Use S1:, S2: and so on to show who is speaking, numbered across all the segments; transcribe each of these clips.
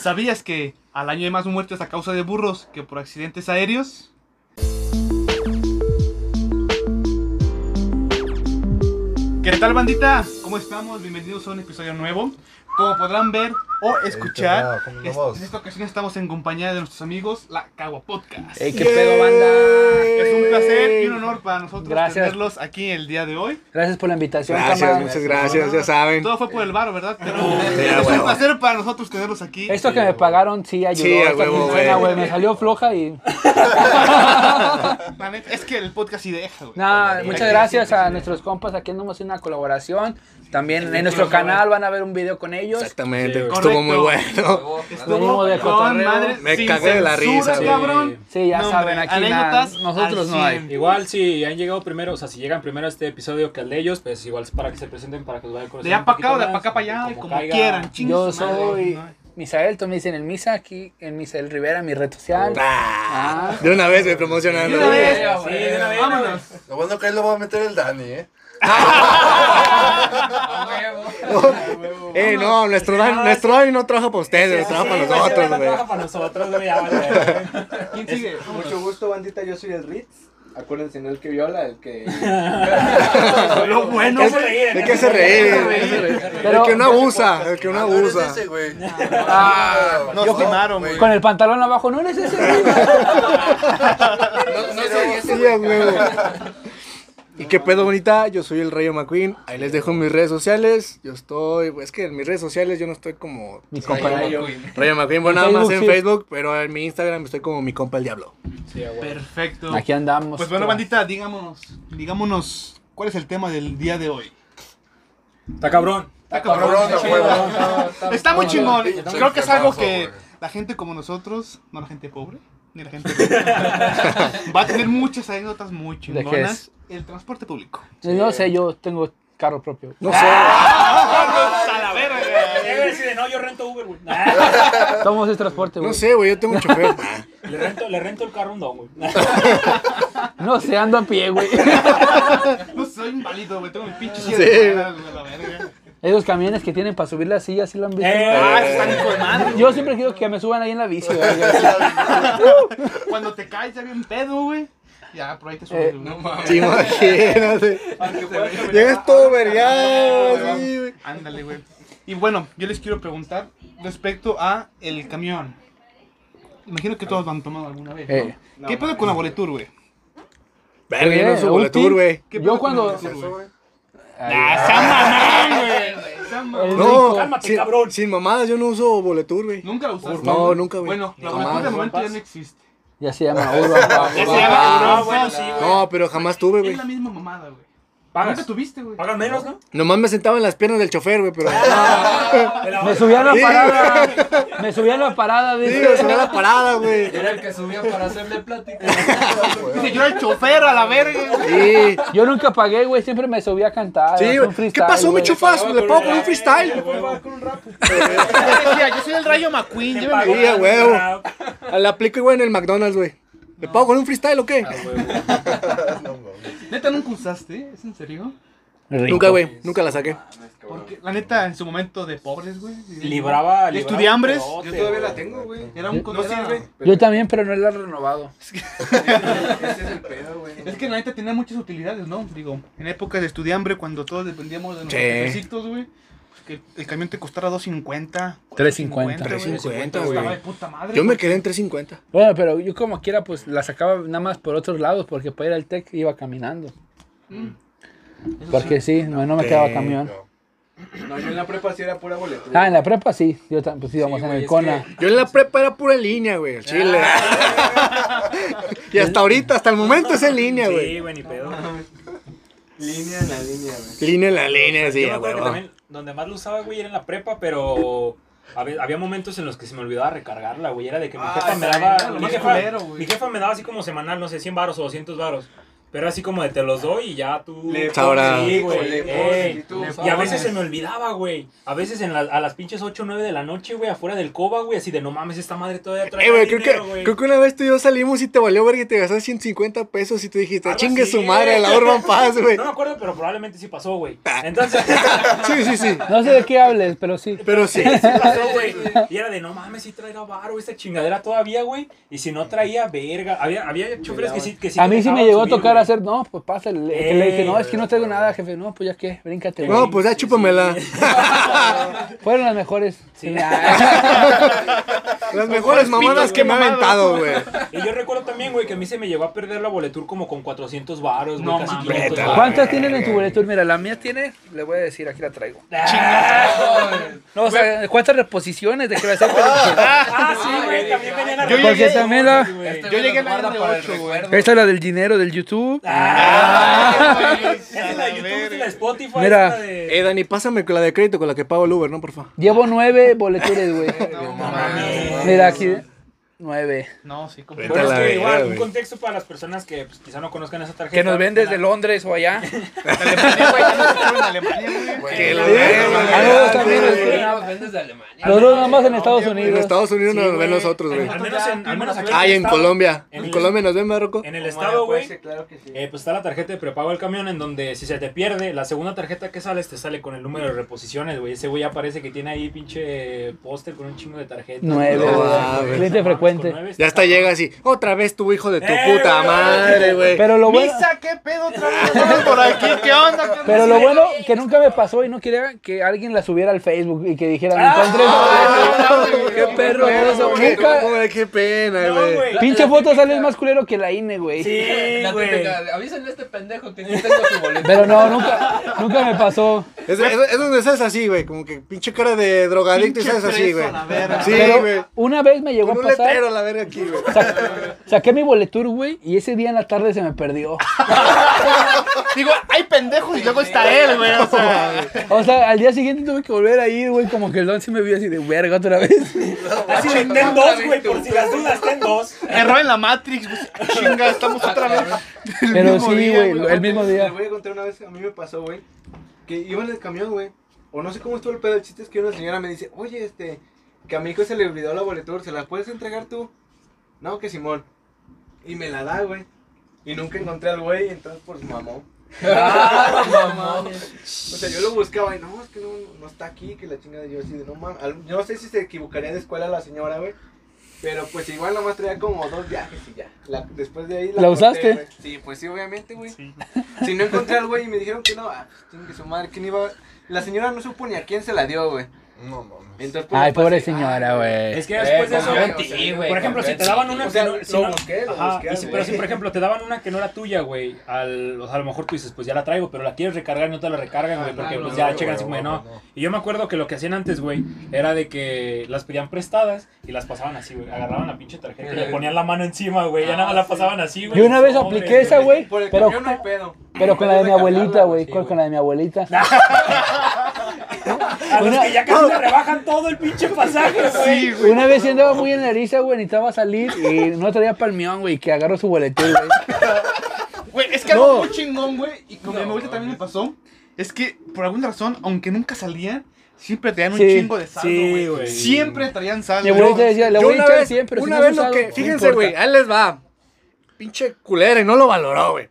S1: ¿Sabías que al año hay más muertes a causa de burros que por accidentes aéreos? ¿Qué tal bandita? ¿Cómo estamos? Bienvenidos a un episodio nuevo. Como podrán ver o escuchar,
S2: Ahí está,
S1: es-
S2: ¿cómo vamos?
S1: en esta ocasión estamos en compañía de nuestros amigos, la Cagua Podcast.
S3: Ey, qué pedo, banda.
S1: Es un placer y un honor para nosotros
S3: Gracias.
S1: tenerlos aquí el día de hoy.
S3: Gracias por la invitación,
S4: Gracias,
S3: camarada.
S4: muchas gracias, ya saben.
S1: Todo fue por el bar, ¿verdad? Pero
S4: a
S1: es un
S4: huevo.
S1: placer para nosotros tenerlos aquí.
S3: Esto que me pagaron sí ayudó.
S4: Sí, a
S3: esta
S4: huevo,
S3: quincena,
S4: güey.
S3: güey. Me salió floja y.
S1: La neta, es que el podcast sí deja, güey.
S3: Nada,
S1: Hay
S3: muchas
S1: que
S3: gracias
S1: decirlo,
S3: a
S1: sí.
S3: nuestros compas. Aquí andamos haciendo una colaboración. También en
S1: sí,
S3: nuestro
S1: sí, güey.
S3: canal van a ver un video con ellos.
S4: Exactamente,
S1: Sí,
S4: estuvo muy
S1: correcto.
S4: bueno.
S1: Estuvo
S3: Venimos de
S1: con
S3: cotorreo.
S1: madre.
S4: Me
S1: sin
S4: cagué de la
S1: censura,
S4: risa, güey.
S1: cabrón.
S3: Sí, ya
S1: No,
S3: saben,
S1: hombre,
S3: aquí
S1: anécdotas
S3: na- nosotros
S1: al
S3: no hay.
S1: 100.
S5: Igual si han llegado primero, o sea, si llegan primero a este episodio que al de ellos, pues igual es para que se presenten, para que los vayan
S1: De
S5: conociendo.
S1: allá para acá o de
S5: un
S1: acá
S5: poquito
S1: para allá,
S5: más,
S1: como,
S5: caiga.
S1: quieran. Chingue
S3: Yo
S1: su madre.
S3: soy
S1: No,
S3: Misael, tú me dicen el Misa aquí en Misael Rivera, en mi red social.
S4: Ah,
S3: Ah.
S4: De una vez, güey,
S1: De
S4: promocionando.
S1: una vez,
S4: güey.
S5: Sí, de una vez.
S1: vámonos.
S2: Lo bueno que ahí lo va a meter el Dani, ¿eh?
S4: Ah. Eh, no, nuestro
S1: Ah,
S4: Dani, nuestro Dani no trabaja para ustedes, trabaja para
S5: Sí, güey,
S4: nosotros,
S5: no
S4: güey.
S5: trabaja para nosotros, güey, ya vale.
S1: ¿Quién sigue?
S6: Mucho gusto, bandita. Yo soy el Ritz. Acuérdense, no el que viola, el que.
S1: Lo bueno,
S4: Es-
S1: güey.
S4: El que se reír,
S1: Hay que
S4: el que se reír.
S3: Pero-
S4: El que no abusa, el que no abusa.
S2: ese, güey.
S3: Ah,
S2: no,
S1: nos quemaron, güey.
S3: Con el pantalón abajo, no eres ese. güey?
S2: No, no sé,
S4: Sí, a huevo. Y qué pedo bonita, yo soy el Rayo McQueen, ahí les dejo mis redes sociales, yo estoy, es que en mis redes sociales yo no estoy como
S3: Mi compañero.
S4: Rayo McQueen, bueno,
S3: En
S4: nada más
S3: Facebook,
S4: en
S3: sí.
S4: Facebook, pero en mi Instagram estoy como mi compa el diablo.
S5: Sí, güey.
S1: Perfecto.
S3: Aquí andamos.
S1: Pues bueno,
S3: tú.
S1: bandita, digámonos, digámonos, ¿cuál es el tema del día de hoy?
S5: Está cabrón.
S1: Está
S2: cabrón,
S1: está
S2: a huevo.
S1: chido. Está muy chingón.
S2: Pinche
S1: Creo que es algo
S2: temazo,
S1: que
S2: güey.
S1: la gente como nosotros, no la gente pobre, ni la gente rica, va a tener muchas anécdotas muy
S3: qué es?
S1: chingonas. El transporte público.
S3: No sé, yo tengo carro propio.
S4: No
S3: Ah,
S4: sé,
S1: ¡A la verga!
S5: Llega y decide, Eh, no, yo rento Uber, güey.
S3: Somos de transporte, güey.
S4: no sé, güey, yo tengo un chofer.
S5: Le rento, le rento el carro a un don, güey.
S3: No sé, ando a pie, güey.
S1: No soy inválido, güey. Tengo mi pinche
S4: Sí.
S1: silla de ruedas, güey, a la
S3: Eh.
S1: verga.
S3: Esos camiones que tienen para subir las sillas, ¿sí lo han visto?
S5: Eh,
S1: Ah, se están con madre.
S3: Yo siempre quiero que me suban ahí en la bici, güey.
S1: Cuando te caes ya bien pedo, güey. Ya, por ahí te
S3: Eh,
S1: subes. güey.
S4: Sí, imagínate. Llegas todo vergado, así, güey.
S1: Ándale, güey. Y bueno, yo les quiero preguntar respecto a el camión. Imagino que todos lo han tomado alguna vez. ¿no?
S3: Eh.
S1: ¿Qué pedo con la boletur, güey?
S4: Verga, yo no
S3: Eh,
S4: subo la
S3: útil.
S4: tour, güey.
S1: ¿Qué
S3: Yo
S1: pedo con
S3: cuando-
S1: la Boletur, güey?
S3: Ay,
S1: ¡Ah, sea mamón, güey! Sea mamón.
S4: No,
S5: Cálmate,
S4: sin,
S5: cabrón.
S4: sin mamadas, yo no uso boletur, güey.
S1: Nunca la usaste.
S4: No,
S1: güey.
S4: nunca, güey.
S1: Bueno, la
S4: Jamás.
S1: boletur de momento ya no existe.
S3: Ya se llama Urban Pass.
S1: Ya se
S4: Ah,
S1: llama
S5: ah, bueno, sí, güey.
S4: No, pero jamás tuve, güey.
S1: Es la misma mamada, güey. Nunca
S5: Pagas.
S1: tuviste, güey.
S5: Pagas menos, ¿no?
S4: Nomás me sentaba en las piernas del chofer, güey, pero...
S5: De la
S3: Me
S5: otra.
S3: subí a la
S4: Sí.
S3: parada. Me subí a la parada,
S4: Sí,
S3: dice.
S4: me subía a la parada, güey.
S6: Era el que subía para hacerle plática.
S1: Dice, yo era el chofer a la verga. güey.
S4: Sí,
S3: Yo nunca pagué, güey. Siempre me subí a cantar.
S4: sí,
S3: a hacer un
S4: güey. ¿Qué
S3: freestyle,
S4: pasó, mi
S3: güey.
S4: chofaz? ¿Le puedo poner un freestyle?
S1: Decía, yo soy el Rayo McQueen, llévame.
S4: Sí, a huevo. Ah, La aplico igual en el McDonald's, güey. ¿Le pago con un freestyle o qué?
S1: Neta, nunca usaste, ¿es en serio?
S4: Nunca, güey. Nunca la saqué.
S1: Porque la neta, en su momento de pobres, güey.
S5: Libraba, libraba.
S1: Estudiambres.
S5: un
S6: Yo
S5: pedote,
S6: todavía la
S5: güey.
S6: tengo, güey.
S1: Era un
S6: No sirve.
S3: Yo también, pero no la he renovado.
S6: Ese es el pedo, güey.
S1: pues, Es que la neta tenía muchas utilidades, ¿no? Digo, en épocas de estudiambre, cuando todos dependíamos de nuestros
S4: Sí.
S1: jefecitos, güey. pues que el camión te costara 2.50.
S3: 3.50.
S4: 3.50,
S1: güey. Estaba
S4: güey.
S1: de puta madre.
S4: Yo me
S1: güey.
S4: quedé en 3.50.
S3: Bueno, pero yo como quiera, pues la sacaba nada más por otros lados, porque para ir al TEC iba caminando.
S1: Eso sí.
S3: Porque Mm. sí, no, no me quedaba camión.
S6: No, yo en la prepa sí era pura boletura.
S3: Ah, en la prepa sí. Yo tam- pues íbamos en el CONA.
S4: Yo en la prepa era pura línea, güey, al chile. y hasta ahorita, hasta el momento es en línea,
S5: Sí,
S4: güey.
S5: güey, ni pedo.
S6: Línea en la línea, güey.
S4: Línea en la línea, sí,
S5: Yo me
S4: a
S5: acuerdo que
S4: huevo.
S5: también donde más lo usaba, güey, era en la prepa, pero habe- había momentos en los que se me olvidaba recargarla, güey. Era de que mi
S1: Ah,
S5: jefa me
S1: está
S5: daba.
S1: bien, lo
S5: mi,
S1: más
S5: jefa,
S1: culero, güey.
S5: mi jefa me daba así como semanal, no sé, 100 varos o 200 varos. Pero así como de te los doy y ya tú.
S6: Le
S4: Sabrá.
S6: pones,
S5: Sí,
S6: hijo,
S5: güey.
S6: le
S5: Ey.
S6: pones, y tú,
S1: Le
S5: Y a
S1: pones.
S5: veces se me olvidaba, güey. A veces en la- a las pinches 8 o 9 de la noche, güey, afuera del coba, güey, así de no mames, esta madre todavía trae.
S4: Eh, güey, creo,
S5: dinero,
S4: que, creo que una vez tú y yo salimos y te valió verga y te gastaste 150 pesos y tú dijiste, "Ah,
S5: Algo
S4: chingue
S5: así,
S4: su madre,
S5: güey.
S4: la Urban Paz, güey.
S5: No me acuerdo, pero probablemente sí pasó, güey. Entonces.
S4: Sí, sí, sí.
S3: No sé de qué hables, pero sí.
S4: Pero sí.
S5: Sí, sí pasó, güey. Y era de, no mames, sí traerá varo esta chingadera todavía, güey. Y si no traía, verga. Había, había choferes que sí, que sí.
S3: a
S5: te
S3: mí sí me
S5: dejaban
S3: llegó a
S5: subir,
S3: tocar
S5: güey.
S3: hacer, no, pues pásale. que le dije, no, es que no traigo
S2: güey.
S3: nada, jefe. No, pues ya qué, bríncate. güey.
S4: No, pues ya chúpamela.
S3: Fueron las mejores.
S5: Sí.
S4: Las mejores mamadas que me ha aventado, güey.
S5: Y yo recuerdo también, güey, que a mí se me llegó a perder la boletur como con 400 varos, güey.
S1: No
S5: casi
S1: mames.
S5: 500
S4: Vete a la
S5: varos.
S3: ¿Cuántas tienen en tu boleto? Mira, la mía tiene, le voy a decir, aquí la traigo. No, o sea, ¿cuántas reposiciones de qué va a ser?
S5: Ah, sí, güey, también venían a
S1: Yo
S5: recoger
S1: llegué-
S5: los
S3: también la-
S5: boletos, güey.
S1: Yo llegué a la
S2: guarda para el
S1: R8, güey.
S2: recuerdo.
S3: Esta es la del dinero del YouTube.
S5: Ah,
S1: güey,
S5: Esta es
S1: a
S5: la
S1: la
S5: de YouTube,
S1: verga.
S5: esta es la de Spotify,
S3: Mira,
S5: esta de...
S4: Eh, Dani, pásame con la de crédito con la que pago el Uber, ¿no, porfa?
S3: Llevo nueve boletines, güey.
S1: No mames.
S3: Mira, aquí. Nueve.
S1: No, sí, como-
S4: Vete a
S5: Bueno, es
S4: la
S5: que
S4: verga,
S5: igual, un
S4: güey.
S5: contexto para las personas que pues, quizá no conozcan esa tarjeta.
S3: Que nos ven desde Londres o allá.
S1: Alemania, güey, ya nos fueron a Alemania, güey.
S4: Que la
S2: güey,
S4: verga,
S3: Ah, no,
S4: güey.
S3: también
S4: Sí,
S3: es-
S7: Nos ven desde Alemania.
S3: Nosotros nada más en Estados
S4: En
S3: Unidos.
S4: Estados Unidos
S5: Sí,
S4: nos
S5: güey.
S4: ven nosotros, güey.
S5: Al menos en, al menos aquí
S4: Ah, y en
S5: estado-
S4: Colombia.
S5: en
S4: ¿En
S5: el-
S4: Colombia nos ven, Marroco?
S5: En el
S6: Como
S5: estado,
S6: puede
S5: güey,
S6: ser, claro que sí.
S5: eh, pues está la tarjeta de prepago del camión en donde si se te pierde, la segunda tarjeta que sales te sale con el número de reposiciones, güey. Ese güey ya parece que tiene ahí pinche póster con un chingo de tarjetas.
S3: Nueve,
S5: No,
S4: güey.
S5: mames,
S4: Cliente
S5: con
S3: frecuente.
S5: nueve
S4: Ya hasta
S5: cabrón.
S4: llega así. Otra vez tu hijo de tu
S5: Eh,
S4: puta
S5: güey.
S4: madre, güey.
S3: Pero lo bueno.
S1: Misa, qué pedo otra vez Vamos por aquí, qué onda, ¿Qué
S3: Pero
S1: onda?
S3: lo bueno que nunca me pasó y no quería que alguien la subiera al Facebook y que dijera,
S5: Ah,
S3: encontré
S5: ah,
S3: boleto".
S5: güey,
S3: Qué
S5: qué
S3: perro,
S5: perro,
S3: eso.
S5: güey.
S3: Nunca.
S4: Güey, qué pena,
S5: No,
S4: güey.
S5: güey.
S3: Pinche
S7: La- la
S3: foto sale
S7: típica-
S3: más culero que la INE, güey.
S5: Sí,
S7: La
S5: güey.
S7: típica, avísenle a este pendejo que sí tengo tu boleto.
S3: Pero no, nunca, nunca me pasó.
S4: Es, es- es donde sales así, güey. Como que pinche cara de drogadicto y
S1: Pinche
S4: sales así,
S1: preso
S4: güey.
S1: a la verga.
S4: Sí,
S3: Pero
S4: güey.
S3: una vez me llegó
S4: Con
S3: a
S4: un
S3: pasar.
S4: letrero a la verga aquí, güey.
S3: sa- saqué mi boletur, güey, y ese día en la tarde se me perdió.
S1: Digo, hay pendejos y luego está él, güey. O sea,
S3: O sea, al día siguiente tuve que volver a ir, güey, como que el don sí me vio así de verga otra vez.
S5: Así de ten dos, güey, por si las dudas, ten dos.
S1: error en la Matrix, güey. Chinga, estamos otra vez. El
S3: Pero
S1: mismo
S3: sí,
S1: día,
S3: güey,
S1: güey.
S3: el mismo
S6: Le
S3: día.
S6: voy a contar una vez que a mí me pasó, güey. Que iba en el camión, güey. O no sé cómo estuvo el pedo. El chiste es que una señora me dice, oye, este, que a mi hijo se le olvidó la boletura, ¿se la puedes entregar tú? No, que Simón. Y me la da, güey. Y nunca encontré al güey, entonces pues mamó.
S7: Ah, mamones.
S6: O sea, yo lo buscaba y no, es que no, no está aquí, que la chingada. Yo así de no mames. Al- Yo no sé si se equivocaría de escuela la señora, güey. Pero pues igual nomás traía como dos viajes y ya. La- después de ahí
S3: ¿La
S6: corté,
S3: usaste?
S6: güey. Sí, pues sí, obviamente, güey. Si no encontré al güey y me dijeron que no, ah, chingue su madre, ¿quién iba? La señora no supo ni a quién se la dio, güey.
S2: No mames.
S6: Entonces, pues,
S3: Ay, pues,
S6: yo
S3: pobre
S6: pasé, ah,
S3: señora, güey.
S5: Es que después de
S7: Eh,
S5: eso,
S7: confío
S5: güey,
S7: en ti, güey,
S5: por ejemplo, si te
S7: confío en
S5: daban
S7: ti.
S5: una
S6: Pues,
S5: que
S6: O sea,
S5: no,
S6: lo
S5: si no-
S6: busqué, lo
S5: Ajá,
S6: busqué,
S5: y si- pero si
S6: güey.
S5: por ejemplo te daban una que no era tuya, güey, al, o sea, a lo mejor tú dices, pues ya la traigo, pero la quieres recargar y no te la recargan, güey, porque
S6: Ah, claro,
S5: pues
S6: no,
S5: ya
S6: güey,
S5: checan si como de no. Y yo me acuerdo que lo que hacían antes, güey, era de que las pedían prestadas y las pasaban así, güey, agarraban la pinche tarjeta y le ponían la mano encima, güey,
S6: Ah,
S5: ya nada más la pasaban así, güey.
S3: Yo una vez
S5: Sobre,
S3: apliqué esa, güey,
S6: Por el
S3: pero,
S6: camión no hay pedo.
S3: pero con la de mi abuelita, güey.
S6: Sí,
S3: Con con la de mi abuelita.
S5: A los
S3: Una-
S5: que ya casi le rebajan todo el pinche pasaje, güey.
S1: Sí, güey.
S3: Una vez sí andaba muy en la eriza, güey, necesitaba salir y no traía palmión, güey, que agarró su boletín, güey.
S1: Güey, es que algo
S3: No.
S1: muy chingón, güey. Y como a mi abuelita también me pasó, es que por alguna razón, aunque nunca salían, siempre traían un
S3: Sí.
S1: chingo de saldo,
S5: Sí,
S1: güey.
S5: güey.
S1: Siempre traían saldo.
S3: Mi abuelita decía, le
S4: Yo
S3: voy a
S4: una
S3: echar
S4: vez-
S3: 100, pero si
S4: una
S3: no
S4: vez
S3: es
S4: lo
S3: usado,
S4: que,
S3: no
S4: fíjense,
S3: importa.
S4: güey, ahí les va. Pinche culera y no lo valoró, güey.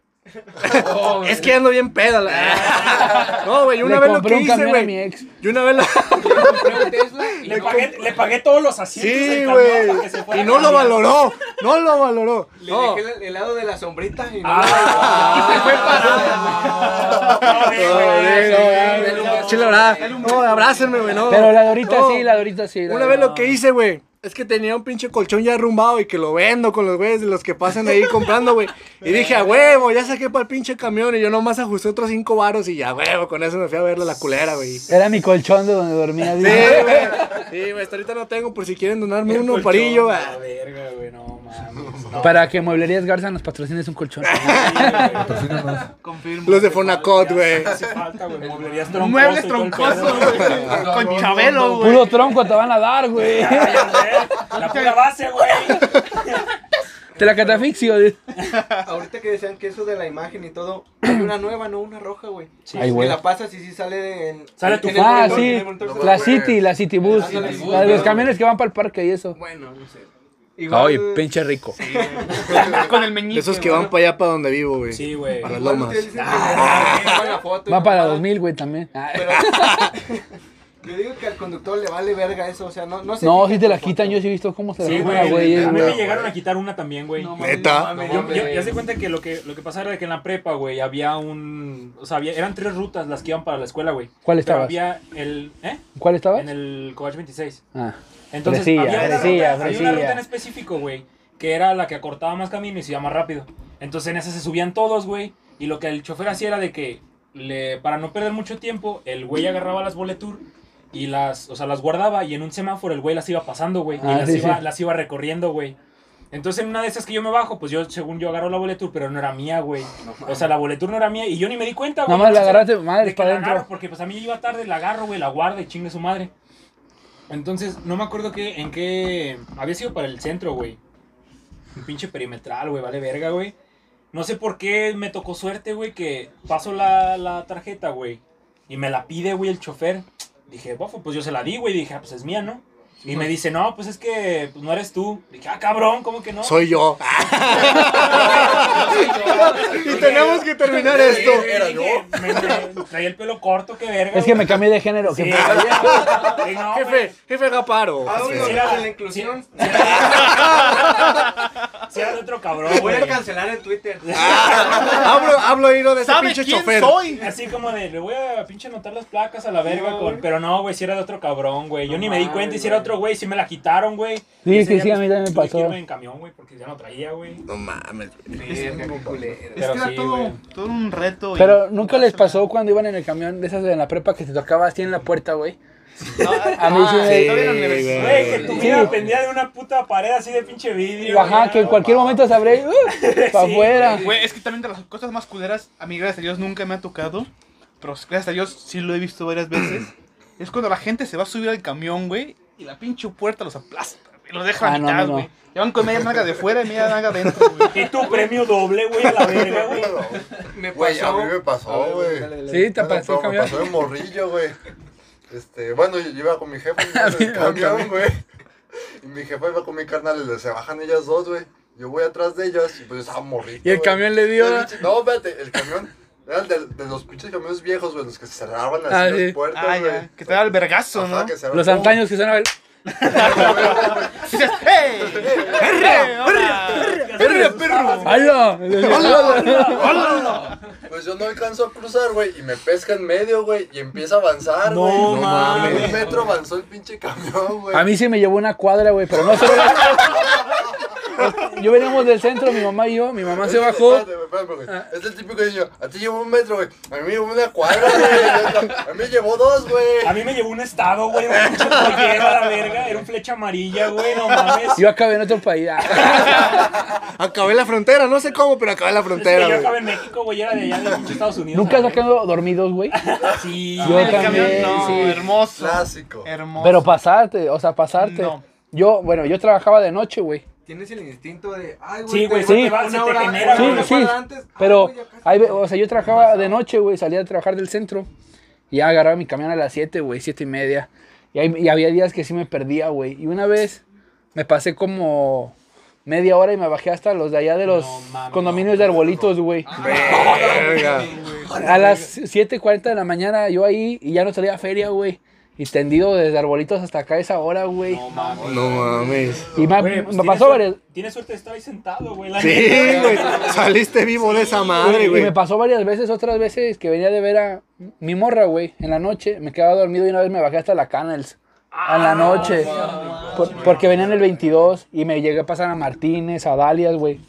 S4: es que ando bien peda. la- no, güey, una
S3: Oh, Le
S4: vez lo
S3: compré
S4: que
S3: un
S4: hice,
S3: camión a mi
S4: güey.
S3: ex.
S4: Y una vez lo...
S7: Compré un Tesla y
S5: Le
S7: no-
S5: pagué, le pagué todos los asientos
S4: Sí,
S5: del camión para que se
S4: güey.
S5: fuera
S4: Y no lo
S5: cambiando.
S4: valoró. No lo valoró.
S6: Le
S4: No.
S6: dejé el helado de la sombrita y no.
S5: Ah.
S6: y se fue
S4: Ah.
S5: No,
S6: parada.
S5: güey, güey,
S4: No,
S5: güey,
S4: no,
S5: güey.
S4: no, Chile, la verdad. No, abrácenme, güey. No.
S3: Pero la de ahorita
S4: No.
S3: sí, la de ahorita sí. la
S4: Una
S3: de-
S4: vez lo que hice, güey, es que tenía un pinche colchón ya arrumbado y que lo vendo con los güeyes de los que pasan ahí comprando, güey. Y dije, a huevo, ya saqué para el pinche camión y yo nomás ajusté otros cinco varos y ya, huevo, con eso me fui a verle la culera, güey. Sí,
S3: Era mi colchón de donde dormía. dice.
S4: güey. Sí, güey, hasta ahorita no tengo por si quieren donarme
S5: El
S4: uno,
S5: colchón,
S4: parillo, güey.
S5: la verga, güey, no mames. No,
S3: Para que Mueblerías Garza nos patrocines un colchón.
S5: sí, güey.
S1: Confirmo.
S4: Los de Fonacot, güey.
S5: Hace falta, güey, mueblerías troncoso.
S1: Muebles
S5: y todo el
S1: troncosos,
S5: pedo.
S1: güey. Ah, Con Chabelo, güey.
S3: Puro tronco te van a dar, güey.
S5: Ay, güey, La pura base, güey.
S3: Te la catafixio. güey.
S6: Ahorita que decían que eso de la imagen y todo, hay una nueva, no una roja, güey.
S5: Sí.
S3: Ay, güey.
S6: Que la pasas y sí sale en.
S5: Sale tu
S6: en el
S5: foto.
S3: Ah,
S6: monitor, en
S3: sí.
S6: el monitor.
S2: Lo
S3: La
S2: güey.
S3: City, la City Bus.
S6: Ándale,
S7: City
S3: La de los
S7: Bus,
S3: camiones que van para el parque y eso.
S6: Bueno, no sé.
S3: Ay,
S6: Igual-
S3: pinche rico.
S1: Con el meñique.
S4: Esos que
S1: güey.
S4: van para allá, para donde vivo, güey.
S5: Sí, güey.
S4: Para las
S6: igual
S4: lomas.
S6: ustedes dicen que le toman la foto y
S3: Va para
S6: todo.
S3: 2000, güey, también. Ah,
S6: Pero- Yo digo que al conductor le vale verga eso, o sea, no, no sé.
S3: No, si te la quitan, yo sí he visto cómo se la
S5: Sí,
S3: quitan,
S5: güey.
S3: güey.
S5: A mí
S2: neta,
S5: me
S2: güey.
S5: llegaron a quitar una también, güey.
S1: No, mames,
S4: Neta.
S1: no mames.
S5: Yo, yo,
S7: güey.
S5: ya se cuenta que lo que lo que pasaba era que en la prepa, güey, había un, o sea, había- eran tres rutas las que iban para la escuela, güey.
S3: ¿Cuál
S5: Pero
S3: estabas?
S5: había el, ¿eh?
S3: ¿Cuál estaba?
S5: En el Covach 26.
S3: Ah.
S5: Entonces,
S3: Fresilla,
S5: había,
S3: fresilla,
S5: una ruta, había una
S3: fresilla.
S5: ruta en específico, güey, que era la que acortaba más camino y se iba más rápido. Entonces, en esa se subían todos, güey, y lo que el chofer hacía era de que, le, para no perder mucho tiempo, el güey agarraba las boletur y las, o sea, las guardaba y en un semáforo el güey las iba pasando, güey,
S3: Ah,
S5: y las,
S3: sí,
S5: iba,
S3: sí.
S5: las iba recorriendo, güey. Entonces, en una de esas que yo me bajo, pues yo, según yo, agarro la boletur, pero no era mía, güey. o sea, la boletur no era mía y yo ni me di cuenta, güey.
S3: Nada más la
S5: Entonces,
S3: agarraste,
S5: de
S3: madre,
S5: que
S3: Ah, para
S5: la agarro,
S3: adentro.
S5: porque pues a mí iba tarde, la agarro, güey, la guardo y chingue su madre. Entonces, no me acuerdo que, en qué... Había sido para el centro, güey. Un pinche perimetral, güey, vale verga, güey. No sé por qué me tocó suerte, güey, que paso la, la tarjeta, güey. Y me la pide, güey, el chofer. Dije, bofo, pues yo se la di, güey. Dije, ah, pues es mía, ¿no? Y me dice, no, pues es que pues, no eres tú. Dije, ah, cabrón, ¿cómo que no?
S4: Soy yo. y tenemos que terminar esto.
S5: Dije,
S2: Era
S5: dije, me- me- traía el pelo corto, qué verga.
S3: Es que me
S5: güey.
S3: cambié de género.
S5: Sí,
S3: que-
S5: güey, no, güey.
S4: Jefe, jefe Gaparo.
S6: Ah,
S5: Sí,
S6: bueno,
S5: sí,
S6: la,
S5: sí.
S6: la inclusión.
S5: Si era de otro cabrón,
S6: Voy
S5: güey.
S6: a cancelar en Twitter.
S3: Ah.
S4: Hablo, hablo hilo de ese
S1: ¿Sabe
S4: pinche
S1: quién
S4: chofer.
S1: soy?
S5: Así como de, le voy a pinche anotar las placas a la verga,
S6: No,
S5: con-
S6: güey.
S5: pero no, güey, si era de otro cabrón, güey. Yo
S6: No
S5: ni me di
S6: mames,
S5: cuenta y si era
S6: güey.
S5: otro güey, si me la quitaron, güey.
S3: Sí,
S5: Y
S3: sí,
S5: ese
S3: sí,
S5: día,
S3: a mí
S5: pues,
S3: también me
S5: tuve que
S3: pasó.
S5: irme en camión, güey, porque ya no traía, güey.
S4: No mames.
S6: Verga, qué culero.
S1: Es
S5: Pero
S1: que era
S5: sí,
S1: todo,
S5: güey.
S1: todo un reto. y-
S3: Pero nunca les pasó cuando iban en el camión de esas de la prepa que te tocaba así en la puerta, güey.
S1: No,
S3: A mí sí
S1: ah,
S3: me-
S1: todavía no le ves.
S4: Sí,
S5: Güey, que tu
S3: Sí.
S5: vida dependía de una puta pared así de pinche vidrio.
S3: Ajá,
S5: güey.
S3: que en cualquier momento se abría para
S5: Sí,
S3: afuera.
S1: Güey, es que también de las cosas más culeras, a mí gracias a Dios nunca me ha tocado, pero gracias a Dios sí lo he visto varias veces. es cuando la gente se va a subir al camión, güey, y la pinche puerta los aplasta, güey, los deja
S3: Ah,
S1: a
S3: no,
S1: mitad,
S3: no, no.
S1: güey. Ya van con media naga de fuera y media naga dentro, güey.
S5: Y tu premio doble, güey, a la verga, güey.
S6: Me
S2: Güey, a mí me pasó,
S6: A ver,
S2: güey.
S6: dale, dale.
S3: Sí, te pasó el
S2: Me
S3: camión.
S2: pasó de morrillo, güey. Este, bueno, yo iba con mi jefe en el camión, güey. Y mi jefe iba con mi carnal, y se bajan ellas dos, güey. Yo voy atrás de ellas y pues yo estaba morrito.
S3: Y el
S2: güey.
S3: camión le dio.
S2: El pinche- No, espérate, el camión era el de, de los pinches camiones viejos, güey, los que se cerraban así
S3: Ah,
S2: las
S3: sí.
S2: puertas,
S1: Ah,
S2: güey.
S1: ya, que te da el vergazo,
S2: Ajá,
S1: ¿no?
S2: que se abren-
S3: Los antaños que suena.
S1: Y dices, ¡hey! ¡Perre! ¡Perre! ¡Perre, perro!
S3: ¡Hala!
S2: Pues yo no alcanzo a cruzar, güey, y me pesca en medio, güey, y empieza a avanzar,
S5: No
S2: güey.
S5: mames.
S2: En Un metro avanzó el pinche camión, güey.
S3: A mí sí me llevó una cuadra, güey, pero no solo Yo veníamos del centro, mi mamá y yo, mi mamá se bajó.
S2: Espérate, güey, espérate, güey.
S3: Ah.
S2: Es el típico niño. A ti llevó un metro, güey. A mí me llevó una cuadra, güey. A mí llevó dos, güey.
S5: A mí me llevó un estado, güey, una pinche cualquiera a la verga. Era un flecha amarilla, güey, no mames.
S3: Yo acabé en otro país. Ah,
S4: Acabé la frontera, no sé cómo, pero acabé la
S5: Es que
S4: frontera,
S5: yo
S4: güey.
S5: acabé en México, güey, era de allá de pinche Estados Unidos.
S3: Nunca
S5: a la
S3: has quedado dormidos, güey.
S5: verga. Sí,
S3: Yo
S5: güey.
S1: El camión,
S3: también,
S1: no,
S3: sí.
S1: hermoso.
S2: Clásico.
S1: Hermoso.
S3: Pero pasarte, o sea, pasarte.
S1: No.
S3: Yo, bueno, yo trabajaba de noche, güey.
S6: Tienes el instinto de. Ay,
S5: Sí, güey,
S6: güey, te-
S5: sí.
S6: una
S5: Se te
S6: hora-
S5: genera,
S6: una
S5: güey.
S6: hora
S3: Sí, sí,
S6: antes. Ay,
S3: Pero,
S6: güey, ya casi
S3: ahí, ve-
S6: me-
S3: o sea, yo trabajaba de noche, güey, salía a trabajar del centro. Y ya agarraba mi camión a las 7, güey, 7 y media. Y, ahí- y había días que sí me perdía, güey. Y una vez me pasé como media hora y me bajé hasta los de allá de los
S5: No mames,
S3: condominios de arbolitos, güey.
S1: Ah,
S4: Verga.
S3: a las 7.40 de la mañana yo ahí y ya no salía a feria, güey. Y tendido desde arbolitos hasta acá esa hora, güey.
S5: No mames.
S4: No mames.
S3: y me,
S5: Güey, pues
S3: me
S5: tienes
S3: pasó
S5: suerte-
S3: varias,
S5: Tienes suerte de estar ahí sentado, güey. la
S4: Sí,
S5: neta.
S4: güey. Saliste vivo de esa madre,
S3: Y
S4: güey.
S3: me pasó varias veces, otras veces que venía de ver a mi morra, güey, en la noche. Me quedaba dormido y una vez me bajé hasta la Canals. A la noche. Por- porque venía en el 22 y me llegué a pasar a Martínez, a Dalias, güey.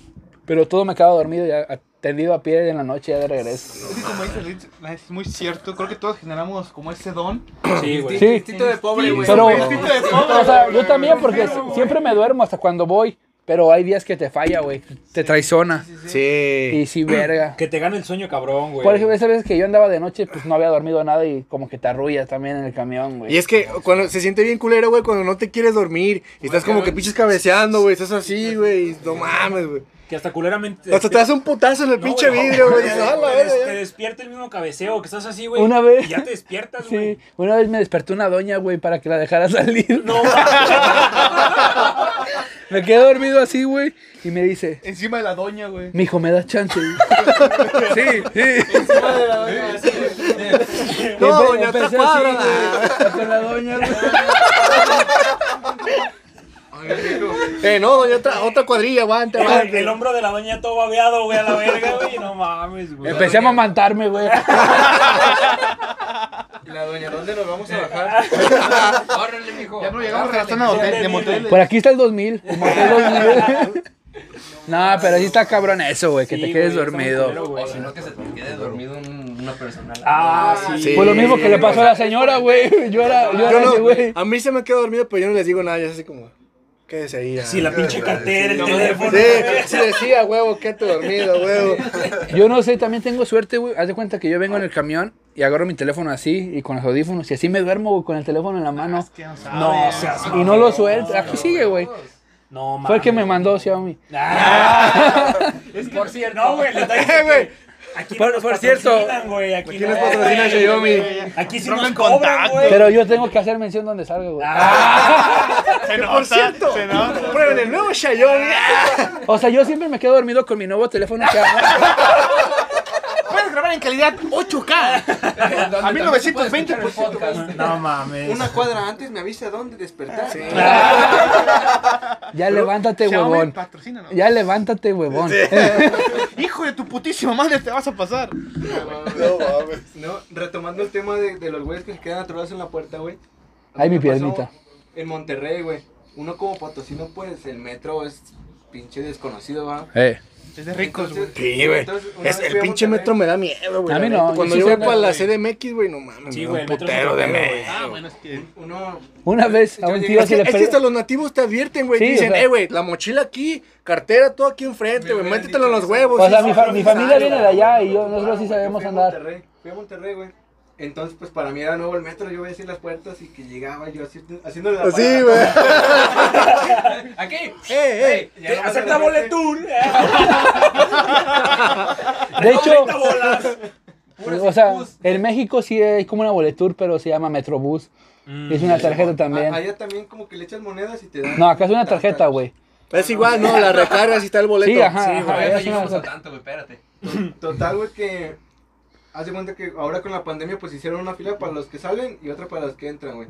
S3: Pero todo me quedaba dormido y a- tendido a pie en la noche ya de regreso.
S1: Es que como dice Ritz, es muy cierto, creo que todos generamos como ese don.
S5: Sí, güey.
S3: Sí.
S6: Instinto de pobre, güey.
S3: Pero,
S1: Instinto de pobre,
S3: o sea, yo también porque siempre me duermo hasta cuando voy. Pero hay días que te falla, güey. Te traiciona.
S4: Sí.
S3: Y sí, verga.
S5: Que te gane el sueño, cabrón, güey.
S3: Por ejemplo, esas veces que yo andaba de noche, pues no había dormido nada y como que te arrullas también en el camión, güey.
S4: Y es que cuando se siente bien culero, güey, cuando no te quieres dormir y estás como que pinches cabeceando, güey, estás así, güey, y no mames, güey.
S5: Que hasta culeramente.
S4: Hasta te das un putazo en el
S5: No,
S4: pinche
S5: güey,
S4: vidrio, güey.
S5: Te,
S4: dices, "A la
S5: te-
S4: verga,
S5: te
S6: Este,
S4: ya".
S5: despierta el mismo cabeceo, que estás así, güey.
S3: Una vez.
S5: y ya te despiertas, güey.
S3: Sí, una vez me despertó una doña, güey, para que la dejara salir.
S5: No, mames.
S3: Me quedé dormido así, güey, y me dice,
S1: Encima de la doña, güey.
S3: mijo, ¿me das chance? sí, sí.
S4: No,
S3: Empe-
S4: doña, otra
S3: empecé
S4: cuadra,
S3: así, güey, con la doña, güey.
S4: Eh, no, doña, otra, otra cuadrilla, aguanta,
S5: el, el
S4: aguanta.
S5: hombro de la doña todo babeado, güey, a la verga, güey. No mames, güey.
S3: Empecé a mamantarme, güey.
S6: La doña, ¿dónde nos vamos a bajar?
S7: Órale, mijo.
S1: Ya, pero llegamos a la zona de hotel- de motel.
S3: Por aquí está el 2000. el motel 2000. No, pero sí está cabrón eso, güey, que
S5: Sí,
S3: te quedes
S5: güey, está muy culero,
S3: dormido.
S5: güey.
S7: O si no, que se te quede dormido un- una persona.
S5: Ah, sí.
S4: Sí.
S3: Fue lo mismo que le pasó a la señora, güey. Yo era, yo
S4: Yo
S3: era ese,
S4: no,
S3: güey.
S4: a mí se me queda dormido, pero yo no les digo nada, yo así como, quédese ahí. ya".
S5: Sí, la pinche cartera, el teléfono.
S4: Ah, Sí, sí decía, huevo, quédate dormido, huevo.
S3: Yo no sé, también tengo suerte, güey. Haz de cuenta que yo vengo en el camión y agarro mi teléfono así y con los audífonos y así me duermo, güey, con el teléfono en la mano.
S5: Ah, No, seas
S3: Y no lo
S5: mamón.
S3: suelto. Aquí sigue, güey.
S5: No, mames.
S3: Fue el que me mandó Xiaomi.
S5: Ah. por cierto. No, güey, le traigo-
S4: Eh, güey.
S5: Aquí
S3: Por-
S5: no nos
S3: por cierto.
S5: patrocinan, güey. Aquí,
S4: ¿Quién
S5: no,
S4: les patrocina
S5: güey.
S4: Xiaomi?
S5: Aquí sí
S1: Pongan
S5: nos cobran,
S1: contacto.
S5: güey.
S3: Pero yo tengo que hacer mención donde salga, güey.
S5: Ah.
S1: Se nota,
S4: Por cierto,
S1: se nota.
S4: prueben el nuevo Xiaomi.
S3: O sea, yo siempre me quedo dormido con mi nuevo teléfono. que agarro.
S1: Puedes grabar en calidad 8K.
S7: A
S1: 1920
S5: No
S4: Eh,
S5: mames.
S6: Una cuadra antes me avisa dónde despertar.
S3: Ya levántate, huevón.
S1: patrocínanos.
S3: Ya levántate, huevón.
S1: Hijo de tu putísima madre, te vas a pasar.
S2: No mames.
S6: No, retomando el tema de, de los güeyes que se quedan atorados en la puerta, güey.
S3: Ay, mi
S6: Me pasó
S3: piernita.
S6: En Monterrey, güey. Uno como potosino, pues el metro es pinche desconocido, va.
S3: Eh,
S1: Es de ricos, güey.
S6: Entonces-
S4: Sí, güey.
S6: entonces, una
S4: Es-
S6: vez
S4: El
S6: fui a
S4: pinche
S6: Monterrey.
S4: metro me da miedo, güey.
S3: A
S4: la
S3: mí no,
S4: neta.
S3: yo
S4: Cuando
S3: sí
S4: yo
S3: soy
S4: voy para
S3: nada,
S4: la
S3: güey.
S4: CDMX, güey, no mames.
S5: Sí,
S4: me da
S5: güey,
S4: un
S5: el metro
S4: putero
S5: es
S4: de
S5: un pedo,
S4: miedo.
S1: Ah, bueno, es que.
S6: Uno.
S3: Una vez a un tío
S4: Es
S3: se
S4: que,
S3: le
S4: es que
S3: perdió.
S4: hasta los nativos te advierten, güey.
S3: Sí,
S4: Dicen,
S3: o sea-
S4: eh, güey, la mochila aquí, cartera todo aquí enfrente,
S6: Me
S4: güey.
S6: hubieran
S4: Métetelo en los
S6: dicho
S4: huevos.
S3: O
S4: sí,
S3: sea,
S4: sí,
S3: mi,
S4: sí,
S3: fa- mi
S4: sí,
S3: familia
S4: sí,
S3: viene de
S4: güey.
S3: allá y yo, nosotros sí
S6: Ah, güey,
S3: sabemos
S6: fui a
S3: andar.
S6: Monterrey, Fui a Monterrey, güey. Entonces, pues para mí era nuevo el metro, yo voy a decir las puertas y que llegaba yo así, haciéndole la
S4: Sí,
S6: parada.
S4: güey.
S7: Aquí.
S4: Eh, eh.
S6: Ya nada más
S5: Acepta
S6: de repente-
S5: boletún.
S3: De hecho,
S5: Acepta bolas.
S3: o sea, en México sí hay como una boletur, pero se llama Metrobús. Es una tarjeta
S6: A-
S3: también.
S6: allá también como que le echas monedas y te dan.
S3: No, acá es una tarjeta, güey.
S4: Es igual, ¿no? La recargas y está el boleto.
S3: Sí, ajá.
S4: Sí,
S3: ajá,
S7: Todavía
S3: es
S7: no
S3: una
S7: llegamos a
S3: tarjeta.
S7: tanto, güey, espérate.
S6: Total, güey, que. Haz de cuenta que ahora con la pandemia, pues hicieron una fila para los que salen y otra para los que entran, güey.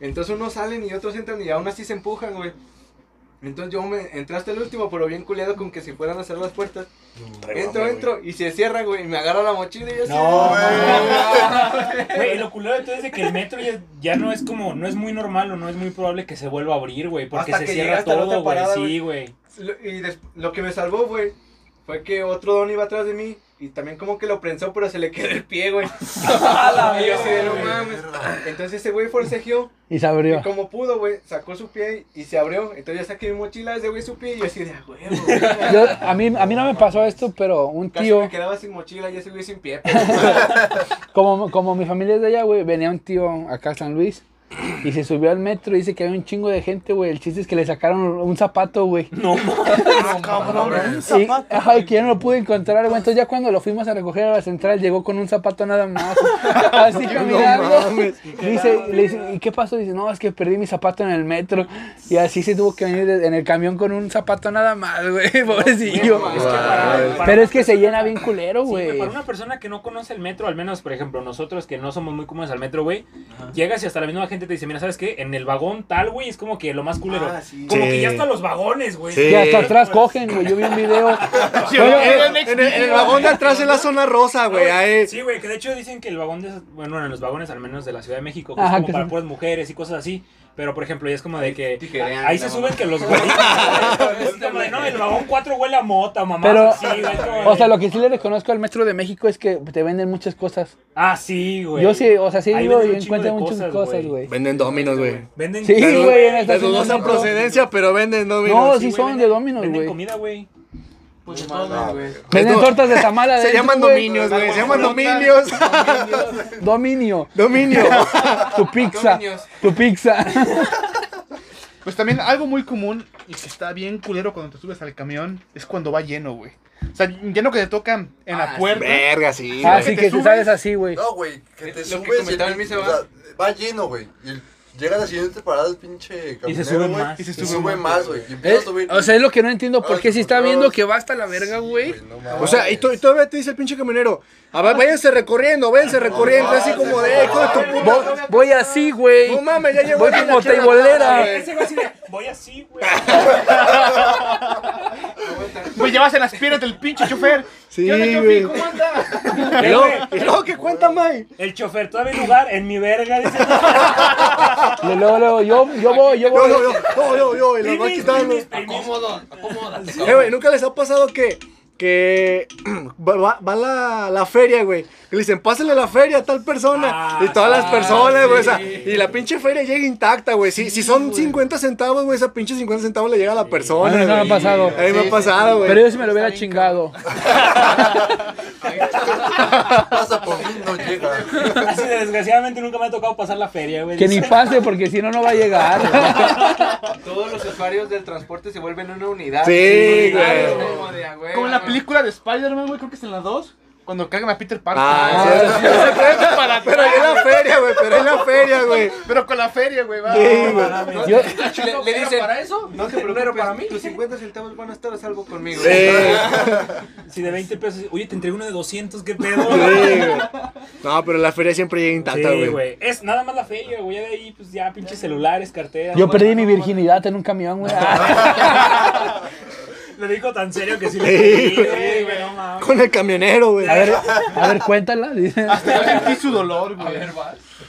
S6: Entonces unos salen y otros entran y aún así se empujan, güey. Entonces yo me entré hasta el último, pero bien culeado con que se fueran a cerrar las puertas. entro, entro y se cierra, güey, y me agarra la mochila y yo así,
S5: No,
S6: güey.
S5: mames. Güey, lo culero de todo es de que el metro ya, ya no es como, no es muy normal o no es muy probable que se vuelva a abrir, güey, porque se
S6: Hasta que
S5: cierra
S6: llegas a la otra
S5: todo, güey.
S6: parada,
S5: Sí, güey.
S6: Lo- Y des- lo que me salvó, güey, fue que otro don iba atrás de mí y también como que lo prensó, pero se le quedó el pie, güey. y yo así de, no mames. Entonces ese güey forcejeó
S3: Y se
S6: y
S3: abrió.
S6: como pudo, güey, sacó su pie y se abrió. Entonces ya saqué mi mochila, ese güey su pie y yo así de, "Ah, güey, güey".
S3: Yo, a, mí, a mí no me pasó esto, pero un
S6: Casi
S3: tío,
S6: me quedaba sin mochila y ese güey sin pie.
S3: como, como mi familia es de allá, güey, venía un tío acá a San Luis y se subió al metro y dice que había un chingo de gente, güey. El chiste es que le sacaron un zapato, güey.
S5: No mames.
S1: Cabrón,
S3: Y, ajá, y que yo no lo pude encontrar, güey. Entonces ya cuando lo fuimos a recoger a la central, llegó con un zapato nada más. Así caminando. dice, le dice, ¿y qué pasó? Dice, no, es que perdí mi zapato en el metro. Y así se tuvo que venir de- en el camión con un zapato nada más, güey. Pobrecillo.
S6: mames,
S3: Pero es que se llena bien culero,
S5: Sí, güey,
S3: güey.
S5: para una persona que no conoce el metro, al menos, por ejemplo, nosotros que no somos muy comunes al metro, güey, llegas y hasta la misma gente te dice, mira, ¿sabes qué? En el vagón tal, güey, es como que lo más culero.
S6: Ah, sí.
S5: Como
S4: Sí.
S5: que ya hasta los vagones, güey. pues,
S4: Sí.
S3: Y hasta atrás cogen, güey. Yo vi un video. eh,
S4: Bueno,
S3: Bueno,
S4: en, en- en el vagón de atrás es la zona rosa, güey. ahí-
S5: Sí, güey, que de hecho dicen que el vagón de... Bueno, en los vagones al menos de la Ciudad de México, que
S3: Ajá,
S5: es como
S3: que
S5: para
S3: son-
S5: puras mujeres y cosas así. Pero, por ejemplo, ya es como de que.
S7: Tijerean,
S5: Ahí se
S7: la
S5: suben
S7: mamá.
S5: que los güeyes. es como de, no, el vagón 4 huele a mota, mamá.
S3: Pero,
S5: sí, güey, es como de-
S3: o sea, lo que sí le reconozco al Metro de México es que te venden muchas cosas.
S5: Ah, sí, güey.
S3: Yo sí, o sea, sí
S5: Ahí
S3: digo
S5: venden
S3: y
S5: un chingo de
S3: encuentro muchas cosas, güey.
S4: Venden dominos, güey.
S5: Venden.
S3: Sí,
S5: Pero-
S3: güey, en
S4: De
S3: Estados Unidos.
S4: dudosa
S3: no.
S4: procedencia, pero venden dominos.
S3: No, sí
S5: sí, güey,
S3: son de
S5: venden-
S3: Domino's,
S5: Venden
S3: güey.
S5: comida, güey.
S6: Pues de todo, güey.
S4: Es
S3: Venden
S4: do-
S3: tortas de tamal
S4: Se
S3: adentro,
S4: llaman
S3: güey.
S4: dominios, güey. Se llaman
S1: Las
S4: dominios.
S3: Dominio.
S4: Dominio.
S3: Tu pizza.
S6: Dominios.
S3: Tu pizza. Ah,
S1: Pues también algo muy común y que está bien culero cuando te subes al camión es cuando va lleno, güey. O sea, lleno que te tocan en la puerta.
S4: Verga, sí.
S3: Ah,
S4: güey.
S3: sí
S1: te
S3: que te
S1: subes.
S3: sabes así, güey.
S2: No, güey, que te
S6: Lo que
S2: subes y el
S6: comentaba el
S2: pinche-
S6: Misa,
S2: o sea, va lleno, güey. Y el- llega a la siguiente parada el pinche camionero,
S5: sube
S2: güey,
S5: más.
S2: Y se
S1: Sí.
S2: sube más, güey. Y empieza
S3: Es-
S2: a subir.
S3: ¿Eh? o sea, es lo que no entiendo. ¿Por
S2: Ah,
S3: qué si está
S2: Dios.
S3: viendo que va hasta la verga,
S2: Sí,
S3: güey?
S2: no mames.
S4: O sea, y, to- y todavía te dice el pinche camionero, a ver, váyanse recorriendo, váyanse recorriendo, así como de, "Eh, hijo de tu puta.
S3: Voy, voy así, güey.
S4: No mames, ya llegó
S3: Voy
S4: alguien
S3: como
S4: aquí a la
S3: teibolera.
S4: plaza,
S5: Eh,
S4: güey".
S5: Ese güey así de, voy así, güey.
S1: Güey, llevas en las piernas del pinche chofer.
S4: Sí,
S1: ¿Qué onda, chofi?
S4: güey.
S1: ¿Cómo anda?
S4: Y luego, y luego, ¿qué cuenta, May?
S5: El chofer, todavía hay lugar en mi verga. Dice,
S3: Y Luego, luego, yo, yo voy, yo
S4: Yo, yo,
S3: voy.
S4: yo, yo, yo, yo, y los va
S5: "Primis,
S4: quitando.
S5: primis, primis".
S7: Acomodo, acomódate.
S4: Eh, güey, ¿nunca les ha pasado que, que va, va- va la, la feria, güey? Y le dicen, pásale la feria a tal persona.
S5: Ah,
S4: y todas las
S5: ah,
S4: personas, güey, o sea,
S5: sí.
S4: y la pinche feria llega intacta, güey. Si, si son 50 centavos, güey, esa pinche 50 centavos le llega a la persona.
S3: A mí Ah, no me ha
S4: güey.
S3: pasado.
S4: A mí me
S2: Sí,
S4: ha pasado, güey.
S3: Pero yo sí me lo hubiera chingado.
S2: pasa por mí, no llega.
S5: Así de, desgraciadamente nunca me ha tocado pasar la feria, güey.
S3: Que ni
S5: Dice,
S3: pase, porque si no, no va a llegar.
S6: Todos los usuarios del transporte se vuelven una unidad.
S4: Sí,
S6: Unidades,
S4: güey.
S6: como de, ah, güey,
S1: Como en la
S6: güey.
S1: película de Spider-Man, güey, creo que es en la 2. Cuando cagan a Peter Parker.
S4: Ah, sí. Pero ahí en la feria, güey, pero ahí en la feria, güey.
S1: Pero con la feria, güey, va.
S4: Sí, güey.
S5: "Ah,
S3: Yo,
S6: Le, le dicen, ¿para eso? No te preocupes, para mí. Tus 50 centavos van a estar a salvo conmigo.
S4: Sí,
S5: Si de 20 pesos, oye, te entrego uno de 200, qué pedo.
S4: sí, güey. No, pero la feria siempre llega intacta,
S5: Sí,
S4: güey.
S5: güey. Es nada más la feria, güey. Ya de ahí, pues ya pinches celulares, carteras.
S3: yo
S5: güey.
S3: perdí mi virginidad en un camión, güey. Ah,
S5: Lo dijo tan serio que sí le
S4: Sí,
S5: perdí,
S4: güey.
S5: güey, güey, no mames.
S4: Con el camionero, güey.
S3: A ver, a ver, cuéntala. dice.
S1: Yo sentí su dolor, güey.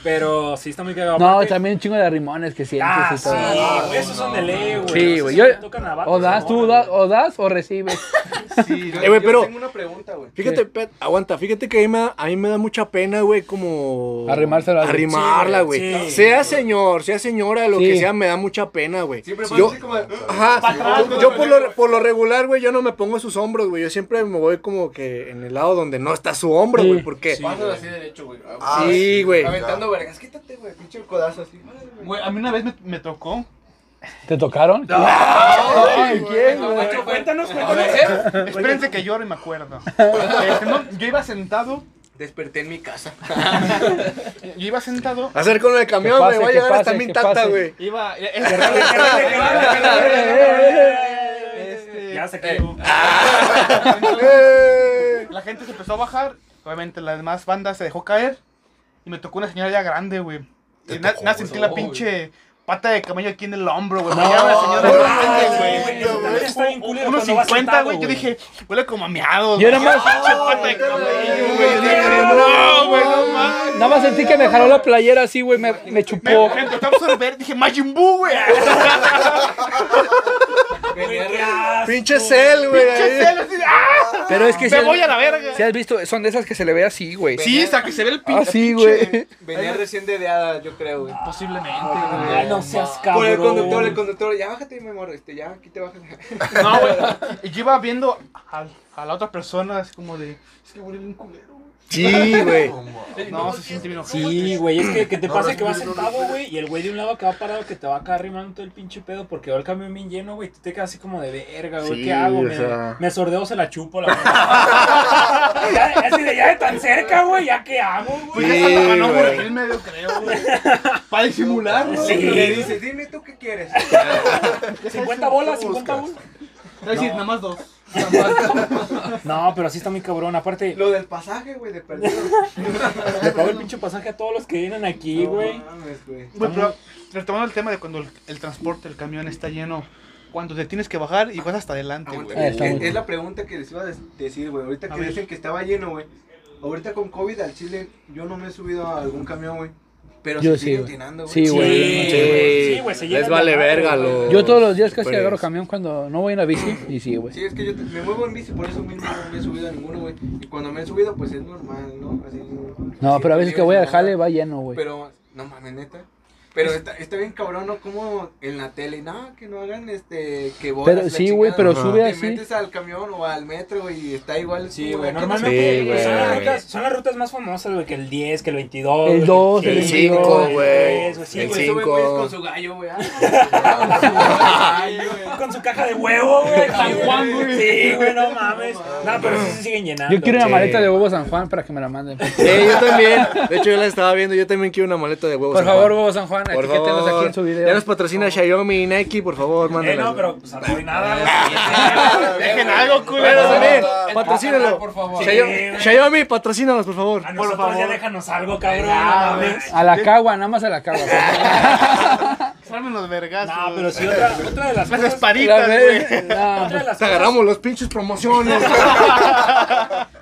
S5: Pero sí está muy cagado.
S3: No,
S5: Aparte-
S3: también un chingo de rimones que
S5: Ah,
S3: sientes y
S5: sí,
S3: todo.
S5: güey, esos son de ley, güey.
S3: Sí,
S5: Esos
S3: güey.
S5: sí
S3: Yo,
S5: le tocan a vatos,
S3: o das,
S5: a
S3: tú das,
S5: morras,
S3: o das o recibes.
S6: Sí, yo,
S4: Eh, güey,
S6: yo
S4: pero-
S6: tengo una pregunta, güey.
S4: Fíjate, Pet, aguanta, fíjate que a mí me da, a mí me da mucha pena, güey, como...
S3: Arrimársela a alguien.
S4: Arrimarla,
S5: Sí,
S4: güey.
S5: sí.
S4: Sea señor, sea señora, lo
S3: Sí.
S4: que sea, me da mucha pena, güey.
S6: Siempre
S4: Yo-
S6: parece como... de, "Ah,
S4: Ajá,
S5: Pa' atrás,
S4: yo,
S5: güey.
S4: yo por, lo, por lo regular, güey, yo no me pongo sus hombros, güey. Yo siempre me voy como que en el lado donde no está su hombro,
S3: Sí.
S4: güey, porque...
S5: Sí.
S6: Paso así derecho, güey. Ah,
S2: Ah,
S4: Sí, güey.
S6: Aventando vergas. Quítate, güey. Pinche codazo así.
S1: Güey, a mí una vez me, me tocó.
S3: ¿Te tocaron?
S1: Ay, ¿quién,
S5: güey. Macho, Cuéntanos, cuéntanos.
S7: ¿eh?
S1: Espérense que llore y me acuerdo. Este, no, yo iba sentado.
S6: Desperté en mi casa.
S1: Yo iba sentado.
S4: Hacer con el camión,
S3: Que
S4: güey,
S3: pase,
S4: va a
S3: que
S4: llegar hasta
S3: pase,
S4: mi
S3: que
S4: intacta,
S3: pase.
S4: güey.
S1: Iba. Este,
S5: Ya se quedó.
S4: Eh.
S1: La gente se empezó a bajar. Obviamente la demás banda se dejó caer. Y me tocó una señora ya grande, güey. Y
S2: Te
S1: na-
S2: tocó,
S1: nada, sentí
S2: güey.
S1: la pinche pata de camello aquí en el hombro, güey. Me llama la señora
S2: no,
S1: grande,
S2: no,
S1: güey.
S2: güey,
S5: Eso también está bien culero
S1: Unos
S5: cuando vas
S1: 50,
S5: sentado,
S1: güey. Yo dije, huele como a miados.
S3: Yo
S1: güey.
S3: nada más-
S1: Pinche pata de camello, güey. Yo dije, No, güey, no mames.
S3: Nada más sentí que me jaló la playera así, güey, me, me
S1: Me,
S3: chupó.
S1: me empezó a absorber, dije, Majin Buu, güey.
S5: Güey, qué asco.
S4: Pinche cel, güey.
S1: Pinche
S4: ahí.
S1: celo, así, ¡ah!
S3: Pero es que si
S1: Me
S3: has,
S1: voy a la verga.
S3: si has visto, son de esas que se le ve así, güey.
S1: Sí, hasta que se ve el pinche.
S3: Ah, sí, güey.
S6: Venía recién dedeada, yo creo,
S1: Ah.
S6: güey.
S1: Posiblemente,
S5: Ay,
S1: güey.
S5: no seas cabrón.
S6: Por el conductor, el conductor. Ya bájate, mi amor. Este, ya aquí te bajas.
S1: No, güey. Y yo iba viendo a, a la otra persona, así como de. Es que huele bien culero, güey.
S4: Sí, güey.
S1: No, se siente bien ojete.
S5: Sí, güey, es que, que te
S2: No,
S5: pasa
S2: no,
S5: que vas
S2: no, no,
S5: sentado,
S2: no.
S5: güey, y el güey de un lado que va parado que te va acá arrimando todo el pinche pedo porque va el camión bien lleno, güey, y tú te quedas así como de verga, güey,
S4: Sí,
S5: ¿qué hago?
S4: o
S5: Me,
S4: sea.
S5: me sordeo, se la chupo, la verdad. ya, así de, ya de tan cerca, güey, ¿ya qué hago,
S1: Pues
S5: güey?
S1: ya
S4: Sí,
S1: está para no
S4: güey.
S1: morir medio, creo, güey. Para disimular, ¿no?
S5: Sí.
S6: Le dices, dime tú qué quieres.
S5: 50 bolas, 50 bolas.
S1: Es decir, nada más dos.
S5: No, pero así está muy cabrón, aparte,
S6: Lo del pasaje, güey, de perdido.
S5: le pago el pinche pasaje a todos los que vienen aquí, güey.
S6: No mames, güey.
S1: Güey, pero retomando el tema de cuando el, el transporte, el camión está lleno, cuando te tienes que bajar y vas hasta adelante, güey.
S6: Aguanta,
S3: Ah, está
S6: es-
S3: muy
S6: es la pregunta que les iba a des- decir, güey. Ahorita
S1: A
S6: que
S1: ver.
S6: dicen que estaba lleno, güey. Ahorita con COVID al Chile, yo no me he subido a algún camión, güey. Pero
S3: Yo
S6: se
S3: sí,
S6: siguen
S3: güey.
S6: llenando, güey.
S3: Sí, güey.
S5: Sí, güey, se llenan
S4: Les
S5: de
S4: vale
S5: madre,
S4: verga
S5: güey.
S4: los.
S3: Yo todos los días casi
S4: Pérez.
S3: agarro camión cuando no voy en la bici. Y sí, güey.
S6: Sí, es que yo te- me muevo en bici, por eso mismo no me he subido a ninguno, güey. Y cuando me he subido, pues es normal, ¿no? Así,
S3: No, pero a veces que voy al
S6: a
S3: jale va lleno, güey.
S6: Pero, no mames, neta. Pero está, está bien cabrón, ¿no? Como en la tele, no, que no hagan este, que bolas,
S3: Pero
S6: la
S3: sí, güey,
S6: chingada.
S3: pero
S4: Ajá.
S3: sube
S6: Te
S3: así.
S6: metes al camión o al metro y está igual. es
S5: Sí,
S6: como,
S5: güey,
S6: ¿qué
S5: normalmente
S4: Sí, güey.
S5: son, las rutas, son las rutas más famosas, güey, que el 10, que el 22.
S3: El 2,
S5: que
S3: el
S5: cinco,
S3: 5,
S4: güey.
S5: tres, Sí,
S4: El
S5: güey,
S6: Sube, güey,
S4: Cinco.
S6: con su gallo, güey. Ah, con su gallo, güey.
S5: Con su caja de huevo, güey, San Juan, güey. Sí, güey, no mames. No, pero sí se siguen llenando.
S3: Yo quiero una
S4: Sí.
S3: maleta de huevo San Juan para que me la manden.
S4: Sí, Eh, yo también. De hecho, yo la estaba viendo. Yo también quiero una maleta de huevos.
S3: Por
S4: San
S3: favor,
S4: Juan.
S3: huevo San Juan,
S4: Por
S3: etiquétenos
S4: favor.
S3: aquí en su
S4: Ya
S3: video.
S4: nos patrocina Xiaomi y Nike, por favor,
S5: Eh,
S4: mándanos.
S5: no, pero pues arruinada,
S2: Ah,
S5: güey.
S1: Dejen algo,
S4: Pero
S1: culeros.
S4: también,
S2: Ah,
S4: patrocínalo.
S7: por favor.
S5: Sí. Ah,
S4: Xiaomi- Xiaomi, patrocínanos, por favor.
S5: A nosotros ya déjanos algo, cabrón. No mames.
S3: A la cagua, nada más a la cagua.
S1: Salmen los vergazos.
S5: No, pero sí, otra, otra de las
S1: Ah, Las
S5: cosas.
S1: esparitas, güey.
S3: No, pues
S5: Otra de las
S4: Te
S5: cosas
S4: agarramos los pinches promociones.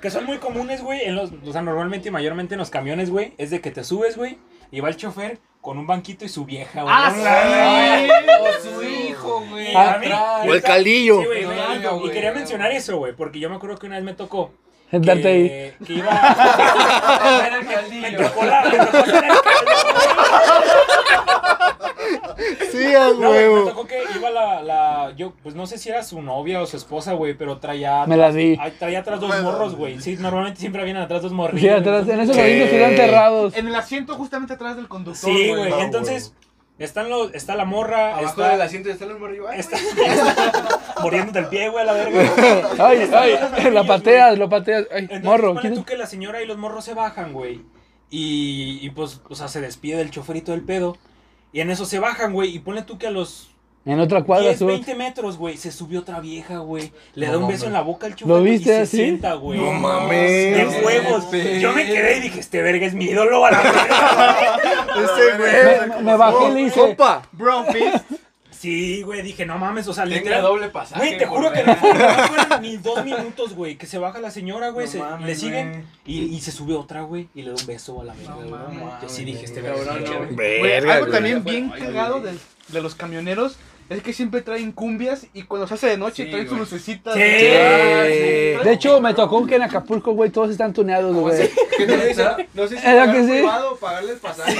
S5: que son muy comunes, güey, en los, o sea, normalmente y mayormente en los camiones, güey, es de que te subes, güey, y va el chofer con un banquito y su vieja, güey.
S1: Ah,
S5: No
S1: sí.
S5: mames.
S7: O su hijo, güey.
S5: Y a mí-
S7: atrás.
S4: O el caldillo.
S5: Sí, güey, no,
S7: Ay,
S5: no,
S7: güey.
S5: y quería mencionar eso, güey, porque yo me acuerdo que una vez me tocó que,
S3: Sentarte ahí.
S5: que iba
S7: Era el
S5: me
S7: caldillo.
S5: tocó la, me tocó la-
S4: Sí, a
S5: no, güey, me
S4: huevo.
S5: tocó que iba la, la yo pues no sé si era su novia o su esposa, güey, pero traía
S3: Me la di.
S5: ay, traía atrás dos morros, güey. Sí, normalmente siempre vienen atrás dos morros.
S3: Sí, atrás, en esos
S4: Sí.
S3: oídos estuvieron enterrados.
S1: En el asiento justamente atrás del conductor.
S5: Sí, güey.
S4: no,
S5: Entonces, están los, está la morra,
S6: Abajo
S5: está,
S6: del asiento está el morrillo. ay,
S5: está- está muriéndote el pie, güey, a la verga.
S3: Ay, ay, la pateas, lo pateas. Ay,
S5: Entonces,
S3: morro,
S5: ponle
S3: ¿quién
S5: tú que la señora y los morros se bajan, güey. Y, y, pues, o sea, se despide del choferito del pedo. Y en eso se bajan, güey. Y ponle tú que a los
S3: En otra cuadra
S5: 10,
S3: sube.
S5: 20 metros, güey, se subió otra vieja, güey. Le
S7: No
S5: da un
S7: mames.
S5: beso en la boca al chofer.
S3: ¿Lo
S5: güey,
S3: viste
S5: y se
S3: así?
S5: sienta, güey.
S4: No
S5: De
S4: mames.
S5: huevos.
S7: Sí.
S5: Yo me quedé y dije, este verga es mi ídolo a la verga.
S4: Ese
S3: Me,
S4: güey.
S3: me- me bajé y le hice.
S4: Compa.
S1: Bro, fist.
S5: Sí, güey, dije, no mames, o sea,
S6: Tenga
S5: literal.
S6: doble pasaje.
S5: Güey, te
S6: por
S5: juro que no
S6: ver.
S5: fueron ni dos minutos, güey, que se baja la señora, güey,
S6: No
S5: se-
S6: mames,
S5: le siguen
S6: güey.
S5: y, y se sube otra, güey, y le da un beso a la verga, güey.
S6: mames,
S5: Yo sí dije, este
S6: güey,
S5: cabrón,
S6: cabrón,
S5: güey.
S1: Güey,
S4: Verga,
S1: algo
S4: güey.
S1: también bien cagado de, de los camioneros es que siempre traen cumbias y cuando se hace de noche
S7: Sí,
S1: traen sus
S7: güey.
S1: lucecitas.
S5: Sí.
S1: güey.
S4: Sí.
S3: De hecho, me tocó que en Acapulco, güey, todos están tuneados, güey.
S6: ¿Qué te dice? No sé si
S3: ¿Era
S6: pagar
S3: que sí?
S6: privado o pagarle el pasaje.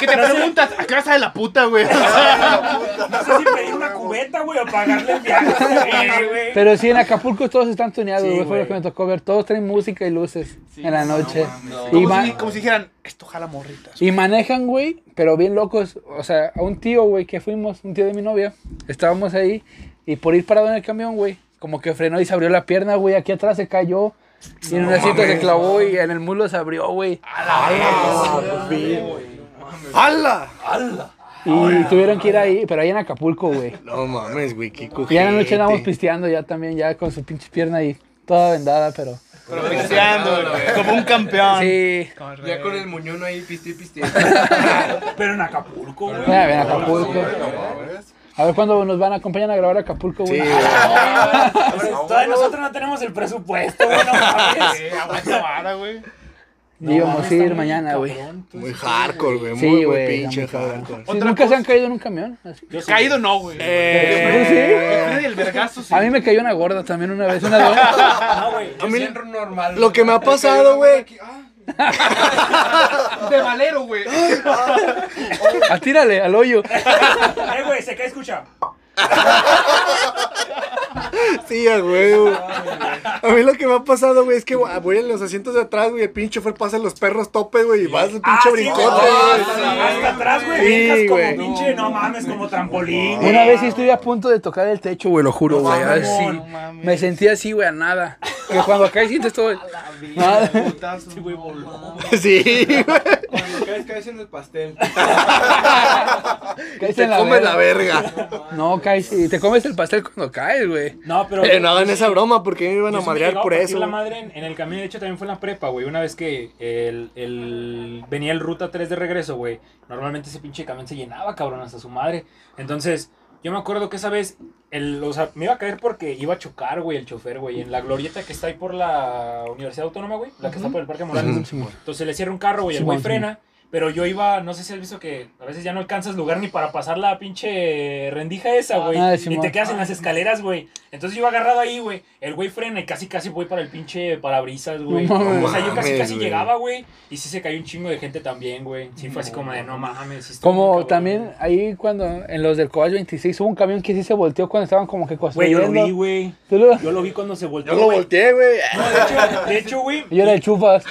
S1: Que te preguntas, ¿a qué hora sale la puta, güey? O sea,
S5: No sé si pedir una cubeta, güey, o pagarle el viaje, güey.
S3: Pero sí, en Acapulco todos están tuneados,
S5: Sí,
S3: güey. Fue
S5: güey.
S3: lo que me tocó ver. Todos traen música y luces en la noche.
S7: No.
S3: Y
S1: como,
S3: ma-
S1: si, como si dijeran, esto jala morritas.
S3: Y manejan, güey, pero bien locos. O sea, a un tío, güey, que fuimos, un tío de mi novia, estábamos ahí y por ir parado en el camión, güey, como que frenó y se abrió la pierna, güey, aquí atrás se cayó. Y en un asiento se clavó y en el muslo se abrió, güey.
S5: Ah,
S4: eh, ¡Hala!
S3: Y tuvieron que ir ahí, pero ahí en Acapulco, güey.
S4: No mames, güey, qué
S3: Y ya en la noche
S4: cojete.
S3: andábamos pisteando ya también, ya con su pinche pierna ahí, toda vendada, pero...
S1: Pero pisteando, güey, como un campeón.
S3: Sí,
S6: Ya con el muñón ahí, piste, piste.
S5: Pero en Acapulco, güey.
S3: mira, Ah, ven Acapulco.
S2: mames.
S3: A ver cuándo nos van, acompañan a grabar a Acapulco,
S4: Sí,
S3: güey.
S4: güey.
S5: Pues, Todavía nosotros no tenemos el presupuesto, güey, no mames.
S1: Eh, aguanta vara, güey.
S5: No
S3: Íbamos
S5: mames,
S3: a
S5: está
S3: ir
S5: muy
S3: mañana, güey.
S5: cabrón, tú.
S4: Muy hardcore, güey.
S3: Sí,
S4: Muy, muy
S3: güey,
S4: pinche
S3: está muy cabrón.
S4: hardcore.
S3: Sí,
S1: Otra
S3: ¿Nunca se
S1: cosa-
S3: han caído en un camión? Así.
S5: Yo sí,
S1: Caído no, güey.
S4: Eh,
S1: El vergazo, sí.
S3: A mí me cayó una gorda también una vez, una gorda.
S5: güey. No, güey.
S4: A mí
S7: normal.
S4: lo que me ha pasado, güey.
S1: De valero, güey.
S3: Atírale Ah, al hoyo.
S5: Eh, güey, se cae, escucha.
S4: Sí, a huevo. A mí lo que me ha pasado, güey, es que güey, voy en los asientos de atrás, güey. El pinche fue pasa los perros topes, güey. Y vas al
S5: Ah,
S4: pinche
S5: sí,
S4: brincote,
S5: güey.
S4: güey.
S5: Hasta atrás, güey.
S4: Sí,
S5: brincas
S4: güey.
S5: como pinche, no mames, como trampolín. güey.
S3: Una vez sí estuve a punto de tocar el techo, güey, lo juro, güey. a ver si-
S1: No mames.
S3: Me sentí así, güey, a nada. Que cuando caes sientes todo. el- Nada.
S5: este
S1: Putazo.
S4: Sí, güey.
S6: Cuando caes, caes en el pastel.
S3: Caes
S4: Te
S3: en la
S4: comes la
S3: verga.
S4: verga.
S3: No, caes y te comes el pastel cuando caes, güey.
S5: No, pero.
S4: Eh, no hagan esa broma porque me iban a
S5: Yo sí me
S4: madrear
S5: llegaba
S4: por
S5: a partir
S4: eso.
S5: la
S4: güey.
S5: madre en, en el camino, de hecho, también fue en la prepa, güey. Una vez que el, el- venía el ruta 3 de regreso, güey. Normalmente ese pinche camión se llenaba, cabrón, hasta su madre. Entonces, yo me acuerdo que esa vez, el, o sea, me iba a caer porque iba a chocar, güey, el chofer, güey. En la glorieta que está ahí por la Universidad Autónoma, güey. La que está por el Parque Morales. Entonces le cierra un carro, güey.
S3: Sí,
S5: el güey
S3: güey, sí.
S5: frena. Pero yo iba, no sé si has visto que a veces ya no alcanzas lugar ni para pasar la pinche rendija esa, güey.
S3: Ah,
S5: y
S3: Simón.
S5: te quedas en las escaleras, güey. Entonces yo iba agarrado ahí, güey. El güey frena y casi casi voy para el pinche parabrisas, güey.
S3: No mames.
S5: o sea, yo casi
S4: Mames,
S5: casi
S4: güey.
S5: llegaba, güey. Y sí se cayó un chingo de gente también, güey. Sí fue así como de, no mames. sí estuvo muy
S3: Como
S5: cabrón".
S3: también ahí cuando en los del Cobach 26 hubo un camión que sí se volteó cuando estaban como que
S5: Güey,
S3: construyendo.
S5: yo lo vi, güey.
S3: Tú lo-
S5: Yo lo vi cuando se volteó.
S4: Yo lo
S5: güey.
S4: volteé, güey.
S5: No, de hecho, de hecho, güey.
S3: Yo era el chufas.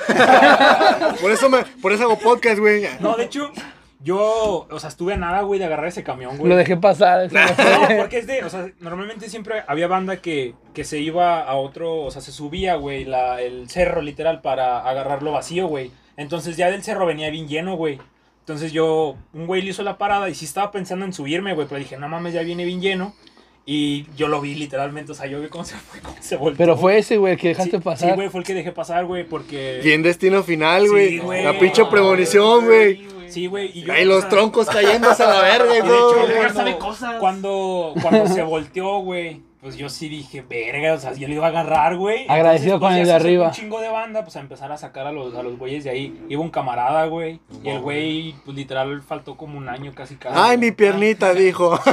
S4: Por eso, me, por eso hago podcast, güey.
S5: No, de hecho, yo, o sea, estuve a nada, güey, de agarrar ese camión, güey.
S3: Lo dejé pasar. se me
S5: No,
S3: fue.
S5: porque es de, o sea, normalmente siempre había banda que, que se iba a otro, o sea, se subía, güey, la- el cerro literal para agarrarlo vacío, güey. Entonces ya del cerro venía bien lleno, güey. Entonces yo, un güey le hizo la parada y sí estaba pensando en subirme, güey, pero dije, no mames, ya viene bien lleno. Y yo lo vi literalmente, o sea, yo vi cómo se fue, cómo se volvió.
S3: Pero fue ese, güey, el que dejaste
S5: Sí,
S3: pasar.
S5: güey, fue el que dejé pasar, güey, porque...
S4: Y en destino final,
S5: Sí,
S4: güey.
S5: güey.
S4: la pinche premonición, güey.
S5: Sí, güey. y yo-
S4: Ahí
S5: o
S4: los
S5: sea,
S4: troncos cayéndose a la verga,
S5: Y de hecho,
S4: güey.
S5: cuando,
S6: sabe cosas.
S5: Cuando, cuando se volteó, güey, pues yo sí dije, verga, o sea, yo le iba a agarrar, güey.
S3: Agradecido
S5: Entonces,
S3: con
S5: pues,
S3: el
S5: ya
S3: de
S5: se
S3: arriba.
S5: hizo Un chingo de banda, pues a empezar a sacar a los, a los güeyes de ahí. Iba un camarada, güey. Y el güey, pues literal, faltó como un año casi casi.
S4: Ay, Ah, mi piernita, dijo.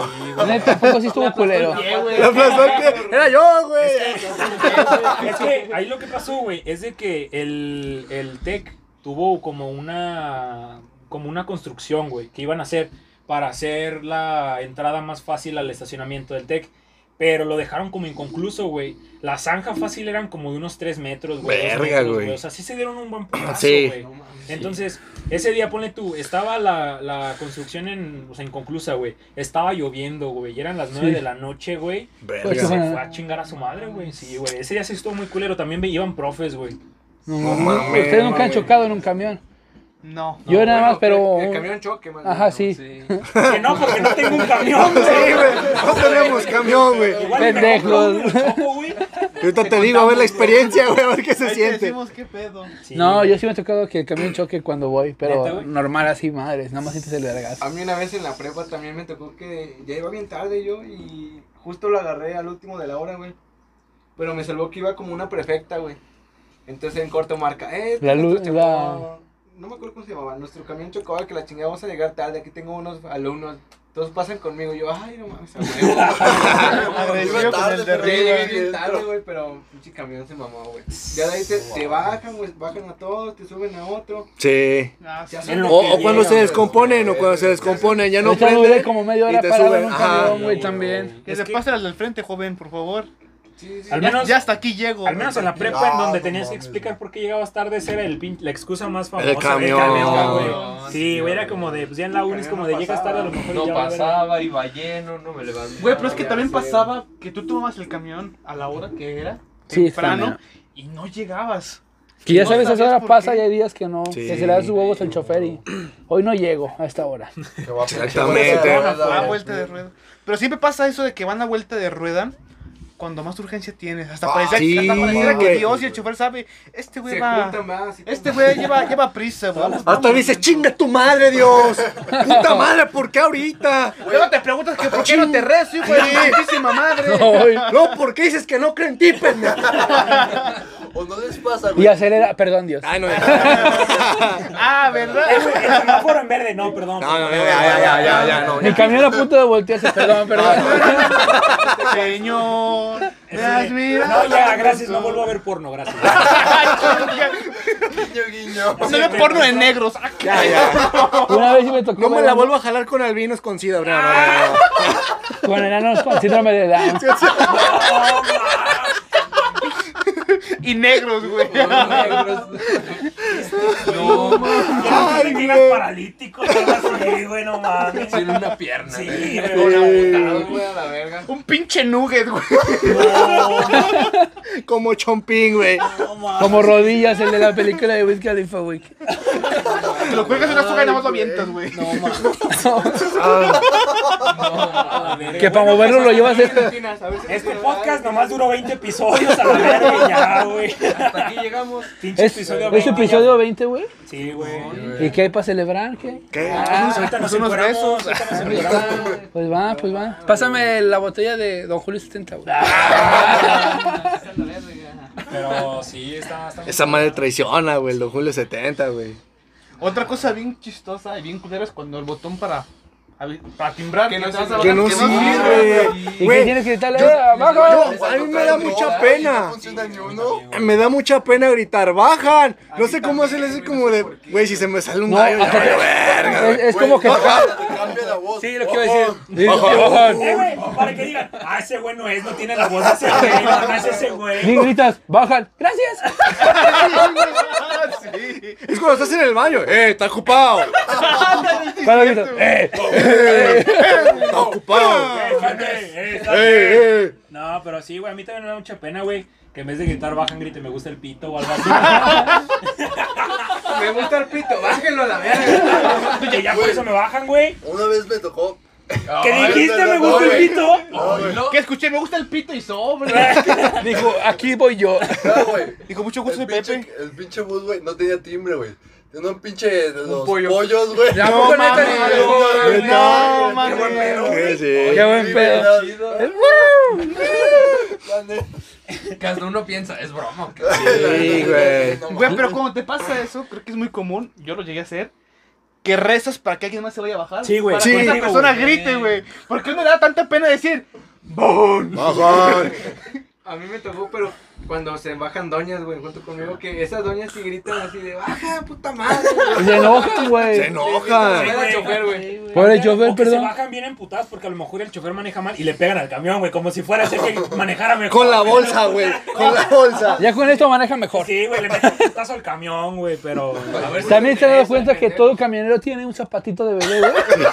S3: Neta, poco sí estuvo culero.
S4: La aplastó el pie. Era yo, güey.
S5: Es que ahí lo que pasó, güey, es de que el, el TEC tuvo como una, como una construcción, güey, que iban a hacer para hacer la entrada más fácil al estacionamiento del TEC. Pero lo dejaron como inconcluso, güey. La zanja fácil eran como de unos 3 metros, güey. dos
S4: Verga,
S5: metros,
S4: güey.
S5: O sea, sí se dieron un buen paso,
S4: Sí.
S5: güey. Entonces, ese día, ponle tú, estaba la, la construcción en, o sea, inconclusa, güey. Estaba lloviendo, güey. Y eran las 9
S3: Sí.
S5: de la noche, güey.
S3: Pues,
S5: Que se
S3: Ajá.
S5: fue a chingar a su madre, güey. Sí, güey. Ese día sí estuvo muy culero. También ve- iban profes, güey.
S3: No,
S4: mames,
S3: Ustedes nunca han
S4: güey.
S3: chocado en un camión.
S1: No.
S3: Yo nada más, pero.
S6: El camión choque, man.
S3: Ajá, sí.
S7: Sí.
S5: Que no, porque no tengo un camión,
S4: Sí,
S5: güey.
S4: güey. No tenemos camión, güey.
S5: Igual y me compro uno y lo choco, güey.
S4: Y Ahorita te digo, a ver la experiencia, güey, a ver qué se
S1: Ahí te
S4: siente.
S1: decimos qué pedo.
S5: Sí,
S3: No,
S5: güey.
S3: yo sí me ha tocado que el camión choque cuando voy,
S5: ¿Neta,
S3: pero
S5: güey?
S3: normal así, madres. Nada más sientes el vergazo.
S6: A
S4: Ah,
S6: mí una vez en la prepa también me tocó que ya iba bien tarde yo y justo lo agarré al último de la hora, güey. Pero me salvó que iba como una prefecta, güey. Entonces en corto marca, eh,
S3: La luz-
S6: nuestro chavo-
S3: la-
S6: no me acuerdo cómo se llamaba, nuestro camión chocaba que la chingada vamos a llegar tarde, aquí tengo unos alumnos, todos pasan conmigo, yo, ay, no mames, a huevo".
S2: Iba
S1: Agradecido con
S2: tarde,
S1: el de
S6: Ya
S2: pero-
S1: arriba.
S6: llegué bien tarde, güey, pero pinche camión se mamó, güey. Ya de ahí te, te bajan, güey, bajan a todos, te suben a otro.
S4: Sí.
S1: Ah, sí.
S6: Ya
S5: En
S6: son
S5: lo
S4: O,
S5: que
S4: o cuando se
S5: llegan,
S4: descomponen, o cuando se descomponen, ya no
S3: Ahorita duré
S4: prende.
S3: como media
S4: y
S3: hora
S4: te
S3: parado
S4: suben,
S3: en un
S4: ajá.
S3: camión, güey, también.
S1: Que
S5: Es
S1: se
S5: que-
S1: pase al del frente, joven, por favor.
S6: Sí, sí.
S5: Al
S1: Ya-
S5: menos-
S1: ya hasta aquí llego.
S5: Al menos en la prepa, en
S2: No,
S5: donde
S2: no
S5: tenías que
S2: mames,
S5: explicar
S2: güey.
S5: por qué llegabas tarde, esa era el pin- la excusa más famosa.
S4: El camión.
S5: güey. Sí, güey, era como de, pues ya en la
S6: El
S5: uni es
S6: camión
S5: como
S6: no
S5: de llegas
S6: pasaba.
S5: tarde, a lo mejor y ya
S7: No
S5: va a haber-
S7: pasaba, iba lleno, no me levantaba.
S1: Güey, pero es que
S6: Ya
S1: también
S6: sé.
S1: pasaba que tú tomabas el camión a la hora que era,
S3: Sí,
S1: temprano,
S3: también.
S1: y no llegabas.
S3: Que ya
S1: No
S3: sabes, a esa
S1: sabías
S3: hora
S1: por
S3: pasa
S1: qué.
S3: y hay días que no.
S4: Sí.
S3: Que se le da sus huevos al chofer y. Hoy no llego a esta hora.
S2: Que va a pinche
S4: Exactamente.
S2: vuelta de
S1: Ah,
S2: rueda, güey.
S1: vuelta de rueda. Pero siempre pasa eso de que van a vuelta de rueda cuando más urgencia tienes. Hasta
S2: Ah,
S1: parecía,
S4: sí,
S1: hasta pareciera que
S4: güey.
S1: Dios y el chofer sabe, este güey
S6: Se
S1: va...
S6: juntan más. y
S1: Este
S6: todo.
S1: güey lleva, lleva prisa, güey.
S4: Hasta dices, chinga tu madre, Dios. Puta madre, ¿por qué ahorita?
S1: Luego te preguntas que por qué no te rezo, hijo de tu putísima madre.
S3: Hoy-
S4: No, ¿por qué dices que no creen en ti, pendejo?
S2: O no les pasa, güey.
S3: Y acelera. Perdón, Dios.
S4: Ay, no.
S1: Ah, ¿verdad?
S5: Eh, güey, El semáforo en verde, no, perdón.
S4: No, no, ya, ya, ya, ya, ya, no.
S3: Mi
S4: ya.
S3: camión a punto de voltearse. Perdón, perdón.
S1: Señor, me has mirado.
S5: No, ya, gracias, no vuelvo a ver porno, gracias.
S2: Guiño, guiño.
S1: No ve porno de negros. Ah,
S4: Ya, ya.
S3: Una vez sí me tocó.
S4: No me
S3: ver
S4: la
S3: un-
S4: vuelvo a jalar con albinos con sida, no, no, no, no.
S3: Con enanos con síndrome de Down.
S1: Y negros, güey.
S7: No,
S5: Ya te llegas paralítico, algo así, güey, no mames.
S7: sin una pierna.
S5: Sí,
S7: güey.
S5: güey.
S6: Ah, güey, a la verga.
S1: Un pinche nugget, güey.
S4: Como chompín, güey.
S5: No mames.
S3: Como rodillas, el de la película de Wiz Khalifa, güey.
S1: Te lo cuelgas en una soga y nada más lo avientas, güey.
S5: No mames.
S4: Ah,
S3: Que para moverlo lo llevas.
S6: ¿Qué opinas? A ver si te
S5: Este
S6: da-
S5: podcast nomás duró 20 episodios a la verga y ya, güey.
S7: Hasta aquí llegamos.
S5: Pinche
S3: Es,
S5: episodio
S3: es
S5: 20,
S3: episodio 20, güey.
S5: ya. Sí, güey.
S3: ¿Y qué hay para celebrar? ¿Qué?
S4: ¿Qué?
S5: Ah, ahorita nos
S1: unos
S5: encueramos,
S1: besos.
S5: ahorita nos encueramos.
S3: Pues va, pues va. Pásame la botella de Don Julio 70, güey.
S5: Pero sí, está... está
S4: Esa madre traiciona, güey, el Don Julio 70, güey.
S1: Otra cosa bien chistosa y bien culera es cuando el botón para, para timbrar.
S6: Que no
S1: te vas
S6: sirve.
S1: a-
S4: Que no
S1: te vas a-
S4: sirve.
S3: ¿Y
S4: Güey,
S3: qué tienes que gritarle?
S2: yo-
S3: ¡Eh, abajo!
S2: Yo,
S4: a mí me da mucha
S2: Ay, No
S4: pena.
S2: funciona ni uno.
S4: Me da mucha pena gritar, bajan. No sé cómo hacerle así
S6: güey,
S4: como
S6: no sé
S4: de,
S6: por qué.
S4: güey, si se me sale un
S3: No,
S4: gallo, ya
S3: hasta
S4: valió
S3: que-
S4: verga.
S3: Es, es como que.
S2: Cambia la voz.
S3: Sí, lo que iba a decir. Sí, bajan.
S5: Eh, güey, para que digan, ah, ese güey no es, no tiene la voz de ese güey, no, no es ese
S3: Y
S5: güey.
S3: gritas, bajan. ¡Gracias!
S4: Es cuando estás en el baño, eh, está ocupado.
S3: Cuando gritas, ¡eh!
S2: eh, Oh,
S4: Está ocupado.
S5: Eh, eh, eh,
S4: Eh, eh.
S5: No, pero sí, güey, a mí también me da mucha pena, güey. Que en vez de gritar bajan, grite me gusta el pito o algo así.
S6: Me gusta el pito, bájenlo a la verga.
S5: Oye, ya por eso me bajan, güey.
S2: Una vez me tocó.
S5: ¿Qué
S2: Ay,
S5: dijiste?
S2: no, no,
S5: Me gusta el
S2: güey.
S5: pito.
S2: No, güey.
S1: ¿Qué escuché? Me gusta el pito y sobre.
S3: Dijo, aquí voy yo.
S2: No, güey.
S1: Dijo, mucho gusto,
S2: El
S1: soy
S2: pinche,
S1: Pepe.
S2: el pinche bus, güey, no tenía timbre, güey. Tenía un pinche de los
S6: pollo.
S2: pollos, güey.
S3: ¿A poco neta
S1: mames,
S3: ni-
S1: güey, no,
S2: mames.
S1: mames.
S4: Eh, sí.
S3: Qué buen pedo.
S2: La neta.
S7: Que hasta uno piensa, es broma. ¿o qué?
S4: Sí, güey.
S2: No,
S1: Güey, pero cuando te pasa eso, creo que es muy común, yo lo llegué a hacer, que rezas para que alguien más se vaya a bajar.
S5: Sí, güey.
S1: Para
S4: Sí.
S1: que esa persona grite, güey. ¿Por qué me da tanta pena decir, ¡Bon!
S4: Bajan.
S6: A mí me tocó, pero cuando se bajan doñas, güey, junto conmigo, que esas doñas sí gritan así de, "Ah, baja, puta madre.
S3: Se enojan,
S4: Se
S3: güey.
S4: enojan.
S6: Era
S5: güey.
S6: chofer, güey.
S3: Pobre
S5: O
S3: chofer,
S5: que Se
S3: perdón.
S5: bajan bien emputados porque a lo mejor el chofer maneja mal y le pegan al camión, güey, como si fuera a ser que manejara mejor.
S4: Con la bolsa, güey. Con la bolsa.
S3: Ya con esto maneja mejor.
S5: Sí, güey, le meten un putazo al camión, güey, pero.
S7: A ver si
S3: También te
S7: te
S3: has dado
S7: interesa.
S3: cuenta que todo camionero tiene un zapatito de bebé, güey.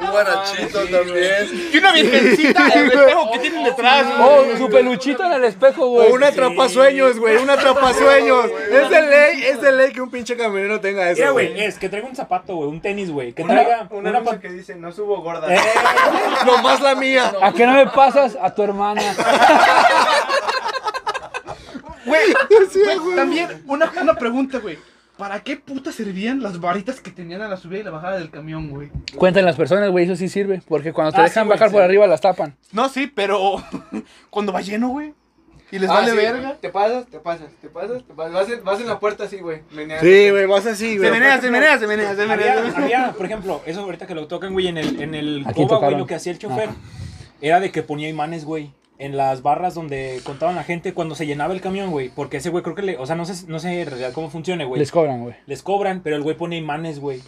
S2: Un guarachito también.
S1: Y una virgencita el espejo que tienen detrás,
S3: Oh,
S1: güey.
S3: su peluchito en el espejo,
S4: O
S3: güey.
S4: una atrapasueños, güey. Una atrapasueños. Es de ley, es de ley que un pinche camionero tenga
S5: Mira,
S4: eso,
S5: güey, eh.
S4: güey.
S5: es que traiga un zapato, güey, un tenis, güey, que
S6: Una,
S5: traiga
S6: una,
S5: una,
S6: cosa
S5: pa-
S6: que dice, no subo gorda.
S5: Eh,
S4: Nomás la mía.
S3: ¿A qué no me pasas? A tu hermana.
S1: Güey,
S4: Sí,
S1: güey,
S4: güey.
S1: también una, una pregunta, güey. ¿Para qué puta servían las varitas que tenían a la subida y la bajada del camión, güey?
S3: Cuentan las personas, güey, eso sí sirve. Porque cuando te
S5: Ah,
S3: dejan
S5: sí, güey,
S3: bajar por
S5: sí.
S3: arriba, las tapan.
S1: No, sí, pero cuando va lleno, güey. Y les
S6: Ah,
S1: vale
S6: sí,
S1: verga.
S6: Te pasas, te pasas, te pasas, te pasas. Vas en, vas en la puerta así, güey. meneando.
S4: Sí, güey, vas así,
S1: Se
S4: güey.
S1: menea, se menea, se menea, se
S5: había,
S1: menea.
S5: había, por ejemplo, eso ahorita que lo tocan, güey, en el, en el
S3: Aquí
S5: Coba, güey,
S3: tocaron.
S5: lo que hacía el chofer era de que ponía imanes, güey. En las barras donde contaban la gente cuando se llenaba el camión, güey. Porque ese güey creo que le. O sea, no sé, no sé en realidad cómo funciona, güey.
S3: Les cobran, güey.
S5: Les cobran, pero el güey pone imanes, güey.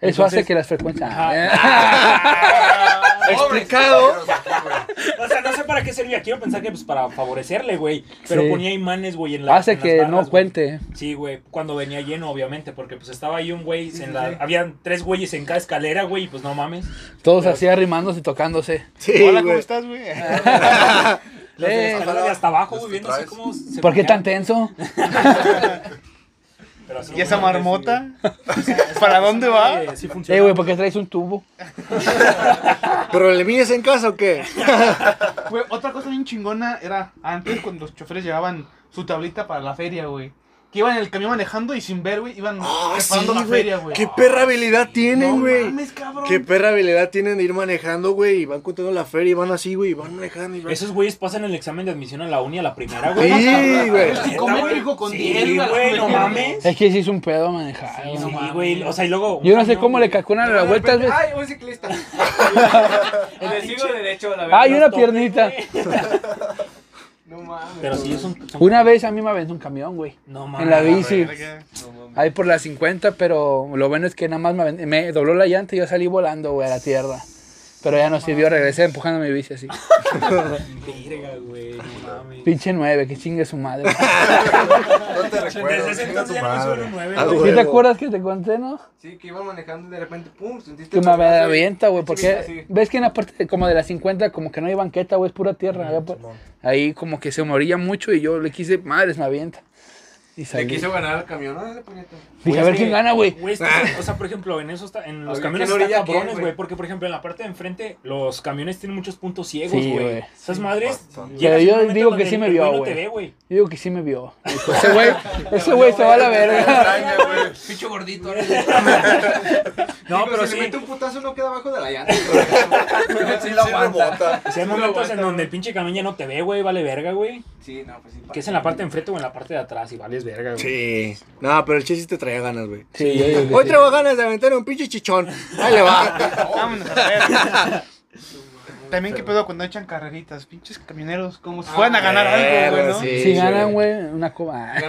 S3: Eso hace
S5: Entonces-
S3: que las frecuencias.
S5: Ajá.
S4: Explicado.
S5: o sea, no sé para qué servía. Quiero pensar que pues para favorecerle, güey. Pero
S3: Sí.
S5: ponía imanes, güey, en la.
S3: Hace
S5: en las
S3: que
S5: barras,
S3: no
S5: güey.
S3: cuente.
S5: Sí, güey, cuando venía lleno, obviamente, porque pues estaba ahí un güey, en la...
S6: sí.
S5: habían tres güeyes en cada escalera, güey, y pues no mames.
S3: eh, Todos así arrimándose y tocándose.
S4: Sí,
S1: Hola, ¿cómo
S4: güey.
S1: estás, güey?
S5: Los de la
S3: Eh,
S5: escalera de hasta abajo,
S2: los
S5: güey, viendo así
S2: traes.
S5: cómo se...
S3: ¿Por qué tan
S5: peleaban.
S3: tenso?
S5: Pero así,
S1: ¿Y esa
S5: güey,
S1: marmota? ¿Para dónde va?
S5: eh, Sí funciona.
S3: Eh, güey, ¿por qué traes un tubo?
S4: ¿Pero le míes en casa o qué?
S1: Güey, otra cosa bien chingona era antes cuando los choferes llevaban su tablita para la feria, güey. Que iban en el camión manejando y sin ver, güey, iban
S4: Ah, sí,
S1: preparando la
S4: güey.
S1: feria, güey.
S4: Qué perra habilidad tienen,
S1: No
S4: güey.
S1: mames, cabrón.
S4: Qué perra habilidad tienen de ir manejando, güey. Y van contando la feria y van así, güey. Y van manejando y van.
S5: Esos güeyes pasan el examen de admisión a la uni a la primera, güey.
S4: Sí, güey.
S5: Neta,
S1: Psicométrico
S5: güey.
S1: con
S5: Sí,
S1: 10,
S5: güey, no
S1: güey.
S5: mames.
S3: Es que sí es un pedo manejar.
S5: Sí,
S3: güey.
S5: sí, güey, o sea, y luego...
S3: Yo no sé cómo le calculan las vueltas, güey.
S6: Ay, un ciclista. Le sigo derecho a la verga.
S3: Ay, una
S5: Los topes,
S3: piernita.
S5: güey.
S6: No mames.
S5: Pero sí, es un... son-
S3: Una vez a mí me aventó un camión, güey.
S5: No
S3: En la
S5: mames.
S3: bici. Ahí por las 50, pero lo bueno es que nada más me, aven- me dobló la llanta y yo salí volando, güey, a la tierra. Pero ya no sirvió, regresé empujando mi bici así.
S5: Verga, güey, no mames.
S3: Pinche 9, que chingue su madre.
S2: No te
S5: Desde
S2: recuerdo.
S5: ese
S2: Chinga tu
S5: entonces ya no
S2: madre.
S5: suena nueve,
S4: Ah,
S5: güey.
S3: ¿Sí
S4: Huevo.
S3: te acuerdas que te conté, no?
S6: Sí, que iba manejando y de repente, pum, sentiste.
S3: Que
S6: el
S3: me
S6: putazo,
S3: avienta, güey, porque
S6: Así.
S3: ves que en la parte de- como de las 50 como que no hay banqueta, güey, es pura tierra. allá por- ahí como que se me orilla mucho y yo le quise, madres, me avienta. Y
S6: Le
S3: salí.
S6: quiso ganar al camión. No, dale puñeta.
S3: Dije, a
S5: Güey,
S3: ver
S5: es
S3: quién
S5: que,
S3: gana, güey.
S5: Güey, es que, o sea, por ejemplo, en, eso está- en los
S6: Oye,
S5: camiones
S6: ¿quién
S5: están
S6: orilla a quién,
S5: cabrones,
S6: güey?
S5: güey. Porque, por ejemplo, en la parte de enfrente, los camiones tienen muchos puntos ciegos,
S3: Sí,
S5: güey.
S3: güey.
S5: Esas madres.
S2: bastante.
S5: llegas
S3: Pero
S5: a un
S3: yo
S5: momento
S3: digo
S5: donde
S3: que sí me
S5: el
S3: vio,
S5: güey no
S3: güey.
S5: te ve, güey.
S3: Yo digo que sí me vio. Dijo, ese güey, ese güey se va a la verga.
S2: Extraña, güey.
S7: Pincho gordito. ahora.
S5: No,
S6: Digo,
S5: pero
S6: si
S5: sí.
S6: le mete un putazo, no queda abajo de la llanta.
S2: Sí rebota.
S5: o sea, hay momentos
S6: no lo
S5: en
S6: aguanta,
S5: donde el pinche camión ya no te ve, güey. Vale verga, güey.
S6: sí, no, pues sí.
S5: Que es en la parte de enfrente o en la parte de atrás y vales verga, güey.
S4: Sí. No, pero el chiste sí te traía ganas, güey.
S3: Sí, yo digo que
S4: Hoy
S3: sí.
S4: traigo ganas de aventar un pinche chichón. Ahí le va.
S1: Vámonos a la verga. También qué pedo cuando echan carreritas, pinches camioneros, como si fueran a ganar algo, güey, ¿no?
S3: Si ganan, güey, una coba.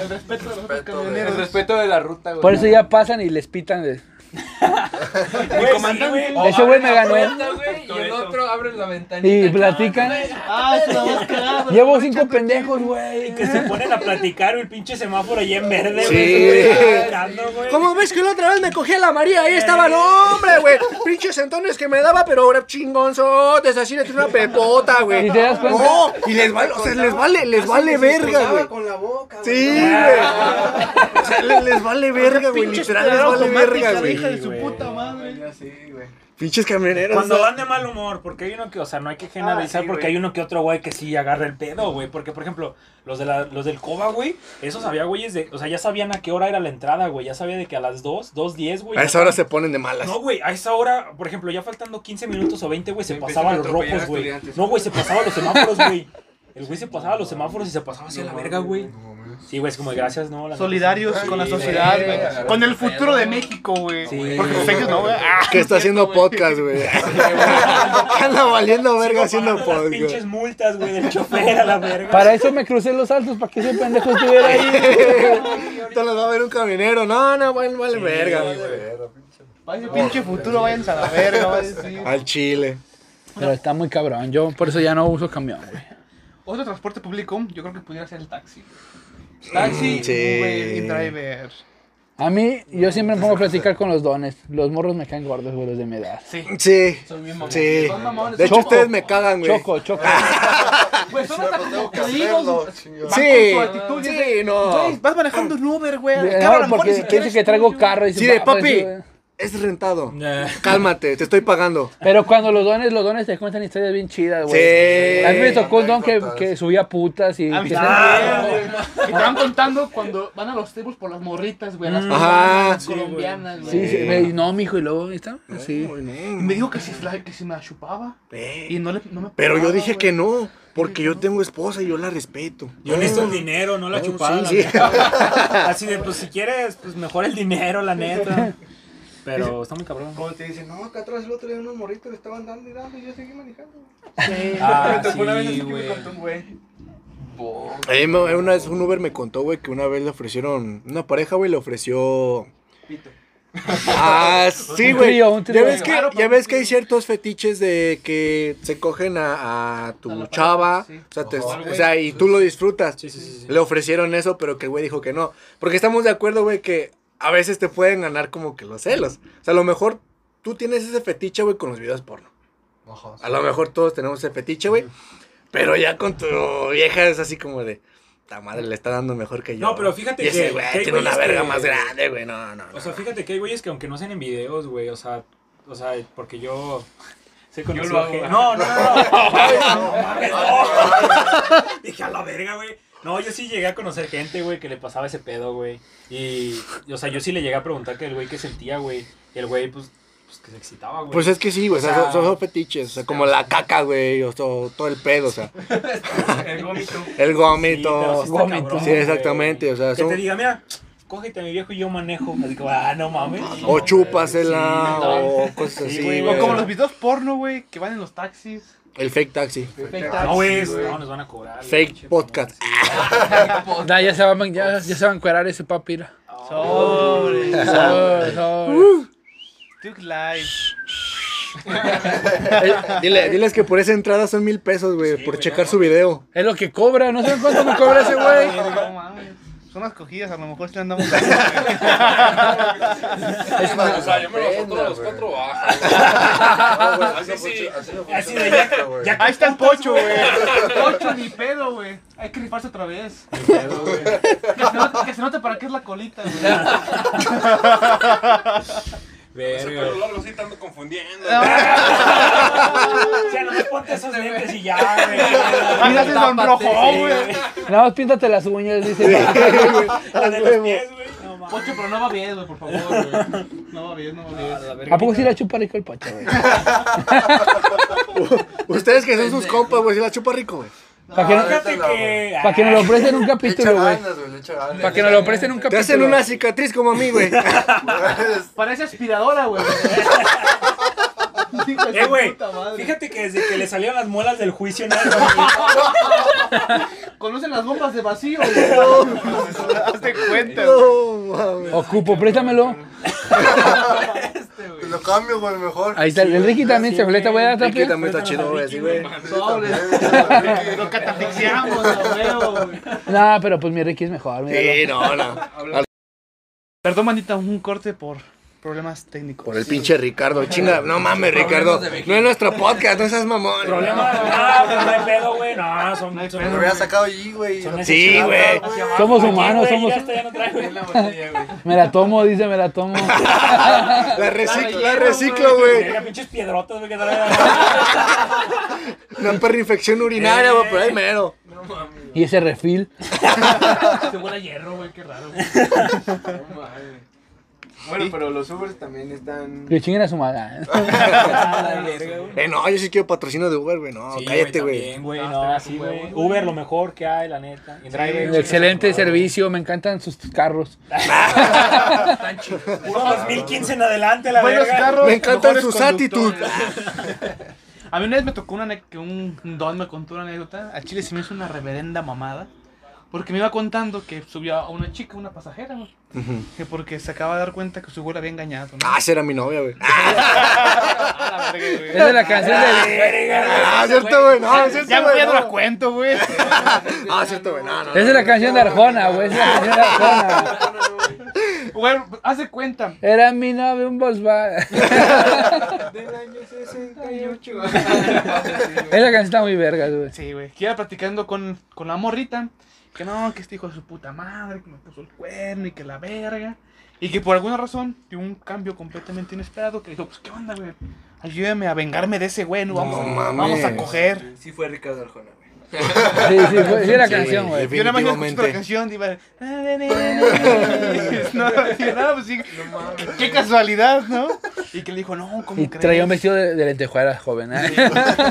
S1: El respeto de los otros
S2: Respeto de-
S1: camioneros.
S6: El respeto de la ruta, güey.
S3: Por eso ya pasan y les pitan. de-
S5: Güey, sí, güey.
S3: Oh, Ese güey me ganó. ¿eh?
S7: Puerta, güey, y el otro abre la ventanita.
S3: Y
S7: cabrón,
S3: platican.
S7: güey.
S1: Ah, es la más cagada.
S3: Llevo cinco pendejos, güey.
S5: Que se ponen a platicar, güey, el pinche semáforo allá en verde,
S4: Sí.
S5: güey. Platicando, güey.
S4: ¿Cómo ves que la otra vez me cogí a la María? Ahí estaba el hombre, güey. Pinches entones que me daba, pero ahora chingonzotes, así le tiene una pepota, güey.
S3: ¿Y te das cuenta?
S4: No, y les vale, o sea, les vale, les vale verga, güey.
S6: Con la boca, güey. Ah,
S4: Sí, güey. O sea, le- les, vale verga, güey.
S1: Pinches
S4: Literal, les
S1: culera
S4: vale
S1: automática,
S4: verga,
S1: hija
S4: güey.
S1: de su puta
S6: Ah,
S1: madre.
S6: Ya sí, güey.
S4: Pinches camioneros.
S5: Cuando
S4: ¿no?
S5: van de mal humor, porque hay uno que, o sea, no hay que generalizar,
S6: Ah, sí,
S5: porque
S6: güey.
S5: hay uno que otro güey que sí agarra el pedo, güey. Porque, por ejemplo, los, de la, los del Coba, güey, esos había güeyes de. O sea, ya sabían a qué hora era la entrada, güey. Ya sabía de que a las 2, 2.10, güey.
S4: A
S5: ya
S4: esa hora se
S5: estaban-
S4: ponen de malas.
S5: No, güey, a esa hora, por ejemplo, ya faltando 15 minutos o 20, güey, se
S6: Me
S5: pasaba
S6: empiezan a
S5: los
S6: atropellar
S5: rojos, güey.
S6: estudiantes.
S5: No, güey, se pasaba los semáforos, güey. El güey se pasaba los semáforos y se pasaba hacia
S6: No
S5: la verga,
S6: mames,
S5: güey. Sí, güey, es como de gracias, ¿no? La neta, sí.
S1: Solidarios
S2: Sí,
S1: con la
S2: sí,
S1: sociedad,
S2: sí,
S1: güey.
S2: sí.
S1: Con el futuro de México, güey.
S5: Sí.
S1: Porque los ellos no, güey. Ah,
S4: Que está haciendo podcast, güey. Que anda valiendo
S5: Sigo
S4: verga haciendo
S5: pagando las
S4: podcast.
S5: pinches multas, güey, del chofer a la verga.
S3: Para eso me crucé los altos, para que ese pendejo estuviera ahí.
S4: Te las va a ver un camionero. No, no, vale, vale verga,
S2: Vale,
S4: güey.
S2: verga, pinche.
S1: Vaya pinche futuro, váyanse a la verga, va a decir.
S4: Al chile.
S3: Pero está muy cabrón. Yo por eso ya no uso camión, güey.
S1: Otro transporte público, yo creo que pudiera ser el taxi. güey. Taxi,
S4: Sí.
S1: Uber y driver.
S3: A mí, yo siempre me pongo a platicar con los dones. Los morros me caen gordos, güey, los de mi edad.
S1: Sí.
S4: Sí.
S7: mamones.
S4: Sí.
S1: Son mamones.
S4: De hecho,
S3: Choco.
S4: ustedes me cagan, güey. Ah,
S3: Choco, choco.
S1: Güey, son hasta como
S2: Pues Tengo que
S1: jodidos,
S2: hacerlo, chingado.
S1: Van
S4: Sí.
S1: con su actitud,
S4: Sí,
S1: dice,
S4: no.
S1: Güey, vas manejando un Uber, güey.
S3: Eh, No,
S1: Acaba a lo mejor ni
S3: porque
S1: siquiera
S3: dice
S1: es
S3: que traigo
S1: tuyo.
S3: carro y dice,
S4: Sí, de
S3: "Va, pues,
S4: papi.
S3: güey".
S4: Es rentado.
S5: Eh.
S4: Cálmate, te estoy pagando.
S3: Pero cuando los dones, los dones te cuentan historias bien chidas, güey.
S4: Sí. Ah,
S3: A mí me tocó un don que,
S2: Anécdotas.
S3: que subía putas y...
S1: A
S3: que
S1: mí
S3: se-
S1: también, güey. Que te van contando cuando van a los tables por las morritas, güey. a
S4: Mm.
S1: Las
S4: Ajá.
S1: personas colombianas, güey.
S3: Sí, sí, me- y no, mijo, y luego ahí está. Sí.
S1: Y me dijo que si, la- que si me la chupaba. Y no, le, no me
S4: Pero yo
S1: pegaba,
S4: dije
S1: güey.
S4: que no, porque yo tengo esposa y yo la respeto.
S5: Yo necesito el dinero, no la
S4: No,
S5: chupada.
S4: Oh. sí, sí.
S5: la neta. Así de, pues si quieres, pues mejor el dinero, la neta. Pero está muy cabrón.
S6: Como te dicen, no, acá atrás el otro día unos morritos le estaban dando y dando y yo seguí manejando.
S5: Ah,
S6: me tocó una vez
S5: sí,
S6: así que
S5: güey.
S6: me contó un güey.
S4: Eh, me- una vez un Uber me contó, güey, que una vez le ofrecieron, una pareja, güey, le ofreció...
S6: Pito.
S4: Ah, sí,
S3: Un
S4: güey.
S3: trío, un trío.
S4: Ya ves que,
S1: Claro,
S4: ya
S1: para
S4: ves
S1: un
S4: que hay
S1: trío.
S4: ciertos fetiches de que se cogen a, a tu
S1: A la pareja,
S4: chava,
S1: sí.
S4: o, sea, te-
S2: Ajá.
S4: o sea, y tú lo disfrutas.
S5: Sí, sí, sí, sí.
S4: Le ofrecieron eso, pero que el güey dijo que no. Porque estamos de acuerdo, güey, que a veces te pueden ganar como que los celos. O sea, a lo mejor tú tienes ese fetiche, güey, con los videos porno.
S2: Ajá, sí.
S4: A lo mejor todos tenemos ese fetiche, güey. Pero ya con tu vieja es así como de. Ta madre le está dando mejor que yo.
S5: No, pero fíjate
S4: Y ese
S5: que-
S4: güey
S5: que hay
S4: tiene una
S5: güeyes
S4: verga
S5: que-
S4: más grande, güey. No, no. no.
S5: O sea, fíjate que hay güeyes que aunque no sean en videos, güey, o sea, o sea, porque yo sé con
S6: lo hago,
S5: No,
S6: güey.
S5: no, no. no, mames, no. Dije a la verga, güey. No, yo sí llegué a conocer gente, güey, que le pasaba ese pedo, güey. Y, y, o sea, yo sí le llegué a preguntar que el güey qué sentía, güey. Y el güey, pues, pues que se excitaba, güey.
S4: Pues es que sí, güey. O sea,
S5: O sea,
S4: son, son fetiches. O sea, como la caca, güey. O to- todo el pedo, o sea.
S6: El gómito.
S4: El
S5: pero
S4: gómito.
S5: sí
S4: Sí,
S5: está cabrón, güey.
S4: exactamente. O sea,
S5: Que
S4: son-
S5: te diga, mira, cógete a mi viejo y yo manejo. Así como, ah, no mames.
S4: o chúpasela,
S5: Sí,
S4: o cosas
S5: Sí,
S4: así.
S5: güey.
S1: O como
S4: güey.
S1: los videos porno, güey, que van en los taxis.
S4: El fake taxi.
S5: No, güey,
S6: Sí, güey.
S5: no, nos van a cobrar. güey,
S4: Fake
S5: pinche
S4: podcast.
S5: mamón, sí.
S3: Da, ya se va, a- ya, ya se va a encuerar ese papi. mira.
S1: Sobre.
S3: Sobre, sobre.
S1: Tuk Live.
S4: Eh, Dile, diles que por esa entrada son mil pesos, güey. por checar su video.
S3: Es lo que cobra, no saben cuánto me cobra ese güey.
S1: No mames. Son las cogidas, a lo mejor si andamos.
S7: O sea, yo me lo
S2: Pena,
S7: soto a los
S2: güey.
S7: cuatro bajas.
S2: Ah, güey,
S7: Así
S2: así
S7: sí.
S2: funciona- así no
S5: Así
S2: funciona
S5: de ya-
S2: esto, güey.
S5: ya-
S1: Ahí está el pocho, güey. Pocho ni pedo, güey. Hay que rifarse otra vez. Que se note, que se note para qué es la colita, güey.
S7: Ese
S5: Verga.
S7: pelo largo sí te ando confundiendo.
S5: O sea, nomás ponte esos lentes y ya, güey.
S1: Mira, se sonrojó, güey.
S3: Nada más píntate las uñas, dice.
S5: La de los pies, güey. No mames.
S1: Pocho, pero no va bien, güey, por favor, güey. No va bien, no va bien.
S3: ¿A poco sí la chupa rico el pacho, güey?
S4: Ustedes que son sus compas, güey. Si la chupa rico, güey.
S3: Para que, no-
S2: Ah,
S5: Fíjate que. Ah,
S3: pa' que nos lo presten un
S2: Le echa
S3: capítulo, güey.
S2: ganas, güey, le echa ganas.
S3: Para que nos lo presten un
S4: Te
S3: capítulo.
S4: hacen una cicatriz como a mí, güey.
S1: Parece aspiradora, güey.
S6: Hijo de
S5: Eh,
S6: su
S5: güey.
S6: puta madre.
S5: Fíjate que desde que le salieron las muelas del juicio, nada.
S6: Conocen las bombas de vacío, güey.
S1: Hazte cuenta, güey.
S4: No, mames.
S3: Ocupo, préstamelo.
S2: Te lo cambio, güey, mejor.
S3: Ahí está. El Ricky también se fleta, güey.
S4: Aquí
S3: ¿Qué
S4: también está chido, güey, así, güey.
S6: Sobres.
S1: Lo catafixiamos.
S6: Asfixiamos, a huevo, güey.
S3: No, pero pues mi Ricky es mejor. míralo.
S4: Sí, no, no.
S1: Perdón, manita, un corte por problemas técnicos.
S4: Por el pinche Ricardo. Chinga, no mames, Ricardo. No es nuestro podcast, no seas mamón.
S5: Problema. Ah, pues no hay pedo, güey. No, son. son-
S2: Me hubiera sacado allí, güey.
S5: son
S2: Yo
S4: Sí, güey.
S5: necesitados,
S3: Somos
S5: Aquí,
S3: humanos,
S5: güey,
S3: somos.
S5: ya está, ya no traigo.
S3: Me la tomo, dice, me la tomo.
S4: La reciclo, la reciclo, güey.
S5: Verga, pinches piedrotas, güey, que trae.
S4: Una perrinfección urinaria, güey, pero ahí mero.
S3: Y ese refil.
S6: Se huele a hierro, güey, qué raro. güey. No mames. Bueno, pero los Ubers también están.
S3: Que chinguen a su madre.
S4: Eh, no, yo sí quiero patrocinio de Uber, güey. No,
S5: Sí,
S4: cállate, güey.
S5: también, güey. No, sí, güey. Uber lo mejor que hay, la neta. Y Driver.
S3: Excelente servicio, me encantan sus carros.
S5: Puro 2015 en adelante, la
S1: Buenos
S5: verga.
S1: carros,
S4: Me encantan
S1: mejores
S4: sus
S1: conductores.
S4: actitudes.
S1: A mí una vez me tocó una ane- que un don me contó una anécdota. A Chile se me hizo una reverenda mamada. Porque me iba contando que subió a una chica, una pasajera, güey. Que porque se acaba de dar cuenta que su güey la había engañado, ¿no?
S4: Ah, esa era mi novia, güey.
S1: A la verga, güey.
S3: Es de la canción de.
S4: Ah, cierto, güey. No,
S1: Ya
S4: es
S1: güey,
S4: cierto,
S1: ya
S4: güey.
S1: no la
S4: no.
S1: cuento, güey.
S4: Ah, cierto, güey. No, no.
S3: Es de la canción de Arjona, güey. Es de la canción de Arjona.
S1: Güey, haz de cuenta.
S3: Era mi novio, un Volkswagen.
S6: Del año 68.
S3: Esa canción está muy verga, güey.
S1: Sí, güey. Que iba platicando con, con la morrita. Que no, que este hijo de su puta madre, que me puso el cuerno y que la verga. Y que por alguna razón tuvo un cambio completamente inesperado. Que dijo, pues qué onda, güey. Ayúdame a vengarme de ese güey, no vamos,
S4: No
S1: a-
S4: mames.
S1: vamos a coger.
S6: Sí, fue Ricardo Arjona, güey.
S3: Sí, sí, fue- sí, era canción, güey.
S1: Yo nada más iba escuchando la
S4: Definitivamente.
S1: canción y iba. No, dije, no, pues sí. qué- Qué casualidad, ¿no? Y que le dijo, no, ¿cómo
S3: Y
S1: crees?
S3: traía un vestido de, de lentejuelas, joven. ¿eh?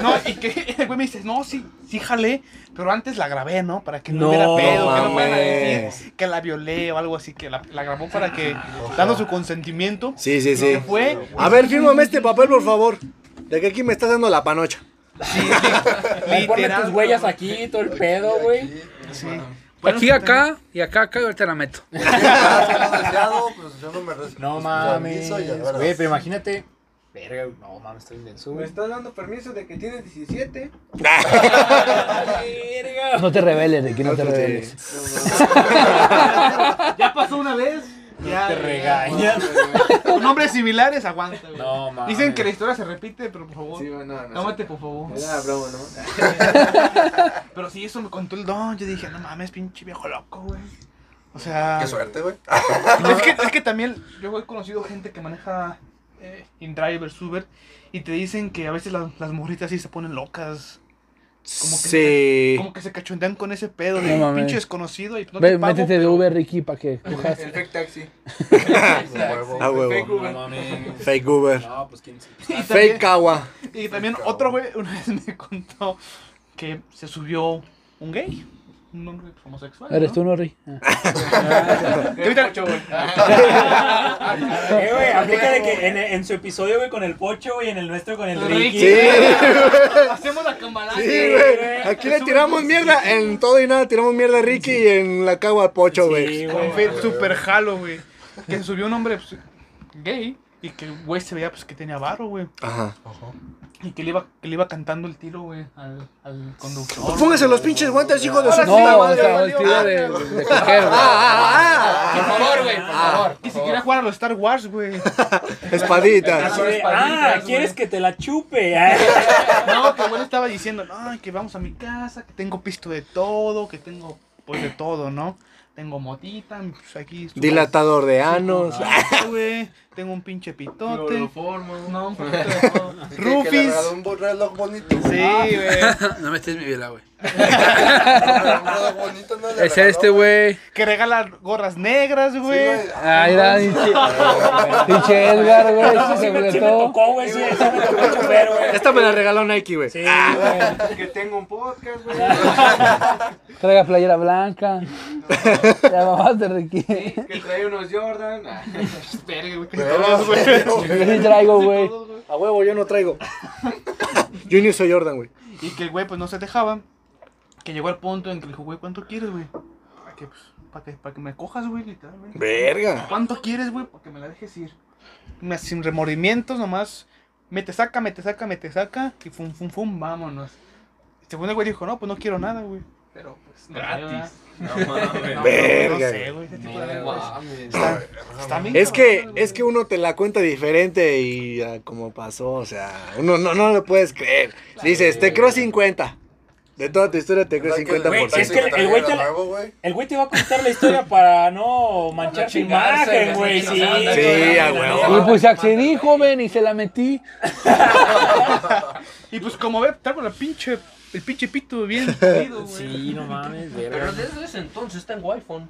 S1: No, y que el güey me dice, no, sí, sí jalé, pero antes la grabé, ¿no? Para que no,
S5: No
S1: hubiera pedo, que no fueran a
S4: mames.
S1: decir que la violé o algo así, que la, la grabó para que, dando su consentimiento,
S4: Sí, sí,
S1: que
S4: sí.
S1: fue,
S4: A ver, fírmame este papel, por favor. De que aquí me estás dando la panocha.
S5: Ahí ponle
S1: Literal,
S5: tus huellas aquí, todo el pedo, güey.
S1: sí. Bueno, pues,
S3: pues, Aquí, acá, y acá, acá, y ahorita la meto.
S2: no deseado, pues yo no me res-
S5: No
S2: responsabilizo
S5: mames.
S2: y a ver,
S5: Güey, pero imagínate. Verga, güey, no mames, estoy intenso,
S6: Me
S5: güey.
S6: estás dando permiso de que tienes 17.
S5: Verga.
S3: No te rebeles, de que no te rebeles.
S6: Ya pasó una vez. Ya
S5: Te regañas.
S1: Con nombres similares, aguanta, güey.
S5: No mames.
S1: Dicen que la historia se repite, pero por favor,
S6: Sí, bueno, no, no.
S1: cálmate, por favor.
S6: Era broma, ¿no?
S1: Pero sí, eso me contó el don, yo dije, no mames, pinche viejo loco, güey. O sea,
S2: Qué suerte, güey.
S1: Es que, es que también yo he conocido gente que maneja eh, InDriver, Uber y te dicen que a veces la- las morritas sí se ponen locas. Como que,
S4: Sí.
S1: como que se cachondean con ese pedo
S3: No
S1: de
S3: mames.
S1: pinche desconocido y no
S3: Ve,
S1: te pago,
S3: métete de
S1: pero-
S3: Uber, Ricky, para que cojas.
S6: El fake taxi.
S2: Huevo.
S4: A huevo.
S6: Fake
S5: No
S6: Uber.
S5: mames.
S4: Fake Uber.
S5: No, pues quién se.
S1: Y
S4: Fake
S1: también,
S4: Kawa.
S1: y también otro güey una vez me contó que se subió un gay, un hombre homosexual.
S3: ¿Eres
S1: ¿no?
S3: tú, Norri? Ah.
S1: Que ahorita-
S5: Eh, güey, aplica de que en, en su episodio, güey, con el Pocho, güey, en el nuestro con el Ricky.
S4: Sí,
S1: Hacemos la cambalada.
S4: sí, güey. Aquí le tiramos mierda. En todo y nada tiramos mierda a Ricky y en la Kawa al Pocho,
S5: Sí,
S4: güey.
S5: güey.
S1: Con fe- super jalo, güey. Que se subió un hombre pues, gay y que el güey se veía pues que tenía barro, güey.
S4: Ajá.
S1: Y que le iba, que le iba cantando el tiro, güey, al, al conductor.
S4: Póngase los pinches guantes, hijo de su
S3: No,
S4: puta
S3: o
S4: madre.
S3: sea, el tiro de, de coger, güey.
S4: Ah, ah,
S1: Ni siquiera jugar a los Star Wars, güey.
S4: ah. Espaditas.
S5: Así de, ah, ¿quieres que te la chupe? Ah,
S1: No, que el güey le estaba diciendo, no, que vamos a mi casa, que tengo pisto de todo, que tengo pues de todo, ¿no? Tengo motita, pues aquí. estuvo-
S4: Dilatador de anos.
S1: Ah, güey. Tengo un pinche pitote. No, un poquito de todo.
S2: Que- que le
S1: Rufis.
S2: regaló un bo- reloj bonito.
S1: Sí, güey.
S3: No me estés mi vela,
S1: ah.
S3: güey.
S2: Un reloj bonito, ¿no? Le
S3: Es
S2: regaló,
S3: este, güey.
S1: Que regala gorras negras,
S2: Sí, güey.
S1: güey.
S3: Ah, era pinche- pinche Edgar, güey.
S5: No, sí
S3: Se
S5: me, sí me
S3: completó.
S5: tocó, güey. Sí, sí me tocó el chupero, güey.
S4: Esta me la regaló Nike, güey.
S5: Sí, güey.
S6: Que tengo un podcast, güey.
S4: Ah.
S3: Traiga playera blanca. Ya mamaste, Ricky. Yo
S6: Que trae unos Jordan. Ah,
S1: Verga, güey.
S2: Pero, güey.
S3: sí traigo, güey.
S1: Todos, güey.
S4: A huevo, yo no traigo. Yo ni soy Jordan, güey.
S1: Y que el güey pues no se dejaba. Que llegó al punto en que le dijo, güey, ¿cuánto quieres, güey? Para que, pues, para que, para que me cojas, güey, literalmente.
S4: Verga.
S1: ¿Cuánto quieres, güey? Para que me la dejes ir. Me- Sin remordimientos, nomás. Me te saca, me te saca, me te saca. Y fum, fum, fum, vámonos. Según el güey dijo, no, pues no quiero nada, güey. Pero pues. no sé, ¿verdad?
S7: Gratis. No mames.
S1: No,
S4: Verga,
S1: No sé, güey. ese tipo de- Está- está bien
S4: Es que,
S1: cabrón, güey.
S4: es que uno te la cuenta diferente y ah, como pasó, o sea, uno no, no lo puedes creer. Dices, te creo 50. De toda tu historia te creo
S2: ¿Verdad que-
S4: 50%.
S2: güey,
S5: si es que el- el
S2: traía
S5: güey te la-
S2: nuevo, güey?
S5: El güey te va a contar la historia para no manchar su
S7: chingarse,
S5: imagen, güey.
S7: güey, sí,
S5: Sí,
S7: no se van a
S4: Sí, a
S3: Y
S4: huevo.
S3: pues se accedí, joven, y se la metí.
S1: Y pues como ve, traigo la pinche. El pinche pito bien hundido, güey.
S5: Sí, no mames,
S7: Pero
S5: verga.
S7: desde ese entonces tengo iPhone.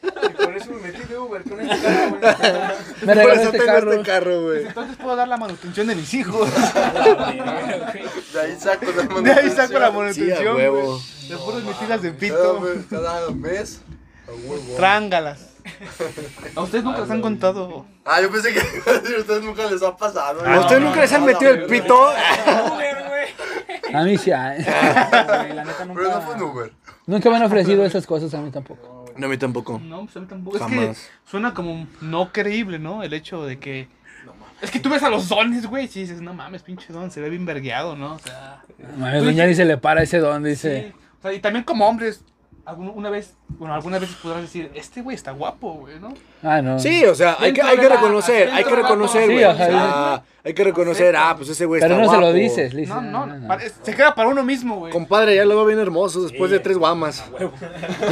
S6: Y por eso me metí de Uber con este carro, güey.
S3: Me
S4: Por
S3: regaló
S4: eso
S3: este
S4: tengo
S3: carro.
S4: este carro, güey.
S1: Entonces puedo dar la manutención de mis hijos.
S2: De ahí saco la
S1: De ahí saco la
S4: Sí, a
S1: manutención. güey.
S4: huevo.
S1: De puras metidas de
S2: Cada,
S1: pito.
S2: mes- cada mes. a huevo.
S1: Trángalas. A ustedes nunca les han contado.
S2: Ah, yo pensé que iba a decir, a ustedes nunca les ha pasado.
S4: ¿A ustedes nunca les han metido el pito?
S3: A mí sí. ah,
S5: La neta nunca.
S2: Pero no fue un Uber.
S3: Nunca me han ofrecido esas cosas a mí tampoco.
S4: No, a mí tampoco.
S1: No, pues a mí tampoco. Es
S4: Jamás.
S1: que suena como no creíble, ¿no? El hecho de que. Es que tú ves a los dones, güey, y dices, no mames, pinche don, se ve bien vergueado, ¿no? O sea,
S3: Mames, doña ni se le para ese don, dice.
S1: sí. O sea, y también como hombres, alguna una vez, bueno, algunas veces podrás decir, este güey está guapo, güey, ¿no?
S3: Ah, no.
S4: Sí, o sea, hay que, hay que reconocer, hay que reconocer, güey. O sea, hay que reconocer, ah, pues ese güey está
S3: Pero no
S4: guapo.
S3: se lo dices, le dices.
S1: No, no,
S3: "Ah, no".
S1: pare- se queda para uno mismo, güey.
S4: Compadre, ya lo veo bien hermoso después de tres guamas.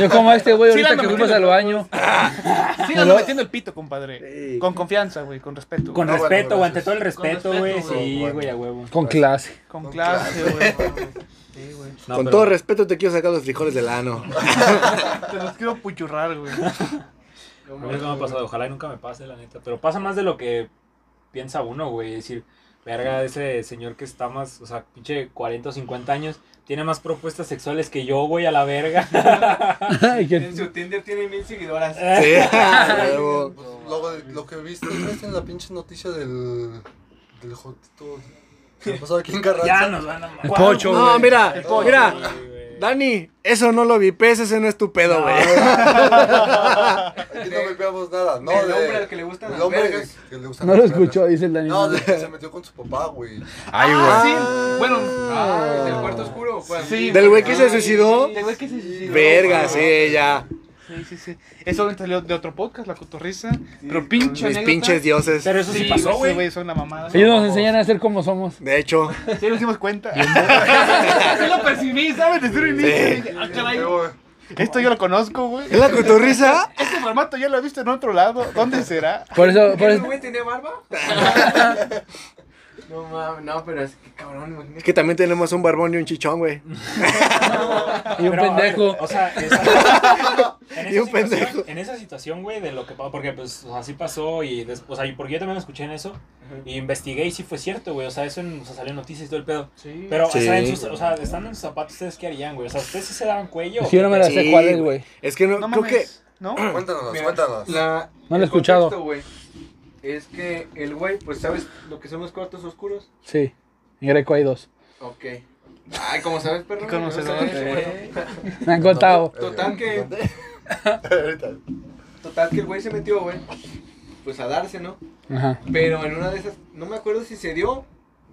S3: Yo como este güey
S1: Sí, la ando
S3: ahorita que fuimos al
S1: metiendo.
S3: baño.
S1: Sí, ando metiendo el pito, compadre.
S4: Sí.
S1: Con confianza, güey, con respeto.
S5: Con
S1: Con,
S2: No, bueno,
S5: respeto,
S2: gracias.
S5: güey, ante todo el respeto,
S1: respeto,
S5: güey.
S2: güey.
S5: Sí, güey, a huevo.
S3: Con clase.
S1: con clase, güey. Sí, güey.
S5: No,
S4: Con
S5: pero-
S4: todo respeto te quiero sacar los frijoles del ano.
S1: Te los quiero puchurrar, güey.
S5: A mí nunca me ha pasado, ojalá y nunca me pase, la neta. Pero pasa más de lo que piensa uno, güey. Es decir, verga, ese señor que está más, o sea, pinche 40 o 50 años, tiene más propuestas sexuales que yo, güey, a la verga.
S3: Ay, qué-
S6: En su Tinder tiene mil seguidoras.
S4: Sí, a huevo.
S2: Pues, Luego de- lo que viste, ¿no viste en la pinche noticia del. del jotito? ¿Qué pasó aquí en Carranza?
S5: ya nos van a
S3: El
S5: mamar.
S3: pocho, güey.
S4: No, mira,
S1: pollo.
S4: mira,
S5: Sí, güey.
S4: Dani, eso no lo vipes, ese no es tu pedo, güey.
S2: Aquí no golpeamos nada. No,
S6: Del
S2: de-
S6: hombre al que le gustan
S2: el
S6: las
S2: hombre
S6: vergas.
S2: que- que le gustan
S3: No lo
S2: las vergas.
S3: escuchó, dice el Dani.
S2: No, de que se metió con su papá, güey.
S1: Ay, güey. sí. Bueno,
S6: Ah, ¿Del cuarto oscuro? Pues,
S1: Sí.
S4: Del güey que se suicidó.
S1: Del güey que se suicidó.
S4: Verga,
S1: Ah, güey.
S4: sí, ya.
S1: Sí, sí, sí. Eso salió de otro podcast, La Cotorrisa. pero pinche
S4: Mis
S1: anécdota.
S4: pinches dioses.
S5: Pero eso sí,
S1: Sí,
S5: pasó,
S1: esos
S5: güey.
S1: güeyes son la mamada.
S3: Ellos nos enseñan a ser como somos.
S4: De hecho,
S1: Sí, nos dimos cuenta. sí lo percibí, ¿sabes? Desde un inicio.
S4: Sí.
S1: Dije, ah, caray.
S2: Pero, güey,
S1: Esto yo lo conozco, güey.
S4: ¿es la cotorriza?
S1: Este formato ya lo he visto en otro lado. ¿Dónde será?
S3: Por eso, por
S6: ¿El
S3: eso.
S6: güey tenía barba? No mames, no, pero es que cabrón,
S4: Es
S6: imagínate.
S4: que también tenemos un barbón y un chichón, güey.
S3: Y un
S5: Pero, a ver,
S3: pendejo.
S5: o sea, esa- en
S4: Y un
S5: esa situación-
S4: pendejo.
S5: En esa situación, güey, de lo que pasó, porque pues o sea, así pasó y después, o sea, y porque yo también lo escuché en eso y investigué y sí fue cierto, güey. O sea, eso en, o sea, salió en noticias y todo el pedo.
S1: Sí.
S5: Pero, o sea, en
S4: Sí.
S5: sus- o sea, estando en sus zapatos, ¿ustedes qué harían, güey? O sea, ¿ustedes sí se daban cuello?
S3: Si yo no me la sé
S4: Sí,
S3: cuál es, güey.
S4: Es que no,
S1: no
S4: creo que.
S1: mames. ¿No?
S2: Cuéntanos,
S6: Mira,
S2: cuéntanos.
S6: La,
S3: No lo he
S6: el
S3: escuchado.
S6: contexto, güey, es que el güey, pues, ¿sabes lo que son los cuartos oscuros?
S3: Sí. En Greco hay dos.
S6: Ok. Ay, como sabes, perro.
S1: Qué conocedor.
S6: No sabes, güey.
S3: Me han contado.
S6: Total que-
S2: ¿Dónde? Ahorita.
S6: Total, que el güey se metió, güey. Pues a darse, ¿no?
S3: Ajá.
S6: Pero en una de esas, no me acuerdo si se dio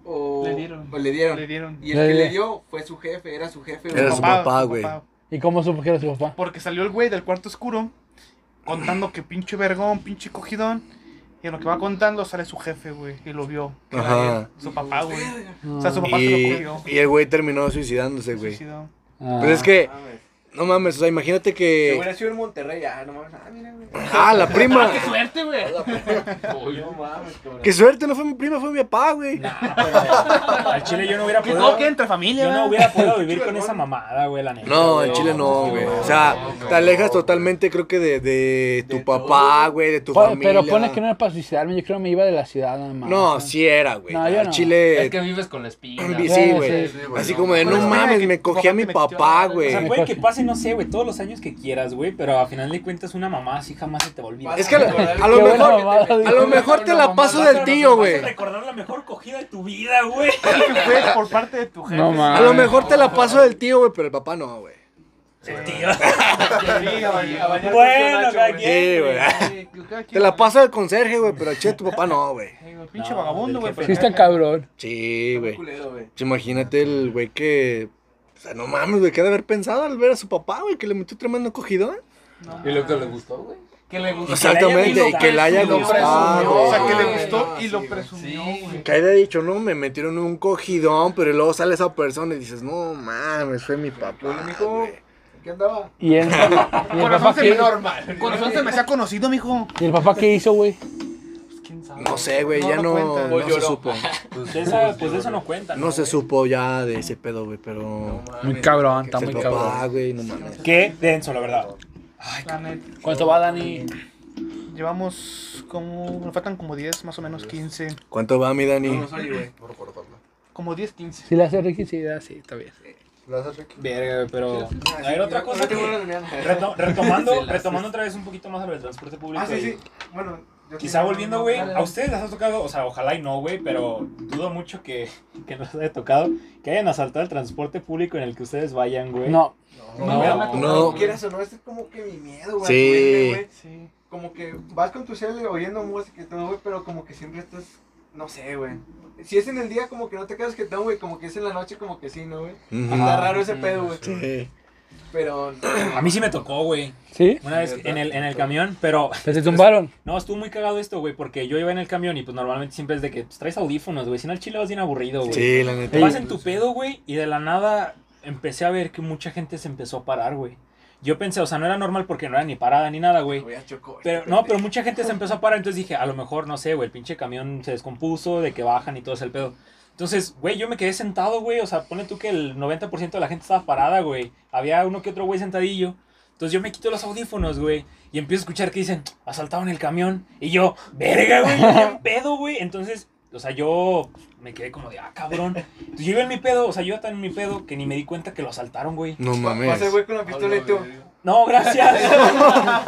S6: o
S1: Le dieron.
S6: o le dieron.
S1: Le dieron.
S6: Y el
S3: Le
S6: que
S3: di-
S6: le dio fue su jefe, era su jefe.
S4: Era
S6: güey.
S4: su papá, güey.
S3: ¿Y cómo supo que era su papá?
S1: Porque salió el güey del cuarto oscuro contando que pinche vergón, pinche cogidón. Y en lo que va contando sale su jefe, güey. Y lo vio. que era
S4: Ajá.
S1: él, Su papá, güey.
S6: Verga.
S1: O sea, su papá se lo
S4: Y,
S1: cogió.
S4: y el güey terminó suicidándose, güey.
S1: Suicidó.
S3: Ah.
S4: Pues es que
S6: Mames.
S4: No mames, o sea, imagínate
S6: Si
S4: que.
S6: hubiera sido en Monterrey, ah, no mames. Ah, mira, güey.
S4: Ah, la prima.
S1: suerte, güey!
S6: No mames, cabrón.
S4: Qué suerte, no fue mi prima, fue mi papá, güey.
S5: Nah, Ah, pero al chile yo no hubiera
S1: Que
S5: podido.
S1: no, que entre familia.
S5: Yo no
S1: ¿verdad?
S5: hubiera podido vivir con esa mamada, güey, la neta.
S4: No,
S5: güey.
S4: en Chile no, güey. O sea, te alejas totalmente, creo que de, de tu
S6: De
S4: papá, güey, de tu
S3: Pon-
S4: familia.
S3: pero pones que no era para suicidarme, yo creo que me iba de la ciudad nada más.
S4: No, sí era, güey.
S3: No, yo
S4: Al
S3: no.
S4: Chile.
S7: Es que vives con la espina.
S4: Sí,
S3: Sí,
S4: güey.
S3: sí.
S2: Sí, güey,
S4: Así como de, no
S1: Pero espera,
S4: mames,
S1: que
S4: me
S1: tu
S4: cogí
S1: papá
S4: a mi
S1: te metió
S4: papá,
S1: a la-
S5: O
S4: güey.
S5: sea, puede que pase, no sé, güey, todos los años que quieras, güey, pero a final de cuentas una mamá así jamás se te va a olvidar.
S4: Es que a lo- a
S3: Qué
S4: lo
S3: buena
S4: mejor.
S3: mamada,
S4: A
S3: dijo.
S4: lo mejor te la paso del tío,
S5: Vas
S4: güey.
S5: a recordar la mejor cogida de tu vida, güey.
S1: Fue por parte de tu jefe.
S3: No
S4: A
S3: mames.
S4: lo mejor te la paso del tío, güey, pero el papá no, güey.
S5: El tío.
S6: Sí, a bañar- a bañar
S5: Bueno,
S6: con Nacho,
S5: cada
S6: güey.
S5: quien.
S4: Sí, güey.
S1: Sí, que cada
S4: Te
S1: quien-
S4: la paso del conserje, güey, pero al chile tu papá no, güey.
S1: Sí, güey, Pinche
S5: No,
S1: vagabundo, güey.
S5: del jefe.
S3: Sí está cabrón.
S4: Sí, güey.
S6: Culero, güey.
S4: Pues Imagínate el güey que. O sea, no mames, güey, que ha de haber pensado al ver a su papá, güey, que le metió tremendo cogidón.
S7: Y lo que le gustó, güey.
S6: Que le gustó.
S4: Exactamente, y que le haya
S1: Lo presumió.
S4: gustado.
S1: O sea, que le
S6: güey.
S1: gustó y
S6: Sí,
S1: lo
S6: güey.
S1: presumió,
S7: Sí,
S1: güey.
S4: Que haya dicho, no, me metieron un cogidón, pero luego sale esa persona y dices, no mames, fue mi papá.
S6: Lo único-
S4: güey".
S6: ¿Qué andaba?
S3: Y el, y el papá
S1: Corazón se
S3: que,
S1: me normal. Corazón se me hacía conocido, mijo.
S3: y el papá que hizo, güey.
S1: ¿Quién sabe?
S4: No sé, güey,
S1: No,
S4: ya
S1: no
S4: no,
S1: cuenta.
S4: no
S1: Pues
S4: se supo.
S5: De esa- pues de eso no cuenta.
S4: No se supo ya de ese pedo, güey, pero.
S3: Muy cabrón, está
S4: Es
S3: muy
S4: el
S3: cabrón.
S4: papá, güey, no mames.
S5: Qué denso, la verdad.
S1: La neta.
S3: ¿Cuánto va, Dani?
S1: Llevamos como. Nos faltan como 10, más o menos 15.
S4: ¿Cuánto va mi Dani?
S6: soy, güey.
S2: No recuerdo cuánto.
S1: Como 10, 15.
S3: Si la hace Ricky, sí, da, sí, está bien.
S2: Gracias, Ricky.
S5: Verga, güey, pero. A ver, otra cosa
S6: Ahorita
S5: que.
S6: vuelvo a la reunión.
S5: Reto- retomando, retomando otra vez un poquito más sobre el transporte público.
S6: Ah, sí,
S5: y-
S6: sí. Bueno, yo
S5: Quizá
S6: tenía-
S5: volviendo, güey,
S6: Dale,
S5: a ustedes les ha tocado, o sea, ojalá y no, güey, pero dudo mucho que, que nos haya tocado que hayan asaltado el transporte público en el que ustedes vayan, güey.
S3: No,
S5: No,
S6: me ha tocado,
S4: no.
S6: Quieras o no, este es como que mi miedo, güey.
S4: Sí.
S6: atuende, güey.
S1: Sí.
S6: Como que vas con tu cel oyendo música y todo, güey, pero como que siempre estás, no sé, güey. Si es en el día, como que no te quedas que güey. Como que es en la noche, como que sí, ¿no, güey?
S4: Ujú.
S6: Está raro ese pedo, güey.
S4: Sí.
S6: Pero.
S5: A mí sí me tocó, güey,
S3: ¿sí?
S5: una vez en el, en el camión, pero
S3: Pues se tumbaron.
S5: no, estuvo muy cagado esto, güey, porque yo iba en el camión y pues normalmente siempre es de que pues, traes audífonos, güey, si no el chile vas bien aburrido, güey.
S4: Sí, la
S5: Te
S4: neta.
S5: vas en tu pedo, güey, y de la nada empecé a ver que mucha gente se empezó a parar, güey. Yo pensé, o sea, no era normal porque no era ni parada ni nada, güey.
S6: Voy a chocar.
S5: Pero, no, pero mucha gente se empezó a parar, entonces dije, a lo mejor, no sé, güey, el pinche camión se descompuso, de que bajan y todo ese el pedo. Entonces, güey, yo me quedé sentado, güey, o sea, pone tú que el 90% de la gente estaba parada, güey. Había uno que otro güey sentadillo. Entonces yo me quito los audífonos, güey, y empiezo a escuchar que dicen, asaltaron el camión. Y yo, verga, güey, qué pedo, güey. Entonces, o sea, yo me quedé como de, ah, cabrón. Entonces yo iba en mi pedo, o sea, yo estaba en mi pedo que ni me di cuenta que lo asaltaron, güey.
S4: No mames.
S6: Pasa el güey con la pistola y tú.
S5: No, gracias.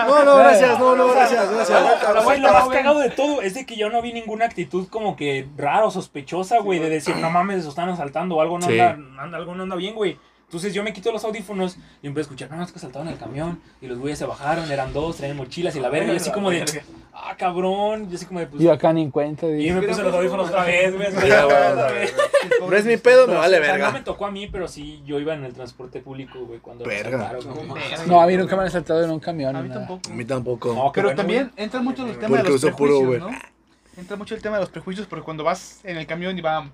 S4: No, no, gracias, no, no, gracias, gracias.
S5: Pero, güey, lo más cagado de todo es de que yo no vi ninguna actitud como que rara o sospechosa, güey, de decir, no mames, lo están asaltando o algo no,
S4: Sí.
S5: anda, anda- algo no anda bien, güey. Entonces yo me quito los audífonos y empecé a escuchar, no, es que asaltaron el camión y los güeyes se bajaron, eran dos, traían mochilas y la verga. Yo así como de, ah, cabrón, yo así como de, pues.
S3: Yo acá ni en cuenta.
S5: Y
S3: dije.
S5: me puse los audífonos otra vez, güey. así,
S4: Ya, güey,
S5: otra
S4: ya,
S5: vez.
S4: No Ah, es mi pedo, me
S5: Pero
S4: vale
S5: sí, o sea, No me
S4: verga.
S5: tocó a mí, pero sí, yo iba en el transporte público, güey, cuando lo
S4: Verga.
S5: asaltaron, güey.
S3: No, a mí nunca me han asaltado en un camión.
S1: A
S3: ni
S1: mí
S3: nada.
S1: tampoco.
S4: A mí
S5: No,
S4: tampoco.
S5: qué
S1: Pero
S5: bueno,
S1: también entra mucho el tema
S4: Porque
S1: de los
S4: uso puro
S1: prejuicios,
S4: Uber.
S1: ¿no? Entra mucho el tema de los prejuicios porque cuando vas en el camión y va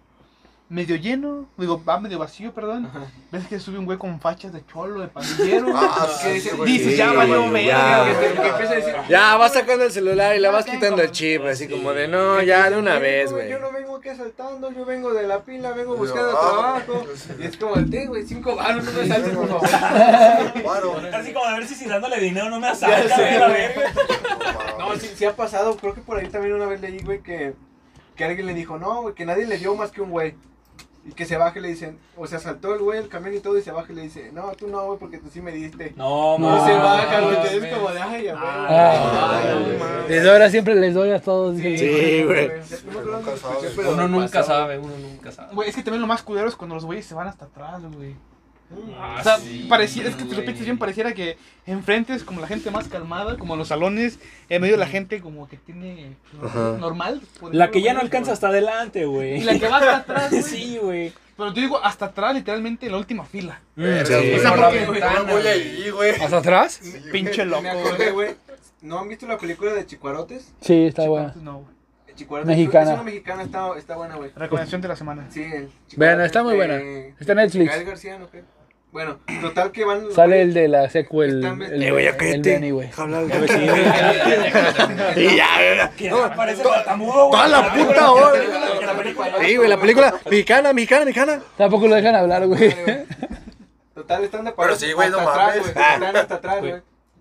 S1: medio lleno, digo, va medio vacío, perdón, ves que sube un güey con fachas de cholo, de pandillero.
S2: Ah,
S6: ¿Qué
S2: sí,
S6: dice?
S2: güey.
S1: Dices,
S4: sí,
S1: ya
S4: güey,
S1: valió
S4: ya.
S1: verga.
S6: Que te- que
S1: güey.
S6: empieza a decir.
S4: Ya, vas sacando el celular y le vas quitando el chip, así como de, no, ya de una
S6: "Yo
S4: vez,
S6: no-
S4: güey.
S6: Yo no vengo aquí asaltando, yo vengo de la pila, vengo
S2: Yo,
S6: buscando
S2: ah,
S6: trabajo.
S2: sí.
S6: Y es como, te, güey, cinco baros, no me saltes, por favor.
S2: Paro.
S5: Así como a ver si, si dándole dinero no me asalta,
S6: sé,
S5: güey, la
S6: güey.
S5: verga.
S6: No, sí, sí ha pasado. Creo que por ahí también una vez leí, güey, que, que alguien le dijo, no, güey, que nadie le dio más que un güey. Y que se baje y le dicen, o sea, saltó el güey el camión y todo y se baja y le dice, no, tú no, güey, porque tú sí me diste.
S5: No,
S3: No,
S6: No,
S5: mames.
S6: se baja, güey,
S7: no,
S6: es
S7: mames.
S6: como de, ay, ya, güey.
S3: Ah,
S6: Ay,
S2: güey.
S6: no mames.
S3: Les doy, ahora siempre les doy a todos. dije.
S4: Sí, güey.
S6: No me acuerdo dónde
S2: Nunca
S6: escuché,
S2: sabes.
S6: pero
S7: Uno
S6: me
S7: nunca
S6: pasó.
S7: sabe, uno nunca sabe.
S1: Güey, es que también lo más culero es cuando los güeyes se van hasta atrás, güey.
S7: Ah,
S1: O sea,
S7: sí,
S1: pareciera, es que te lo
S7: güey.
S1: piensas bien, pareciera que enfrente es como la gente más calmada, como en los salones, en medio de la gente como que tiene pues,
S4: Ajá.
S1: normal. por
S5: La
S1: decirlo
S5: que ya no
S1: menos,
S5: alcanza
S1: güey.
S5: hasta adelante, güey.
S1: Y la que va hasta atrás, güey.
S5: Sí, güey.
S1: Pero yo digo hasta atrás, literalmente, en la última fila.
S4: Mm, Sí.
S2: O
S1: Esa
S2: sea,
S1: porque-
S2: porque no me voy ahí, güey.
S3: ¿Hasta atrás?
S2: Sí, güey.
S1: Pinche loco,
S6: Me
S1: güey.
S6: acordé, güey. ¿No han visto la película de Chicuarotes?
S3: Sí, está bueno.
S1: No, güey.
S6: Chicuarotes.
S3: Mexicana.
S6: Es una mexicana, está, está buena, güey.
S1: Recomendación de la semana.
S6: Sí,
S3: Bueno, está muy buena.
S6: Eh,
S3: Está en Netflix.
S6: Gael García, ¿no qué? Bueno, total que van. los
S3: Sale
S6: güeyes-
S3: el de la sequel.
S6: Están-
S3: El,
S4: Eh, güey, ya
S3: el
S4: cállate.
S3: Benny, güey.
S4: Habla, güey. Y ya, güey.
S5: Que me parece tartamudo, güey.
S4: Toda la puta hora.
S5: Que la película-
S4: Sí, güey, la película mexicana, mexicana, mexicana.
S3: Tampoco lo dejan hablar, güey.
S6: Total, están de
S2: Pero sí, güey, no
S6: hasta atrás,
S2: mames.
S6: güey, Están hasta atrás,
S5: Güey,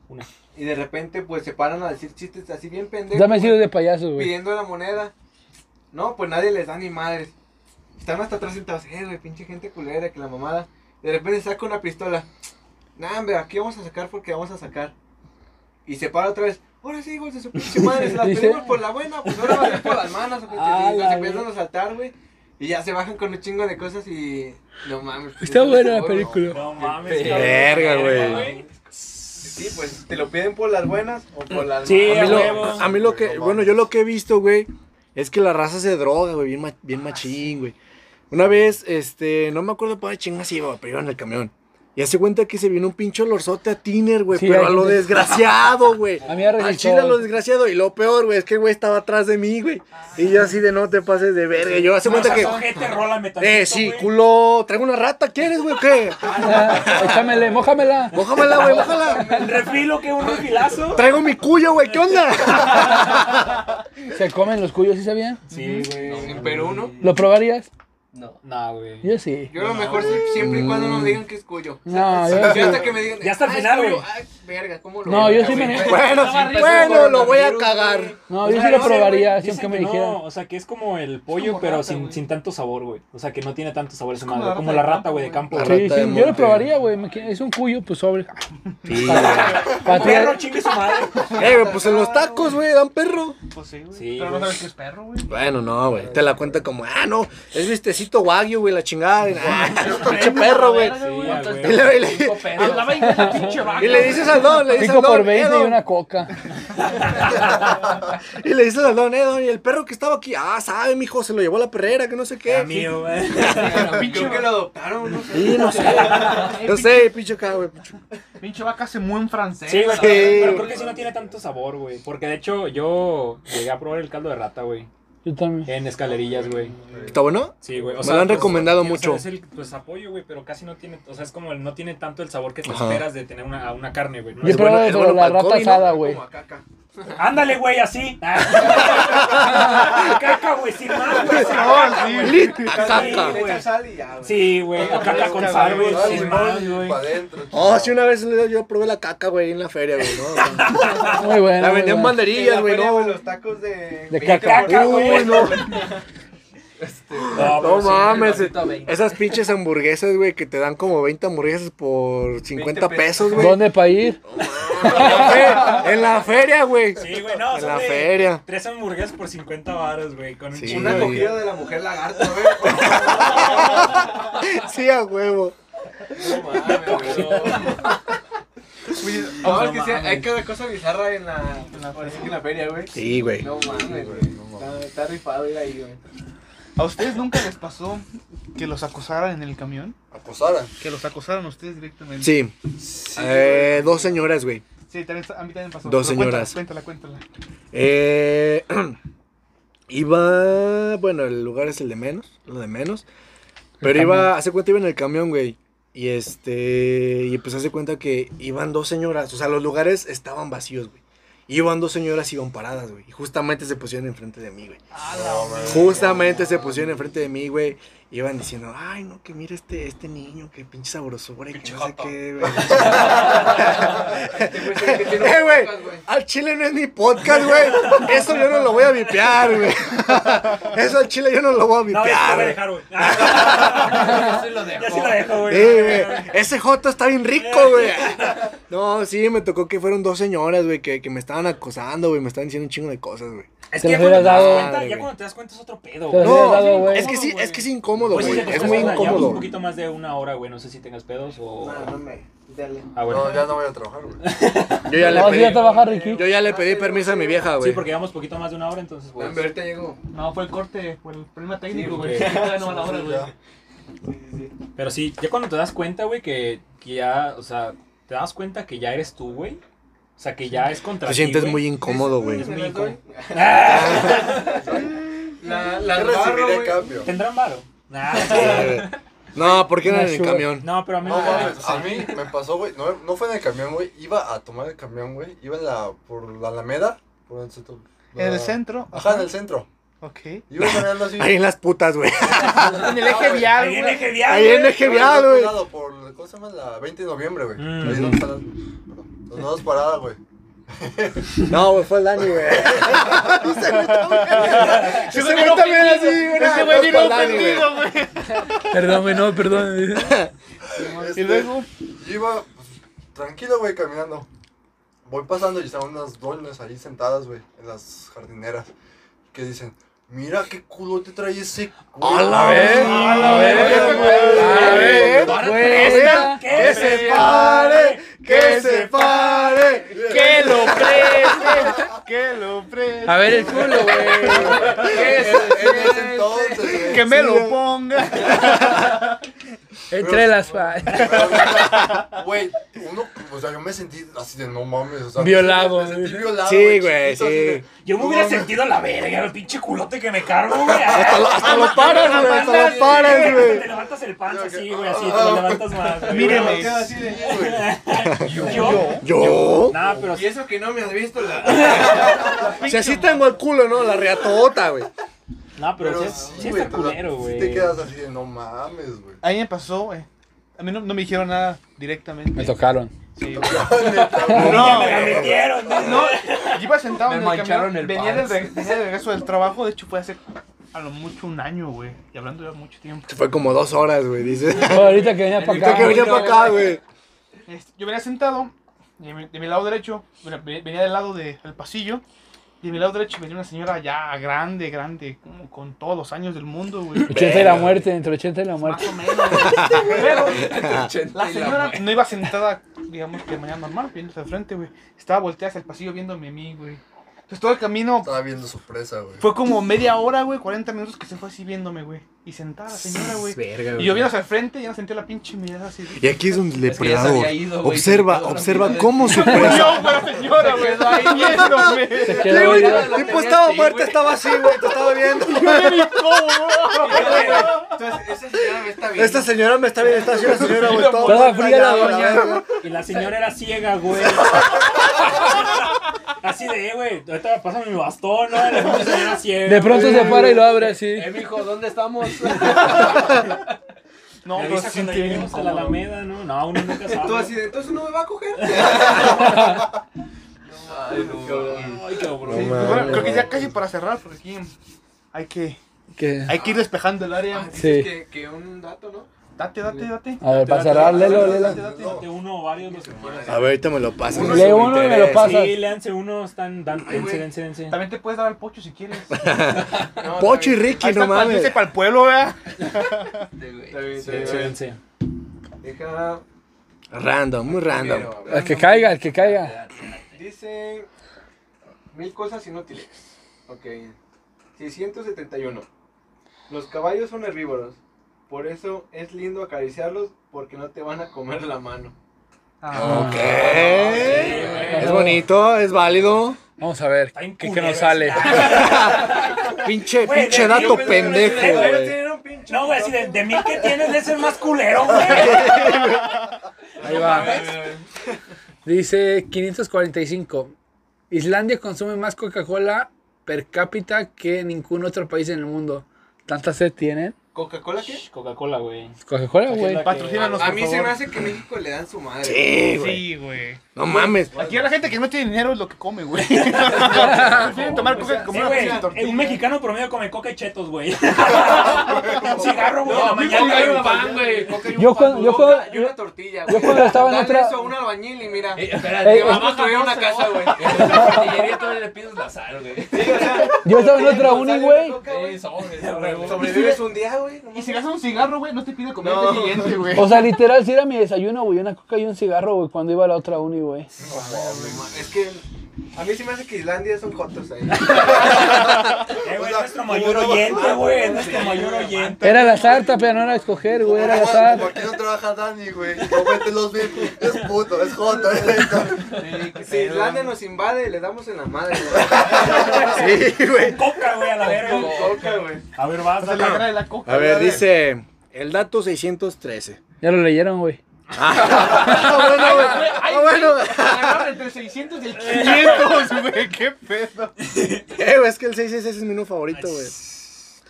S6: güey. Y de repente, pues se paran a decir chistes así bien pendejos.
S3: Dame
S6: güey,
S3: sirve de payaso, güey.
S6: Pidiendo la moneda. No, pues nadie les da ni madres. Están hasta atrás sentados. Eh, güey, pinche gente culera, que la mamada. De repente saca una pistola. Nah, hombre, aquí vamos a sacar porque vamos a sacar. Y se para otra vez. Ahora sí, hijos de su pinche madre, se las
S3: Dice-
S6: pedimos por la buena, pues ahora valen por las manos. güey,
S3: Ah,
S6: y los
S3: la
S6: empiezan a saltar, güey. Y ya se bajan con un chingo de cosas y. No mames.
S3: Está buena la
S6: güey.
S3: película.
S5: No mames. cabrón.
S4: Verga, güey.
S6: Sí, pues te lo piden por las buenas o por las
S5: Sí,
S4: A
S6: malas.
S4: mí
S5: huevo.
S4: lo, a mí lo que, bueno, yo lo que he visto, güey, es que la raza se droga, güey, bien, ma- bien machín, güey. Una vez, este, no me acuerdo para chingas iba, pero iba en el camión. Y hace cuenta que se vino un pincho lorzote a Tiner, güey,
S3: Sí,
S4: pero
S3: hay
S4: a lo
S3: gente-
S4: desgraciado, güey.
S3: A mí me
S4: Al
S3: resultó.
S4: chile a lo desgraciado. Y lo peor, güey, es que el güey estaba atrás de mí, güey. Y yo así de no te pases de verga. Yo hace
S5: No
S4: cuenta que.
S5: seas ojete, rólame tantito,
S4: Eh, sí,
S5: güey.
S4: culo. Traigo una rata, ¿quieres, güey? o ¿Qué?
S3: Ah, échamele, mójamela.
S4: Mójamela, güey, mójala.
S5: Un refilo, que un refilazo.
S4: Traigo mi cuyo, güey, ¿qué onda?
S3: Se comen los cuyos, ¿sí sabían?
S5: Sí, güey.
S6: En Perú, ¿no?
S3: ¿Lo probarías?
S7: No.
S5: No, güey.
S3: Yo sí.
S6: Yo lo mejor sí- siempre y cuando nos digan que es cuyo.
S3: No,
S6: Yo
S3: yo sí.
S6: hasta que me digan.
S5: Ya hasta el
S6: "Ah,
S5: final,
S6: es cuyo".
S5: güey.
S6: Ay, verga, ¿cómo lo
S3: No,
S6: voy a
S3: yo
S6: hacer,
S3: sí me-
S6: güey?
S4: Bueno, bueno, lo voy a cagar.
S3: No, yo
S5: O sea,
S3: sí lo
S5: no sé,
S3: probaría,
S5: güey,
S3: siempre que
S5: dicen
S3: me
S5: que no,
S3: dijeran.
S5: o sea, que es como el pollo,
S6: como
S5: pero
S6: rata,
S5: sin,
S6: güey.
S5: sin tanto sabor, güey. O sea, que no tiene tanto sabor ese
S6: como
S5: madre.
S6: la
S5: Como
S6: rata
S5: la
S6: de
S5: rata,
S6: campo,
S5: güey, de
S6: güey.
S5: campo.
S4: La
S5: güey.
S4: rata
S3: Sí,
S4: de
S3: sí, yo lo
S4: monte.
S3: probaría, güey. me qui- Es un cuyo, pues sobre.
S4: Sí,
S3: Para ti-
S5: Perro, chingue su madre.
S4: Eh, güey, pues en los tacos, güey, dan perro.
S1: Pues sí, güey.
S5: Sí,
S1: Pero no
S5: güey.
S1: sabes que es perro, güey.
S4: Bueno, no, güey. Te la cuenta como, ah, no, es vistecito wagyu, güey, la chingada. Y, ah, pinche perro, güey.
S1: Verga, güey.
S7: ya, güey.
S4: Y le, y le-
S1: Hablaba inglés la pinche vaca.
S4: y le dices al don, le dices
S3: Cinco
S4: al don.
S3: por
S4: eh,
S3: 20 y
S4: don.
S3: una coca.
S4: Y le dices al don, eh, don, y el perro que estaba aquí, ah, sabe, mijo, se lo llevó a la perrera, que no sé qué.
S5: Era mío, güey.
S6: Creo que lo adoptaron, no sé.
S4: Sí, no sé. No sé, pinche acá, güey.
S1: Pinche vaca se mueve en francés.
S5: Sí, güey,
S4: Sí.
S5: pero, pero creo que sí no tiene tanto sabor, güey. Porque de hecho yo llegué a probar el caldo de rata, güey.
S3: Yo
S4: Pues
S3: también.
S5: En escalerillas, güey.
S4: ¿Está bueno?
S5: Sí, güey. O
S4: Me lo han recomendado
S5: o sea,
S4: mucho.
S5: Es el pues, apoyo, güey, pero casi no tiene, o sea, es como el- no tiene tanto el sabor que te
S4: Ajá.
S5: esperas de tener una, a una carne, güey. No
S3: Yo he
S5: es-
S4: Es bueno-
S3: probado
S4: es bueno
S3: la
S4: para el
S3: rata
S4: COVID, ¿no?
S3: asada, güey.
S6: Como a caca.
S5: Ándale, güey, así. Ah. Caca, güey, sin más, güey. sin más, güey.
S4: Lit, a
S5: Sí,
S4: caca.
S6: Le
S5: güey.
S6: echas sal y ya, güey.
S5: Sí, güey, a caca con sal, güey, sin más, güey.
S2: Pa' adentro.
S4: Oh, sí, una vez yo probé la caca, güey, en la feria, güey. ¿no?
S3: Muy buena.
S4: La
S3: muy
S4: vendían
S3: buena.
S4: banderillas, güey, no.
S6: Los tacos de.
S3: De caca.
S5: Caca, güey.
S4: Uy, no.
S5: No,
S4: No
S5: pero sí, güey.
S4: mames,
S7: ahorita veinte.
S4: esas pinches hamburguesas, güey, que te dan como 20 hamburguesas por 50
S6: 20
S4: pesos, güey.
S3: ¿Dónde para ir?
S4: Güey, En la feria, güey.
S5: Sí, güey, no,
S4: En
S5: son
S4: la
S5: de
S4: feria.
S5: Tres hamburguesas por 50 baros, güey, con un
S4: Sí,
S5: chingo
S6: Una
S5: de-
S4: güey.
S6: cogida de la mujer lagarto, güey.
S4: Sí, a huevo.
S6: No mames, güey. Oye, no, es que sí, hay cada cosa bizarra en la, en la, ahora sí que en la feria, güey.
S4: Sí, güey.
S6: No mames, güey. Está, está rifado ir ahí, güey.
S1: ¿A ustedes nunca les pasó que los acosaran en el camión?
S2: Acosaran.
S1: Que los acosaran a ustedes directamente.
S4: Sí. Eh, dos señoras, güey.
S1: Sí, también, a mí también pasó.
S4: Dos
S1: Pero
S4: señoras.
S1: Cuéntala, cuéntala. cuéntala.
S4: Eh, iba. Bueno, el lugar es el de menos. Lo de menos. Pero iba. Hace cuenta iba en el camión, güey. Y este. Y pues hace cuenta que iban dos señoras. O sea, los lugares estaban vacíos, güey. Iban dos señoras, iban paradas, güey. Y justamente se pusieron enfrente de mí, güey.
S2: No, man.
S4: Justamente se pusieron enfrente de mí, güey. Iban diciendo, ay, no, que mira este, este niño, que pinche sabrosura y que no sé qué, güey.
S6: Este güey es el que tiene
S4: Eh, güey,
S6: pocas, güey.
S4: al chile no es mi podcast, güey. Eso yo no lo voy a vipear, güey. Eso al chile yo no lo voy a
S5: No, ya
S4: vipear,
S5: se lo voy a
S4: güey.
S5: dejar, güey. Ah,
S7: Yo sí lo dejo.
S5: Ya sí lo dejo, güey.
S4: Eh, güey, ese Joto está bien rico, güey. No, sí, me tocó que fueron dos señoras, güey, que, que me estaban acosando, güey. Me estaban diciendo un chingo de cosas, güey.
S5: Es
S3: Te
S5: que ya
S3: lo hubieras
S5: cuando te das
S3: dado.
S5: cuenta,
S4: Madre,
S5: ya
S4: güey.
S5: cuando te das cuenta es otro pedo,
S3: Te lo
S5: güey.
S3: hubieras
S4: No,
S3: dado, güey.
S4: es que sí, es que es incómodo,
S5: Pues sí,
S4: güey.
S5: se te
S4: Es
S5: está
S4: muy
S5: dando, llevamos
S4: incómodo.
S5: un poquito más de una hora, güey. No sé si tengas pedos o.
S6: No, no me. Dale.
S5: Ah, bueno.
S2: No, ya no voy a trabajar, güey.
S4: Yo ya le
S3: No, si ya
S4: pedí,
S3: trabaja Ricky.
S4: yo ya le pedí permiso a mi vieja,
S5: Sí,
S4: güey.
S5: porque pues, llevamos poquito más de una hora, entonces,
S6: No,
S5: güey.
S6: hombre, ahorita llego.
S1: No, fue el corte, fue el problema técnico,
S5: Sí,
S1: güey.
S5: güey.
S1: Ya no van a la hora, güey.
S2: Ya.
S6: Sí, sí, sí.
S5: Pero sí, ya cuando te das cuenta, güey, que, que ya, o sea, te das cuenta que ya eres tú, güey. O sea, que ya es contra
S4: Te
S5: ti,
S4: sientes
S5: güey. Ah,
S4: muy incómodo, güey.
S6: Es muy incómodo. La,
S2: ¿Qué
S6: la barro,
S2: recibiré a
S6: güey.
S2: cambio?
S5: ¿Tendrán varo? Nah.
S4: Sí, güey. No, ¿por qué no
S3: Una
S4: en el
S3: sugar.
S4: camión?
S5: No, pero a mí
S2: No
S5: me vale.
S2: mames, ah. a mí me pasó, güey. No, no fue en el camión, güey. Iba a tomar el camión, güey. Iba en la, por la Alameda. Por el centro.
S1: En el
S2: la-
S1: centro.
S2: Ajá, en el centro.
S1: Ok.
S2: Iba caminando así. Ah,
S4: Ahí en las putas, güey.
S1: En el eje vial,
S5: Ahí en
S1: güey.
S5: eje
S4: Ahí en el
S2: Iba
S4: vial,
S2: del
S4: güey.
S2: otro lado, Por, ¿cómo se llama? La 20 de noviembre, güey.
S5: Mm.
S2: Ahí dos paradas. Dos nuevas paradas, güey.
S4: No, güey, fue el Dani, güey.
S1: Ese
S4: güey
S1: vino
S4: también
S1: ofendido,
S4: así, güey,
S1: Ese
S4: no,
S1: güey
S4: no,
S1: vino
S4: para nadie,
S1: ofendido, güey.
S3: Perdón, güey, no,
S4: Eh,
S3: perdón.
S2: Este,
S1: Y luego,
S2: yo iba pues, tranquilo, güey, caminando. Voy pasando y estaban unas doñas ahí sentadas, güey, en las jardineras. Que dicen, mira qué culo te trae ese culo.
S4: A la
S2: vez!
S4: verga,
S1: a la verga,
S4: A ver, güey.
S5: Que
S4: se pare, que se pare.
S1: que lo preste, que lo preste,
S3: A ver el culo, güey.
S2: En en ese entonces, güey.
S1: que me lo ponga.
S3: Entre las pa-
S2: Güey, uno, o sea, yo me sentí así de no mames, o sea.
S3: Violado,
S2: Me sentí
S3: güey.
S2: violado.
S4: Sí, güey,
S2: chiquito, así
S4: sí.
S2: de,
S5: Yo me hubiera
S2: no mames.
S5: sentido la verga, el pinche culote que me cargo, güey.
S4: Hasta lo paras, güey. Hasta lo paras,
S5: Te
S4: güey.
S5: levantas el panza
S2: Yo que-
S5: así, güey, así, te lo levantas más. güey.
S1: Míreme.
S2: Sí, güey.
S5: Yo.
S4: Yo.
S5: Nah, pero
S6: Y eso que no me has visto la.
S4: Si así tengo el culo, ¿no? La reatota, güey.
S5: No, pero,
S2: Pero
S5: sí, sí
S2: sí, güey,
S5: está
S2: pero
S5: culero,
S2: sí
S5: güey.
S2: te quedas así de no mames, güey.
S1: A mí me pasó, güey. A mí no, no me dijeron nada directamente.
S3: Me tocaron.
S1: Sí, güey.
S5: Ya
S1: No,
S5: me la metieron,
S1: no. Yo iba sentado
S7: Me
S1: en el
S7: mancharon
S1: camión.
S7: el
S1: venía, del
S7: pants.
S1: reg- venía de regreso del trabajo. De hecho, fue hace a lo mucho un año, güey. Y hablando ya mucho tiempo.
S4: Se fue como dos horas, güey, dice.
S3: Oh, ahorita que venía para
S4: Ahorita que
S3: acá.
S4: venía para acá, güey.
S1: Este, yo venía sentado, de mi, de mi lado derecho, bueno, ve- venía del lado del pasillo, y de mi lado derecho venía una señora ya grande, grande, como con todos los años del mundo, güey.
S3: 80 y la muerte, entre 80 y la muerte.
S1: Más o menos, güey. Pero la señora no iba sentada, digamos que de manera normal, viéndose al frente, güey. Estaba volteada hacia el pasillo viéndome a mí, güey. Entonces todo el camino
S2: Estaba viendo su presa, güey.
S1: fue como media hora, güey, 40 minutos que se fue así viéndome, güey. Y sentada la señora, güey. Y yo viendo hacia el frente, ya sentía la pinche mirada así. de-
S4: Y aquí es un
S7: Es que ya se había
S4: depredador.
S7: ido, güey.
S4: Observa,
S7: Toda la
S4: observa
S7: vida.
S4: cómo su presa.
S1: Murió, güey, la señora, güey. Ahí viéndome.
S3: Se
S4: Sí,
S3: quedó
S4: güey,
S3: ahí.
S4: el tipo estaba muerto, estaba así, güey, te estaba viendo.
S6: Entonces, esa señora me está viendo.
S4: Esta señora me está viendo, esta señora, señora, güey, todo
S3: Toda fría la
S4: tallado,
S3: doña.
S4: güey.
S5: Y la señora era ciega, güey. Así de, eh, güey, ahorita pásame mi bastón, ¿no? La pinche señora ciega.
S3: De pronto se para y lo abre así.
S7: Eh, mijo, ¿dónde estamos?
S1: No,
S5: Me
S1: pero
S5: avisa
S1: sí
S5: cuando
S1: sentí bien
S5: lleguemos a la
S1: incómodo.
S5: Alameda, ¿no? No, uno nunca sabe.
S6: Tú así de, entonces no me va a coger.
S7: Ay, no.
S5: Ay, cabrón.
S1: Sí, pues,
S4: mames,
S1: bueno, creo que ya
S4: güey.
S1: casi para cerrar, porque aquí hay que,
S3: Que-
S1: hay que ir despejando el área.
S3: Sí.
S6: Que, que un dato, ¿no?
S1: Date, date, date.
S3: A ver, para
S1: Date,
S3: cerrar,
S1: date,
S3: léelo,
S1: date,
S3: léelo.
S1: date, date.
S5: Date uno o varios los que quieras.
S4: A ver, ahorita me lo pasas.
S3: Lee uno y me lo pasas.
S5: Sí, léanse uno, están. dan- Dense, dense, dense.
S1: También te puedes dar al pocho si quieres.
S4: Pocho y
S1: Ahí
S4: Ricky,
S1: está
S4: no
S1: para dice
S4: mames.
S1: para el pueblo, ¿verdad?
S6: Está bien, está bien,
S5: Dense,
S6: está bien.
S5: dense.
S6: Deja.
S4: Random, muy random.
S6: Pero, a ver.
S3: El que caiga, el que caiga.
S6: Dice mil cosas inútiles. Ok. 671. Los caballos son herbívoros. Por eso es lindo acariciarlos porque no te van a comer la mano.
S1: Ah,
S4: Ok.
S5: güey.
S4: Es bonito, es válido.
S3: Vamos a ver,
S5: Está bien
S3: ¿qué, qué
S5: culero
S3: nos sale?
S4: Pinche,
S5: Güey,
S4: pinche
S5: de- yo
S4: dato
S5: pensé que no
S4: pendejo,
S5: era culero,
S4: güey.
S6: Tienen un pinche
S5: No, güey, así de, de mil que tienes, de ese es más culero, güey.
S3: Ahí va. Dice 545. Islandia consume más Coca-Cola per cápita que ningún otro país en el mundo. ¿Tanta sed tienen?
S6: ¿Coca-Cola qué?
S5: Coca-Cola, güey.
S3: Coca-Cola, güey.
S1: Patrocínanos,
S6: A
S1: por
S6: mí se me
S1: favor.
S6: hace que México le dan su madre.
S4: Sí, güey.
S1: Sí, güey.
S4: No mames.
S1: Aquí a la gente que no tiene dinero es lo que come, güey. Prefieren tomar coca que
S5: Sí,
S1: comer una
S5: güey,
S1: pinche tortilla.
S5: eh, un mexicano promedio come coca y chetos, güey. un cigarro, güey, a la mañana.
S7: Coca y un
S5: güey.
S7: pan, güey. Coca y un
S3: Yo
S7: pan.
S3: cuando, yo cuando-
S6: Coca y una tortilla,
S3: yo cuando estaba en
S6: Dale
S3: otra-
S6: eso a un albañil y mira.
S7: Eh,
S3: Ey,
S7: espérate,
S3: ey.
S7: vamos a construir una casa, güey. En la tortillería todavía le pides la sal, güey.
S3: yo estaba en otra uni, güey.
S7: Eh, sobres, a huevo.
S6: Sobrevives un día, güey.
S1: Y si gastas un cigarro, güey, no te pide comer
S6: No.
S1: el día siguiente, güey.
S3: O sea, literal, si era mi desayuno, güey. Una coca y un cigarro, güey, cuando iba a la otra uni, güey.
S6: Es que a mí se me hace que Islandia son jotos ahí.
S5: Eh, güey,
S2: O sea,
S5: es nuestro mayor
S2: como no-
S5: oyente, güey. Es nuestro mayor oyente.
S3: Era la sarta, pero no era escoger, güey. Era la
S2: Como
S3: sarta.
S2: aquí no trabaja Dani, güey. Comete los bifes. Es puto, es joto. es-
S6: Si Islandia nos invade, le damos en la madre,
S4: Sí, güey.
S5: Coca, güey, a la verga.
S6: güey. Coca, güey.
S5: A ver, vas,
S1: O sea, la
S5: dale.
S1: cara de la coca.
S4: A ver, dice El dato 613.
S3: Ya lo leyeron, güey.
S4: Ah, bueno, güey. Ah, bueno.
S1: Agarraron entre 600 y el 500.
S4: 500, güey. Qué pedo. Eh, güey, es que el 666 es mi número favorito, güey.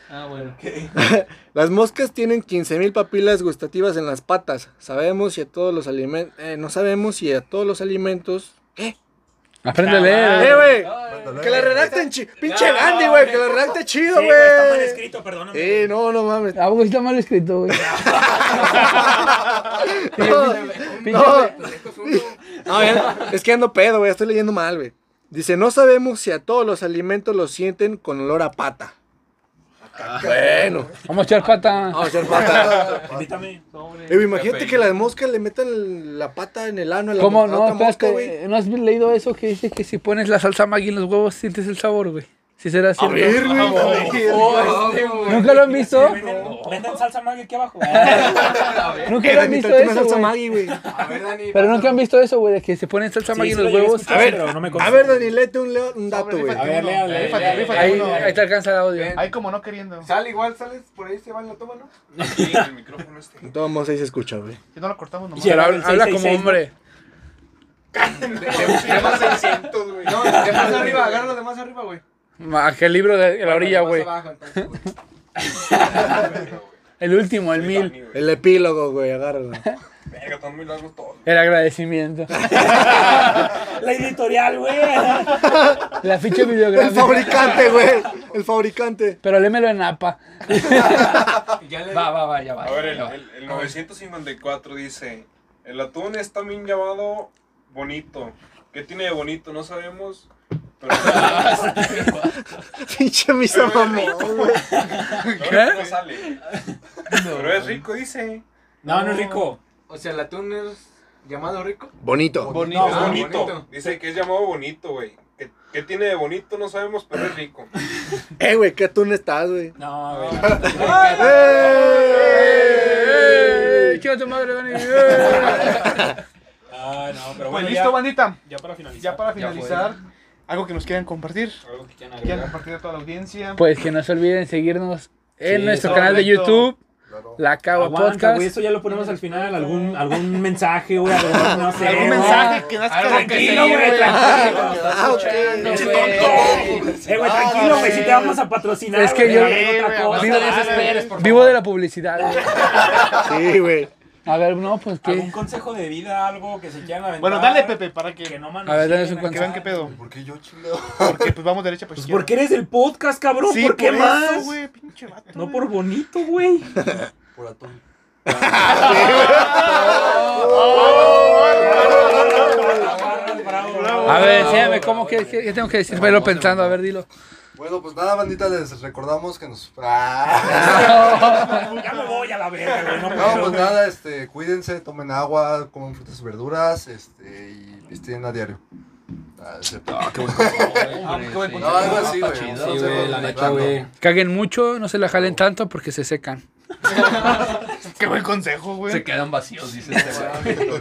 S1: Ah, bueno.
S4: Las moscas tienen 15.000 papilas gustativas en las patas. Sabemos si a todos los alimentos... no sabemos si a todos los alimentos... ¿Qué?
S3: Aprende a
S4: Eh,
S3: leer.
S4: güey.
S2: Mándalo,
S4: Que la
S2: eh.
S4: redacten chi- Pinche
S5: No,
S4: Gandhi,
S5: no,
S4: güey.
S5: no.
S4: Que la redacte chido,
S5: Sí,
S4: güey.
S5: güey, está mal escrito, perdóname.
S4: Eh, no, no mames.
S3: Ah, güey, está mal escrito, güey.
S4: No,
S3: Pinche-
S4: No, ya- es que ando pedo, güey. Estoy leyendo mal, güey. Dice, no sabemos si a todos los alimentos los sienten con olor a pata. Ah, bueno.
S3: Vamos a echar pata.
S4: Vamos a hacer pata.
S5: Invítame.
S1: Sobre.
S4: Eh, güey, imagínate que las moscas le metan el- la pata en el ano a la
S3: ¿Cómo
S4: a
S3: no?
S4: otra mosca, güey.
S3: Espérate, ¿no has leído eso que dice que si pones la salsa Maggi en los huevos sientes el sabor, güey? Si será
S4: A
S3: cierto.
S4: ver, güey.
S1: Eh, oh,
S3: ¿Nunca lo han visto?
S5: Venden- Vendan salsa magia aquí abajo.
S3: Nunca
S4: Que
S3: lo
S4: la
S3: han
S4: mitad
S3: visto
S4: tiene
S3: eso,
S4: salsa
S3: güey.
S4: Maggi, güey.
S6: A ver, Dani.
S3: Pero nunca han visto eso, güey, de que se ponen salsa Maggi
S5: sí
S3: en
S5: lo
S3: los
S5: llegué a
S3: huevos.
S5: escuchar.
S4: A ver,
S5: Pero no me
S4: a
S5: consta.
S4: ver, Dani, léete un, leo- un dato, güey.
S5: A ver, léale, léale.
S3: Ahí, ahí te alcanza el audio.
S1: Ahí como no queriendo.
S6: Sale igual, sales por ahí, se va en la toma, ¿no?
S7: Sí, el micrófono este.
S4: Tomamos ahí se escucha, güey.
S1: Si no lo cortamos nomás.
S5: Sí,
S3: Pero
S5: ahora-
S3: habla, habla como hombre.
S6: No, de más arriba, agárralo de más arriba, güey.
S3: Ma- Aquel libro de la orilla,
S6: De más
S3: güey.
S6: abajo, entonces,
S8: Pues,
S6: güey.
S3: El último, el mil.
S4: El epílogo, güey, agárralo.
S7: Verga, están muy largos todos.
S3: El agradecimiento.
S5: La editorial, güey.
S3: La ficha
S4: El
S3: videográfica.
S4: fabricante, güey. El fabricante.
S3: Pero lémelo en APA.
S6: Ya le
S7: Va, va, va, ya va.
S8: A ver, el,
S7: ya va.
S8: el- el 954 dice, el atún es también llamado bonito. ¿Qué tiene de bonito? No sabemos. Pero
S4: Pinche misa mamón, güey.
S8: No, no sale. Pero es rico, dice.
S5: No, no es rico.
S6: O sea, el atún es llamado rico.
S4: Bonito.
S1: Bonito.
S8: es
S6: Ah,
S8: bonito.
S6: bonito.
S8: Dice que es llamado bonito, güey. ¿Qué, qué tiene de bonito? No sabemos, pero es rico.
S4: Eh, güey, qué atún estás, güey.
S5: No, güey.
S3: ¡Eh! ¡Chica tu madre, Dani! ¡Eh!
S5: Ah, no, pero
S1: Pues
S5: bueno.
S1: listo,
S5: ya,
S1: bandita.
S5: ya para finalizar.
S1: Ya para finalizar, algo que nos quieran compartir.
S5: Algo que quieran
S1: Quieran
S5: agregar.
S1: compartir a toda la audiencia.
S3: Pues que no se olviden seguirnos en
S5: Sí,
S3: nuestro
S1: correcto.
S3: canal de YouTube,
S2: Claro.
S3: La Cagua
S5: Aguanta,
S3: Podcast.
S5: güey, eso ya lo ponemos al final. Algún, algún mensaje, güey. algún- No sé.
S1: ¿Algún
S5: güey.
S1: mensaje que nazca
S7: Algo que
S5: Tranquilo,
S7: se
S5: güey,
S7: lleve,
S5: tranquilo.
S7: tranquilo.
S4: Ah, ok.
S5: Pinche
S7: güey.
S5: tonto. Eh, güey, tranquilo, güey, si te vamos a patrocinar.
S3: Es que
S5: güey,
S3: yo-
S5: hagan otra
S7: No
S5: cosa.
S7: te
S3: Vivo-
S7: desesperes, por favor.
S3: Vivo de la publicidad. güey.
S4: Sí, güey.
S3: A ver, no, pues
S5: ¿Algún
S3: que.
S5: consejo de vida, algo que se quieran aventar?
S1: Bueno, dale, Pepe, para que,
S5: Que no
S3: A ver, dale un
S5: manoseen acá.
S1: que vean qué pedo.
S2: ¿Por qué yo, chingado?
S1: Porque pues vamos derecha, pues.
S5: Pues porque eres el podcast, cabrón.
S1: Sí,
S5: ¿Por qué
S1: por eso,
S5: más?
S1: güey, pinche vato,
S5: no
S1: güey.
S5: por bonito, güey.
S2: Por atún.
S5: Bravo, bravo, bravo.
S3: A ver, enséñame cómo que, que- que tengo que decir. Velo pensando, a ver, dilo.
S2: Bueno, pues nada, bandita, les recordamos que nos... Ah.
S5: Ya me voy a la verga, güey. No,
S2: No,
S5: puedo,
S2: pues
S5: güey.
S2: nada, este, cuídense, tomen agua, coman frutas y verduras, este, y visten a diario. Ah, es cierto. No, algo así, güey.
S7: Chido,
S2: Sí,
S7: güey, la neta, güey.
S3: Caguen mucho, no se la jalen tanto porque se secan.
S1: Qué buen consejo, güey.
S7: Se quedan vacíos, dice este güey.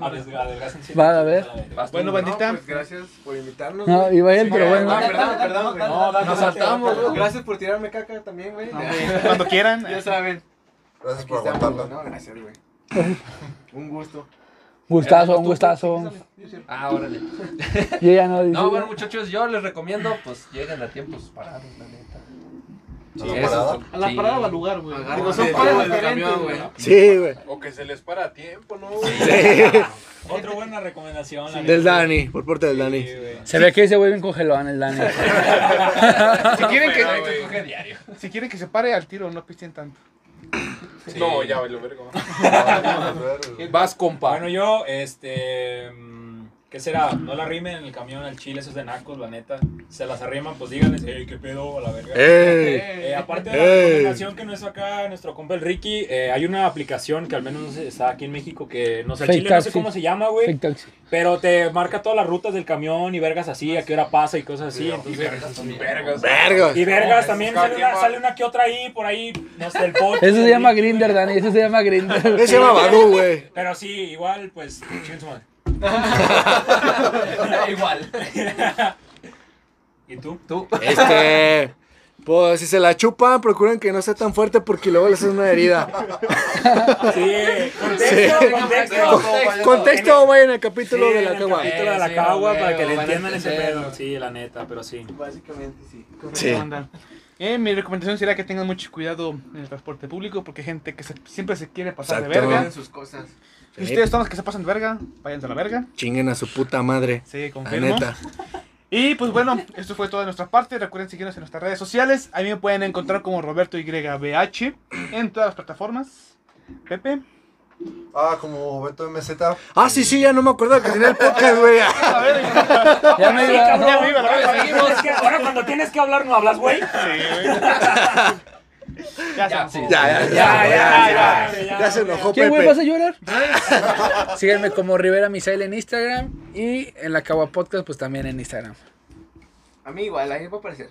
S5: Arriesga, adelgacen siempre.
S3: Va, a ver.
S7: Vas tú,
S1: Bueno,
S7: güey.
S1: bandita.
S6: pues gracias por invitarnos.
S3: No,
S6: güey.
S3: iba bien, pero
S6: No,
S3: bueno.
S6: perdón, perdón, güey.
S5: No, date,
S6: Nos
S5: date,
S6: saltamos.
S5: date.
S6: Gracias por tirarme caca también, güey.
S1: Cuando quieran.
S6: Ya saben.
S2: Gracias
S6: Aquí
S2: por
S6: estamos, güey.
S2: aguantarla.
S6: No, gracias, güey. Un gusto.
S3: Gustazo, un
S6: Tú,
S3: gustazo.
S6: tú, tú.
S7: Ah, órale.
S3: Yo ya no
S7: No,
S3: dije.
S7: bueno, muchachos, yo les recomiendo, pues, lleguen a tiempos parados, la neta.
S2: ¿No
S7: Sí,
S2: la
S7: eso
S2: parada?
S7: es todo.
S1: A la
S7: Sí.
S1: parada o al lugar, güey.
S6: Agárrate
S1: Digo, son
S6: del
S1: pares
S6: camión,
S1: diferentes, güey.
S6: güey.
S4: Sí, güey.
S8: O que se les para a tiempo, ¿no?
S5: Otra buena recomendación. la
S4: Del
S5: neta.
S4: Dani, por parte del Dani.
S8: Sí, güey.
S3: Se ve que ese güey bien congelón, el Dani.
S1: Si quieren
S7: Pero,
S1: que,
S7: güey, coge diario.
S1: si quieren que se pare al tiro, no pisten tanto.
S8: No, ya, lo vergo.
S2: Ah,
S7: Vas, compa.
S5: Bueno, yo, este. mm, ¿Qué será? No la rimen en el camión al chile, eso es de nacos, la neta. Se las arriman, pues díganles, ey, qué pedo, a la verga.
S4: ¡Ey!
S5: Eh, aparte de la
S4: Ey.
S5: recomendación que nos hizo acá nuestro compa el Ricky, eh, hay una aplicación que al menos está aquí en México que no sé, al
S3: Fake
S5: Chile no
S3: taxi.
S5: sé cómo se llama, güey,
S3: Fake taxi.
S5: pero te marca todas las rutas del camión y vergas así, a qué hora pasa y cosas así. entonces,
S7: Vergas.
S4: Vergas.
S5: y vergas también
S8: cada
S5: sale una,
S8: quien va.
S5: sale una que otra ahí, por ahí, no sé, el pocho.
S3: Eso se
S5: el
S3: llama
S5: Ricky,
S3: Grinder,
S5: güey.
S3: Dani. Eso se llama Grinder.
S4: Ese se llama Badú, güey.
S5: Pero sí, igual, pues, chinguen su madre.
S7: Igual.
S5: ¿Y tú?
S4: Este. Pues si se la chupan, procuren que no sea tan fuerte porque luego les hace una herida.
S5: Sí, contexto,
S7: Sí.
S5: contexto.
S4: Contexto, vayan al capítulo
S5: Sí,
S4: de
S5: en
S4: la
S5: el
S4: cagua.
S5: capítulo de
S7: Sí,
S5: la cagua
S7: güey,
S5: para que le
S7: van a
S5: entiendan ese
S7: entender.
S5: pedo. Sí, la neta, pero sí.
S6: Básicamente sí.
S4: Sí.
S1: onda. Eh, mi recomendación sería que tengan mucho cuidado en el transporte público porque hay gente que se- siempre se quiere pasar de
S4: Exacto.
S1: verga.
S6: Hagan sus cosas.
S1: Si ustedes son los que se pasan de verga, váyanse a la verga.
S4: Chinguen a su puta madre.
S1: Sí,
S4: La
S1: confirmo.
S4: neta.
S1: Y pues bueno, esto fue todo de nuestra parte. Recuerden seguirnos en nuestras redes sociales. A mí me pueden encontrar como Roberto YBH en todas las plataformas. Pepe.
S2: Ah, como Beto MZ.
S4: Ah, sí, sí, ya no me acuerdo que tenía el podcast, güey.
S1: A ver,
S3: Ya me iba.
S5: cabrón.
S1: ya me iba, la verdad.
S5: Es que ahora cuando tienes que hablar no hablas, güey.
S1: ya,
S7: Ya, Ah, sí.
S1: se enojó.
S4: Ya, ya,
S5: Ya, ya,
S1: ya,
S5: ya, ya.
S4: Ya se enojó,
S3: ¿Qué, güey? ¿Vas a
S4: Pepe.
S3: llorar? Síganme como Rivera Misael en Instagram y en la Cagua Podcast, pues también en Instagram.
S6: A mí igual, ahí va a aparecer.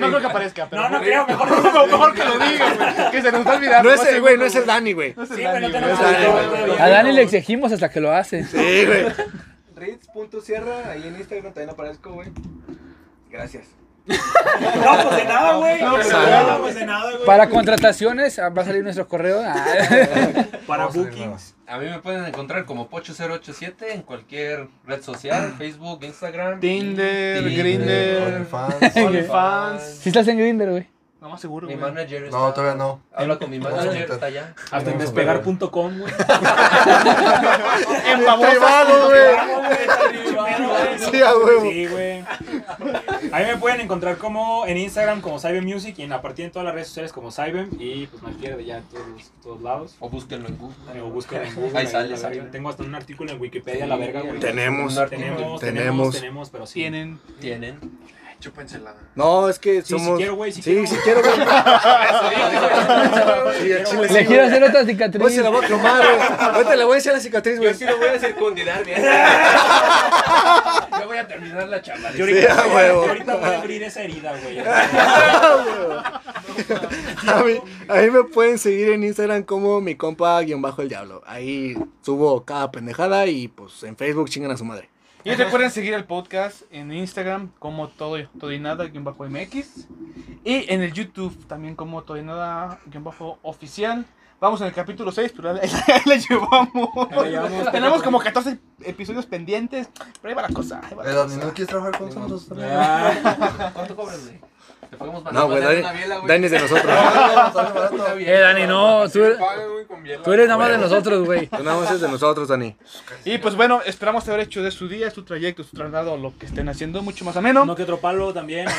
S1: No creo que aparezca, pero
S5: No, no creo, mejor no.
S1: mejor que lo diga, güey, que se nos va a olvidar.
S4: No es el,
S1: seguro,
S4: güey, no es el Dani, güey.
S1: No es el
S5: Sí,
S1: Dani,
S5: güey, no
S1: güey.
S5: tenemos
S4: Dani,
S5: autor,
S4: güey.
S5: güey.
S3: A Dani le exigimos hasta que lo hace.
S4: Sí, güey.
S6: Ritz.sierra, ahí en Instagram también aparezco, güey. Gracias.
S5: No, pues de nada, güey.
S1: No, pues,
S5: No, pues de nada, güey.
S3: Para contrataciones, ah, va a salir nuestro correo. Ah,
S5: Para
S2: Vamos a salir
S5: bookings.
S7: A mí me pueden encontrar como Pocho087 en cualquier red social, Facebook, Instagram.
S1: Tinder,
S7: Tinder,
S1: Grinder,
S2: OnlyFans.
S1: OnlyFans.
S3: Si estás en Grindr, güey.
S1: No más seguro,
S7: Mi
S1: güey.
S7: manager está...
S2: No, todavía no.
S7: Habla con mi manager, está allá.
S5: Hasta en despegar.com, güey.
S1: En babosa.
S4: Privado, güey. Sí, a huevo.
S5: Sí, güey. A mí me pueden encontrar como en Instagram como Cybem Music y en a partir de todas las redes sociales como Cybem y pues me pierde ya en todos, todos lados.
S7: O búsquenlo en Google.
S5: O busquen en Google.
S7: Ahí sale,
S5: la
S7: sale.
S5: verga. Tengo hasta un artículo en Wikipedia, la verga, güey.
S4: Tenemos.
S5: Tenemos,
S4: Tenemos.
S5: tenemos, tenemos, pero sí.
S1: Tienen.
S7: Tienen.
S8: Chúpensela.
S4: No, es que
S5: Sí, si
S4: somos.
S5: quiero, güey, si
S4: Sí,
S5: quiero.
S4: si quiero, güey. Sí, al chile Pues sí,
S3: Le quiero
S4: güey.
S3: hacer otra
S4: Hoy se
S3: cicatriz.
S4: la voy a tomar, güey. Ahorita le voy a hacer la cicatriz, güey.
S6: Yo sí lo voy a circundidar bien.
S7: Yo voy a terminar la charla.
S5: Yo ahorita,
S4: Sí, a
S5: voy a-
S4: huevo.
S5: yo ahorita voy a abrir esa herida, güey.
S4: A mí, a mí me pueden seguir en Instagram como mi compa guión bajo el diablo. Ahí subo cada pendejada y pues en Facebook chingan a su madre.
S1: Y recuerden seguir el podcast en Instagram como todo, todo y nada guión bajo MX. Y en el YouTube también como todo y nada guión bajo oficial. Vamos en el capítulo 6, pero ahí la- ahí la llevamos.
S5: Ahí la llevamos.
S1: Tenemos como 14 episodios pendientes. Pero ahí va la cosa. ahí va la
S2: El Dani
S1: cosa.
S2: no quieres trabajar con nosotros también.
S7: ¿Cuánto cobras, güey? Te pagamos más.
S4: No, güey,
S7: Más de
S4: Dani,
S7: una biela, güey.
S4: Dani es de nosotros.
S7: Está bien.
S3: Eh, Dani, no. Tú,
S8: Pagan, güey, con biela.
S3: tú eres nada más de nosotros, güey.
S4: Tú nada más es de nosotros, Dani.
S1: Y pues bueno, esperamos haber hecho de su día, su trayecto, su traslado, lo que estén haciendo mucho más ameno.
S5: No que otro palo también. ahí.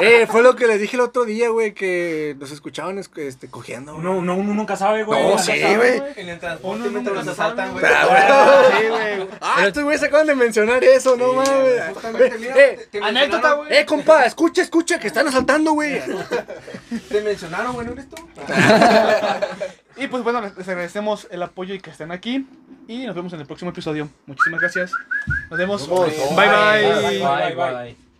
S4: Eh, fue lo que les dije el otro día, güey, que nos escuchaban es- este, cogiendo. güey.
S5: Uno, uno, uno nunca sabe, güey.
S4: No,
S5: Nunca
S4: sí,
S5: sabe,
S4: güey.
S6: En el transporte
S1: Uno
S6: mientras
S1: nunca
S6: los asaltan, güey.
S1: Sí, güey.
S4: Ah, estos güeyes acaban de mencionar eso, no
S8: Ah,
S4: mames.
S6: Justamente, mira,
S4: Eh,
S6: te- te
S1: Anécdota,
S6: mencionaron-
S1: güey.
S4: eh, compa, escucha, escucha, que están asaltando, güey.
S6: Te mencionaron, güey, ¿no eres tú?
S1: Y pues bueno, les les agradecemos el apoyo y que estén aquí. Y nos vemos en el próximo episodio. Muchísimas gracias. Nos vemos.
S2: Nos vemos.
S1: Bye bye.
S7: Bye, bye, bye.